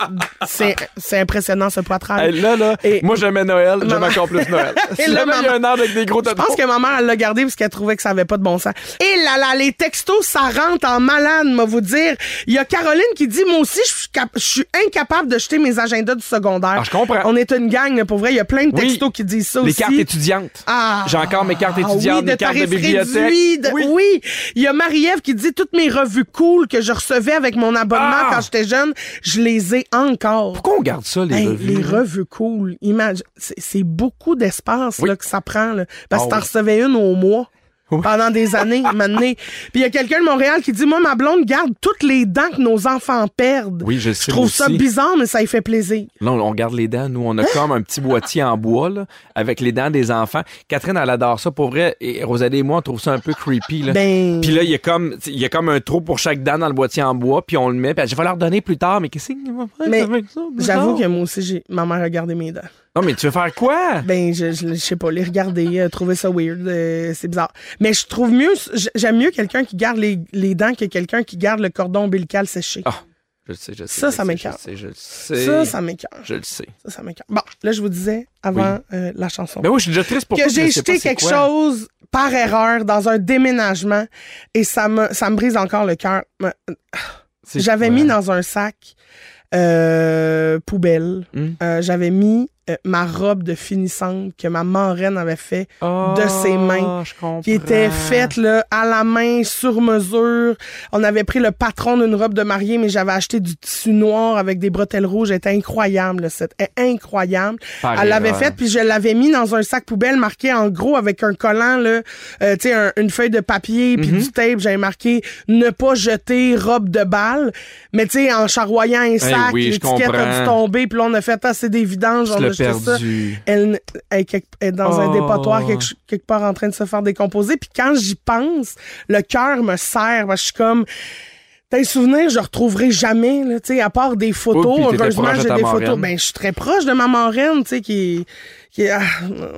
Speaker 5: C'est c'est impressionnant, ce poitrail.
Speaker 3: Hey, là, là,
Speaker 5: Et-
Speaker 3: moi, j'aimais Noël, j'aime
Speaker 5: Maman-
Speaker 3: encore plus Noël.
Speaker 5: Et
Speaker 3: Si
Speaker 5: là,
Speaker 3: jamais il y a un
Speaker 5: maman-
Speaker 3: ange avec des gros
Speaker 5: Je
Speaker 3: totons.
Speaker 5: pense que ma mère, elle l'a gardé parce qu'elle trouvait que ça avait pas de bon sens. Et là, là, les textos, ça rentre en malade, moi vous dire. Il y a Caroline qui dit, moi aussi, je suis cap- je suis incapable de jeter mes agendas du secondaire.
Speaker 3: Ah, je comprends.
Speaker 5: On est une gang, là, pour vrai. Il y a plein de
Speaker 3: Oui.
Speaker 5: textos qui disent ça
Speaker 3: Les
Speaker 5: aussi.
Speaker 3: cartes étudiantes.
Speaker 5: Ah.
Speaker 3: J'ai encore mes cartes
Speaker 5: Ah
Speaker 3: étudiantes,
Speaker 5: oui,
Speaker 3: mes cartes de
Speaker 5: tarif
Speaker 3: bibliothèque.
Speaker 5: réduit, de-
Speaker 3: Oui.
Speaker 5: oui. il y a Marie-Ève qui dit toutes mes revues cool que je recevais avec mon abonnement
Speaker 3: Ah.
Speaker 5: quand j'étais jeune, je les ai encore.
Speaker 3: Pourquoi on garde ça, les
Speaker 5: Hey,
Speaker 3: revues?
Speaker 5: les revues cool, image, c'est- c'est beaucoup d'espace
Speaker 3: Oui.
Speaker 5: là, que ça prend. là. parce
Speaker 3: Ah
Speaker 5: que t'en
Speaker 3: oui.
Speaker 5: recevais une au mois. Pendant des années, maintenant. Puis il y a quelqu'un de Montréal qui dit Moi, ma blonde garde toutes les dents que nos enfants perdent.
Speaker 3: Oui, je sais,
Speaker 5: Je trouve
Speaker 3: moi
Speaker 5: ça
Speaker 3: aussi.
Speaker 5: bizarre, mais ça y fait plaisir.
Speaker 3: Là, on on garde les dents. Nous, on a comme un petit boîtier en bois, là, avec les dents des enfants. Catherine, elle adore ça. Pour vrai, et Rosalie et moi, on trouve ça un peu creepy, là.
Speaker 5: Ben.
Speaker 3: Puis là, il y a comme, il y a comme un trou pour chaque dent dans le boîtier en bois, puis on le met. Puis je vais leur donner plus tard, mais qu'est-ce qu'ils vont faire
Speaker 5: Mais
Speaker 3: avec ça? plus
Speaker 5: J'avoue
Speaker 3: tard?
Speaker 5: que moi aussi, j'ai... ma mère a gardé mes dents.
Speaker 3: Non, mais tu veux faire quoi?
Speaker 5: Ben, je, je, je sais pas, les regarder, euh, trouver ça weird, euh, c'est bizarre. Mais je trouve mieux, j- j'aime mieux quelqu'un qui garde les, les dents que quelqu'un qui garde le cordon ombilical séché.
Speaker 3: Ah, je le sais, je le sais.
Speaker 5: Ça,
Speaker 3: je
Speaker 5: ça
Speaker 3: le sais,
Speaker 5: m'écarte.
Speaker 3: Je le sais, je le sais.
Speaker 5: ça, ça m'écoeure.
Speaker 3: Je le sais.
Speaker 5: Ça, ça m'écoeure. Bon, là, je vous disais avant euh, la chanson.
Speaker 3: Ben oui, je suis déjà triste pour
Speaker 5: que
Speaker 3: toi, je
Speaker 5: j'ai
Speaker 3: sais pas
Speaker 5: jeté
Speaker 3: c'est
Speaker 5: quelque
Speaker 3: quoi.
Speaker 5: chose par erreur dans un déménagement et ça me, ça me brise encore le cœur. Me-
Speaker 3: C'est
Speaker 5: J'avais
Speaker 3: quoi?
Speaker 5: mis dans un sac euh, poubelle,
Speaker 3: Hum.
Speaker 5: Euh, j'avais mis euh, ma robe de finissante que ma marraine avait fait de ses mains.
Speaker 3: Ah, je comprends.
Speaker 5: qui était faite là, à la main, sur mesure. On avait pris le patron d'une robe de mariée, mais j'avais acheté du tissu noir avec des bretelles rouges. Elle était incroyable, là, cette elle- incroyable.
Speaker 3: Par
Speaker 5: Elle l'avait
Speaker 3: erreur.
Speaker 5: faite, puis je l'avais mis dans un sac poubelle marqué en gros avec un collant, là, euh, tu sais, un- une feuille de papier,
Speaker 3: Mhm.
Speaker 5: puis du tape. J'avais marqué « Ne pas jeter robe de balle », mais tu sais, en charroyant un sac,
Speaker 3: Eh oui, je
Speaker 5: l'étiquette a dû
Speaker 3: comprends.
Speaker 5: tomber, puis là, on a fait « Ah, c'est des vidanges,
Speaker 3: Je
Speaker 5: on a
Speaker 3: l'ai
Speaker 5: jeté ça »
Speaker 3: perdu.
Speaker 5: elle, elle est quelque- elle est dans un
Speaker 3: Oh.
Speaker 5: dépotoir quelque, quelque part en train de se faire décomposer. Puis quand j'y pense, le cœur me serre. parce que je suis comme... T'as des souvenirs, je retrouverai jamais, là, tu sais, à part des photos.
Speaker 3: Oui, puis t'étais
Speaker 5: Heureusement,
Speaker 3: proche de
Speaker 5: j'ai
Speaker 3: ta
Speaker 5: des
Speaker 3: marraine.
Speaker 5: photos. Ben, je suis très proche de ma marraine, tu sais, qui, qui, ah,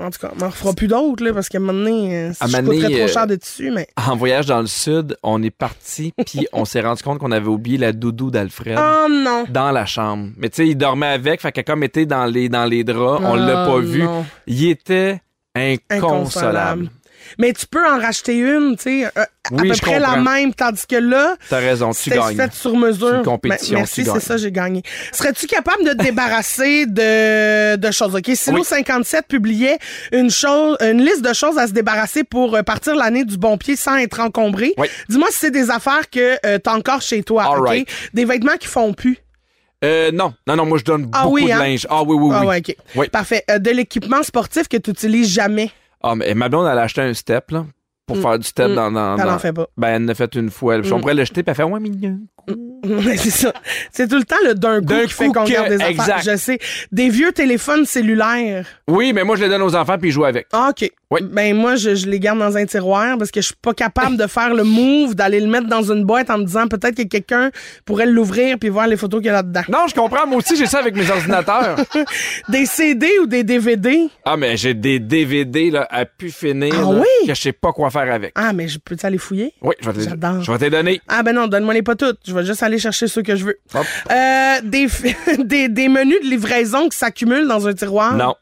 Speaker 5: en tout cas, on m'en refera plus d'autres, là, parce qu'à un moment donné, euh,
Speaker 3: À un
Speaker 5: je
Speaker 3: moment donné,
Speaker 5: coûterais
Speaker 3: euh,
Speaker 5: trop cher de dessus, mais.
Speaker 3: En voyage dans le sud, on est parti, puis on s'est rendu compte qu'on avait oublié la doudou d'Alfred.
Speaker 5: Oh non!
Speaker 3: Dans la chambre. Mais tu sais, il dormait avec, fait que comme était dans les, dans les draps, on l'a
Speaker 5: Ah,
Speaker 3: pas vu.
Speaker 5: non.
Speaker 3: Il était inconsolable.
Speaker 5: Inconsolable. Mais tu peux en racheter une, tu sais, euh, à
Speaker 3: Oui,
Speaker 5: peu
Speaker 3: je
Speaker 5: près la
Speaker 3: comprends.
Speaker 5: même, tandis que là,
Speaker 3: T'as raison, tu
Speaker 5: C'était
Speaker 3: gagnes.
Speaker 5: fait sur mesure.
Speaker 3: C'est une compétition,
Speaker 5: Ben,
Speaker 3: tu
Speaker 5: merci,
Speaker 3: gagnes.
Speaker 5: c'est ça, j'ai gagné. Serais-tu capable de te débarrasser de, de choses? OK, Silo
Speaker 3: Oui.
Speaker 5: 57 publiait une chose, une liste de choses à se débarrasser pour euh, partir l'année du bon pied sans être encombré.
Speaker 3: Oui.
Speaker 5: Dis-moi si c'est des affaires que euh, t'as encore chez toi,
Speaker 3: All
Speaker 5: OK?
Speaker 3: right.
Speaker 5: Des vêtements qui font plus.
Speaker 3: Euh, non, non, non, moi je donne
Speaker 5: Ah
Speaker 3: beaucoup
Speaker 5: oui,
Speaker 3: de
Speaker 5: hein?
Speaker 3: linge. Ah oui, oui, oui.
Speaker 5: Ah ouais, OK.
Speaker 3: Oui.
Speaker 5: Parfait. Euh, de l'équipement sportif que tu utilises jamais.
Speaker 3: Ah, mais ma blonde, elle a acheté un step, là, pour faire du step dans. dans,
Speaker 5: Mm. Elle
Speaker 3: dans-
Speaker 5: en fait pas. Mm.
Speaker 3: Ben, elle en a fait une fois. Puis on pourrait le jeter, puis elle fait, ouais, mais il y a un coup.
Speaker 5: Mais c'est ça. C'est tout le temps le d'un coup
Speaker 3: D'un
Speaker 5: qui fait
Speaker 3: coup
Speaker 5: qu'on
Speaker 3: que-
Speaker 5: garde des affaires.
Speaker 3: exact.
Speaker 5: Je sais. Des vieux téléphones cellulaires.
Speaker 3: Oui, mais moi je le donne aux enfants, puis ils jouent avec.
Speaker 5: Ah, OK.
Speaker 3: Oui.
Speaker 5: Ben moi, je, je les garde dans un tiroir parce que je suis pas capable de faire le move d'aller le mettre dans une boîte en me disant peut-être que quelqu'un pourrait l'ouvrir puis voir les photos qu'il y a là-dedans.
Speaker 3: Non, je comprends, moi aussi j'ai ça avec mes ordinateurs.
Speaker 5: Des CD ou des DVD?
Speaker 3: Ah, mais j'ai des DVD là, à pu finir
Speaker 5: Ah
Speaker 3: là,
Speaker 5: oui?
Speaker 3: que je sais pas quoi faire avec.
Speaker 5: Ah, mais je peux-tu aller fouiller?
Speaker 3: Oui, je vais te les-
Speaker 5: J'adore.
Speaker 3: Je vais te les donner.
Speaker 5: Ah ben non, donne-moi les pas toutes. Je vais juste aller chercher ceux que je veux.
Speaker 3: Hop.
Speaker 5: Euh, des, f- des, des menus de livraison qui s'accumulent dans un tiroir.
Speaker 3: Non.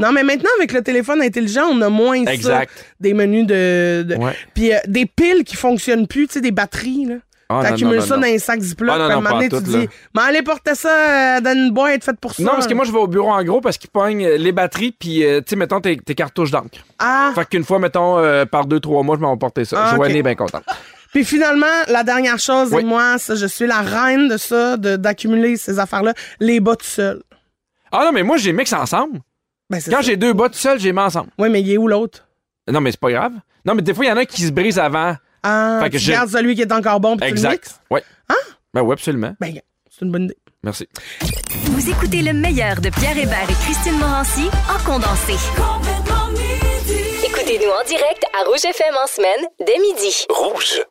Speaker 5: Non, mais maintenant, avec le téléphone intelligent, on a moins ça.
Speaker 3: Exact.
Speaker 5: Des menus de... de-
Speaker 3: Ouais.
Speaker 5: Puis euh, des piles qui fonctionnent plus, tu sais, des batteries, là.
Speaker 3: Ah, non,
Speaker 5: T'accumules
Speaker 3: non, non,
Speaker 5: ça
Speaker 3: non.
Speaker 5: dans un sac Ziploc,
Speaker 3: Ah, non,
Speaker 5: puis à un
Speaker 3: non,
Speaker 5: moment donné,
Speaker 3: pas en
Speaker 5: tu
Speaker 3: tout, là.
Speaker 5: dis « Mais allez, porter ça euh, dans une boîte faite pour ça. »
Speaker 3: Non, parce que moi, je vais au bureau en gros parce qu'ils pognent euh, les batteries, puis, euh, tu sais, mettons tes, tes cartouches d'encre.
Speaker 5: Ah!
Speaker 3: Fait qu'une fois, mettons, euh, par deux, trois mois, je m'en vais porter ça.
Speaker 5: Ah,
Speaker 3: Joanie
Speaker 5: ok.
Speaker 3: est bien contente.
Speaker 5: Puis finalement, la dernière chose,
Speaker 3: Oui.
Speaker 5: et moi, ça, je suis la reine de ça, de- d'accumuler ces affaires-là, les bas tout seul.
Speaker 3: Ah non, mais moi, j'ai mixe ensemble.
Speaker 5: Ben, c'est
Speaker 3: Quand
Speaker 5: ça.
Speaker 3: j'ai deux bas tout seul, j'ai mis ensemble.
Speaker 5: Oui, mais il est où l'autre?
Speaker 3: Non, mais c'est pas grave. Non, mais des fois, il y en a qui se brisent avant.
Speaker 5: Ah,
Speaker 3: Fait que
Speaker 5: tu
Speaker 3: j'ai-
Speaker 5: gardes celui qui est encore bon, puis tu le mixes? Ah.
Speaker 3: Exact. Oui. Ben oui, absolument.
Speaker 5: Ben, c'est une bonne idée.
Speaker 3: Merci.
Speaker 1: Vous écoutez le meilleur de Pierre Hébert et Christine Morancy en condensé.
Speaker 2: Écoutez-nous en direct à Rouge FM en semaine dès midi.
Speaker 6: Rouge.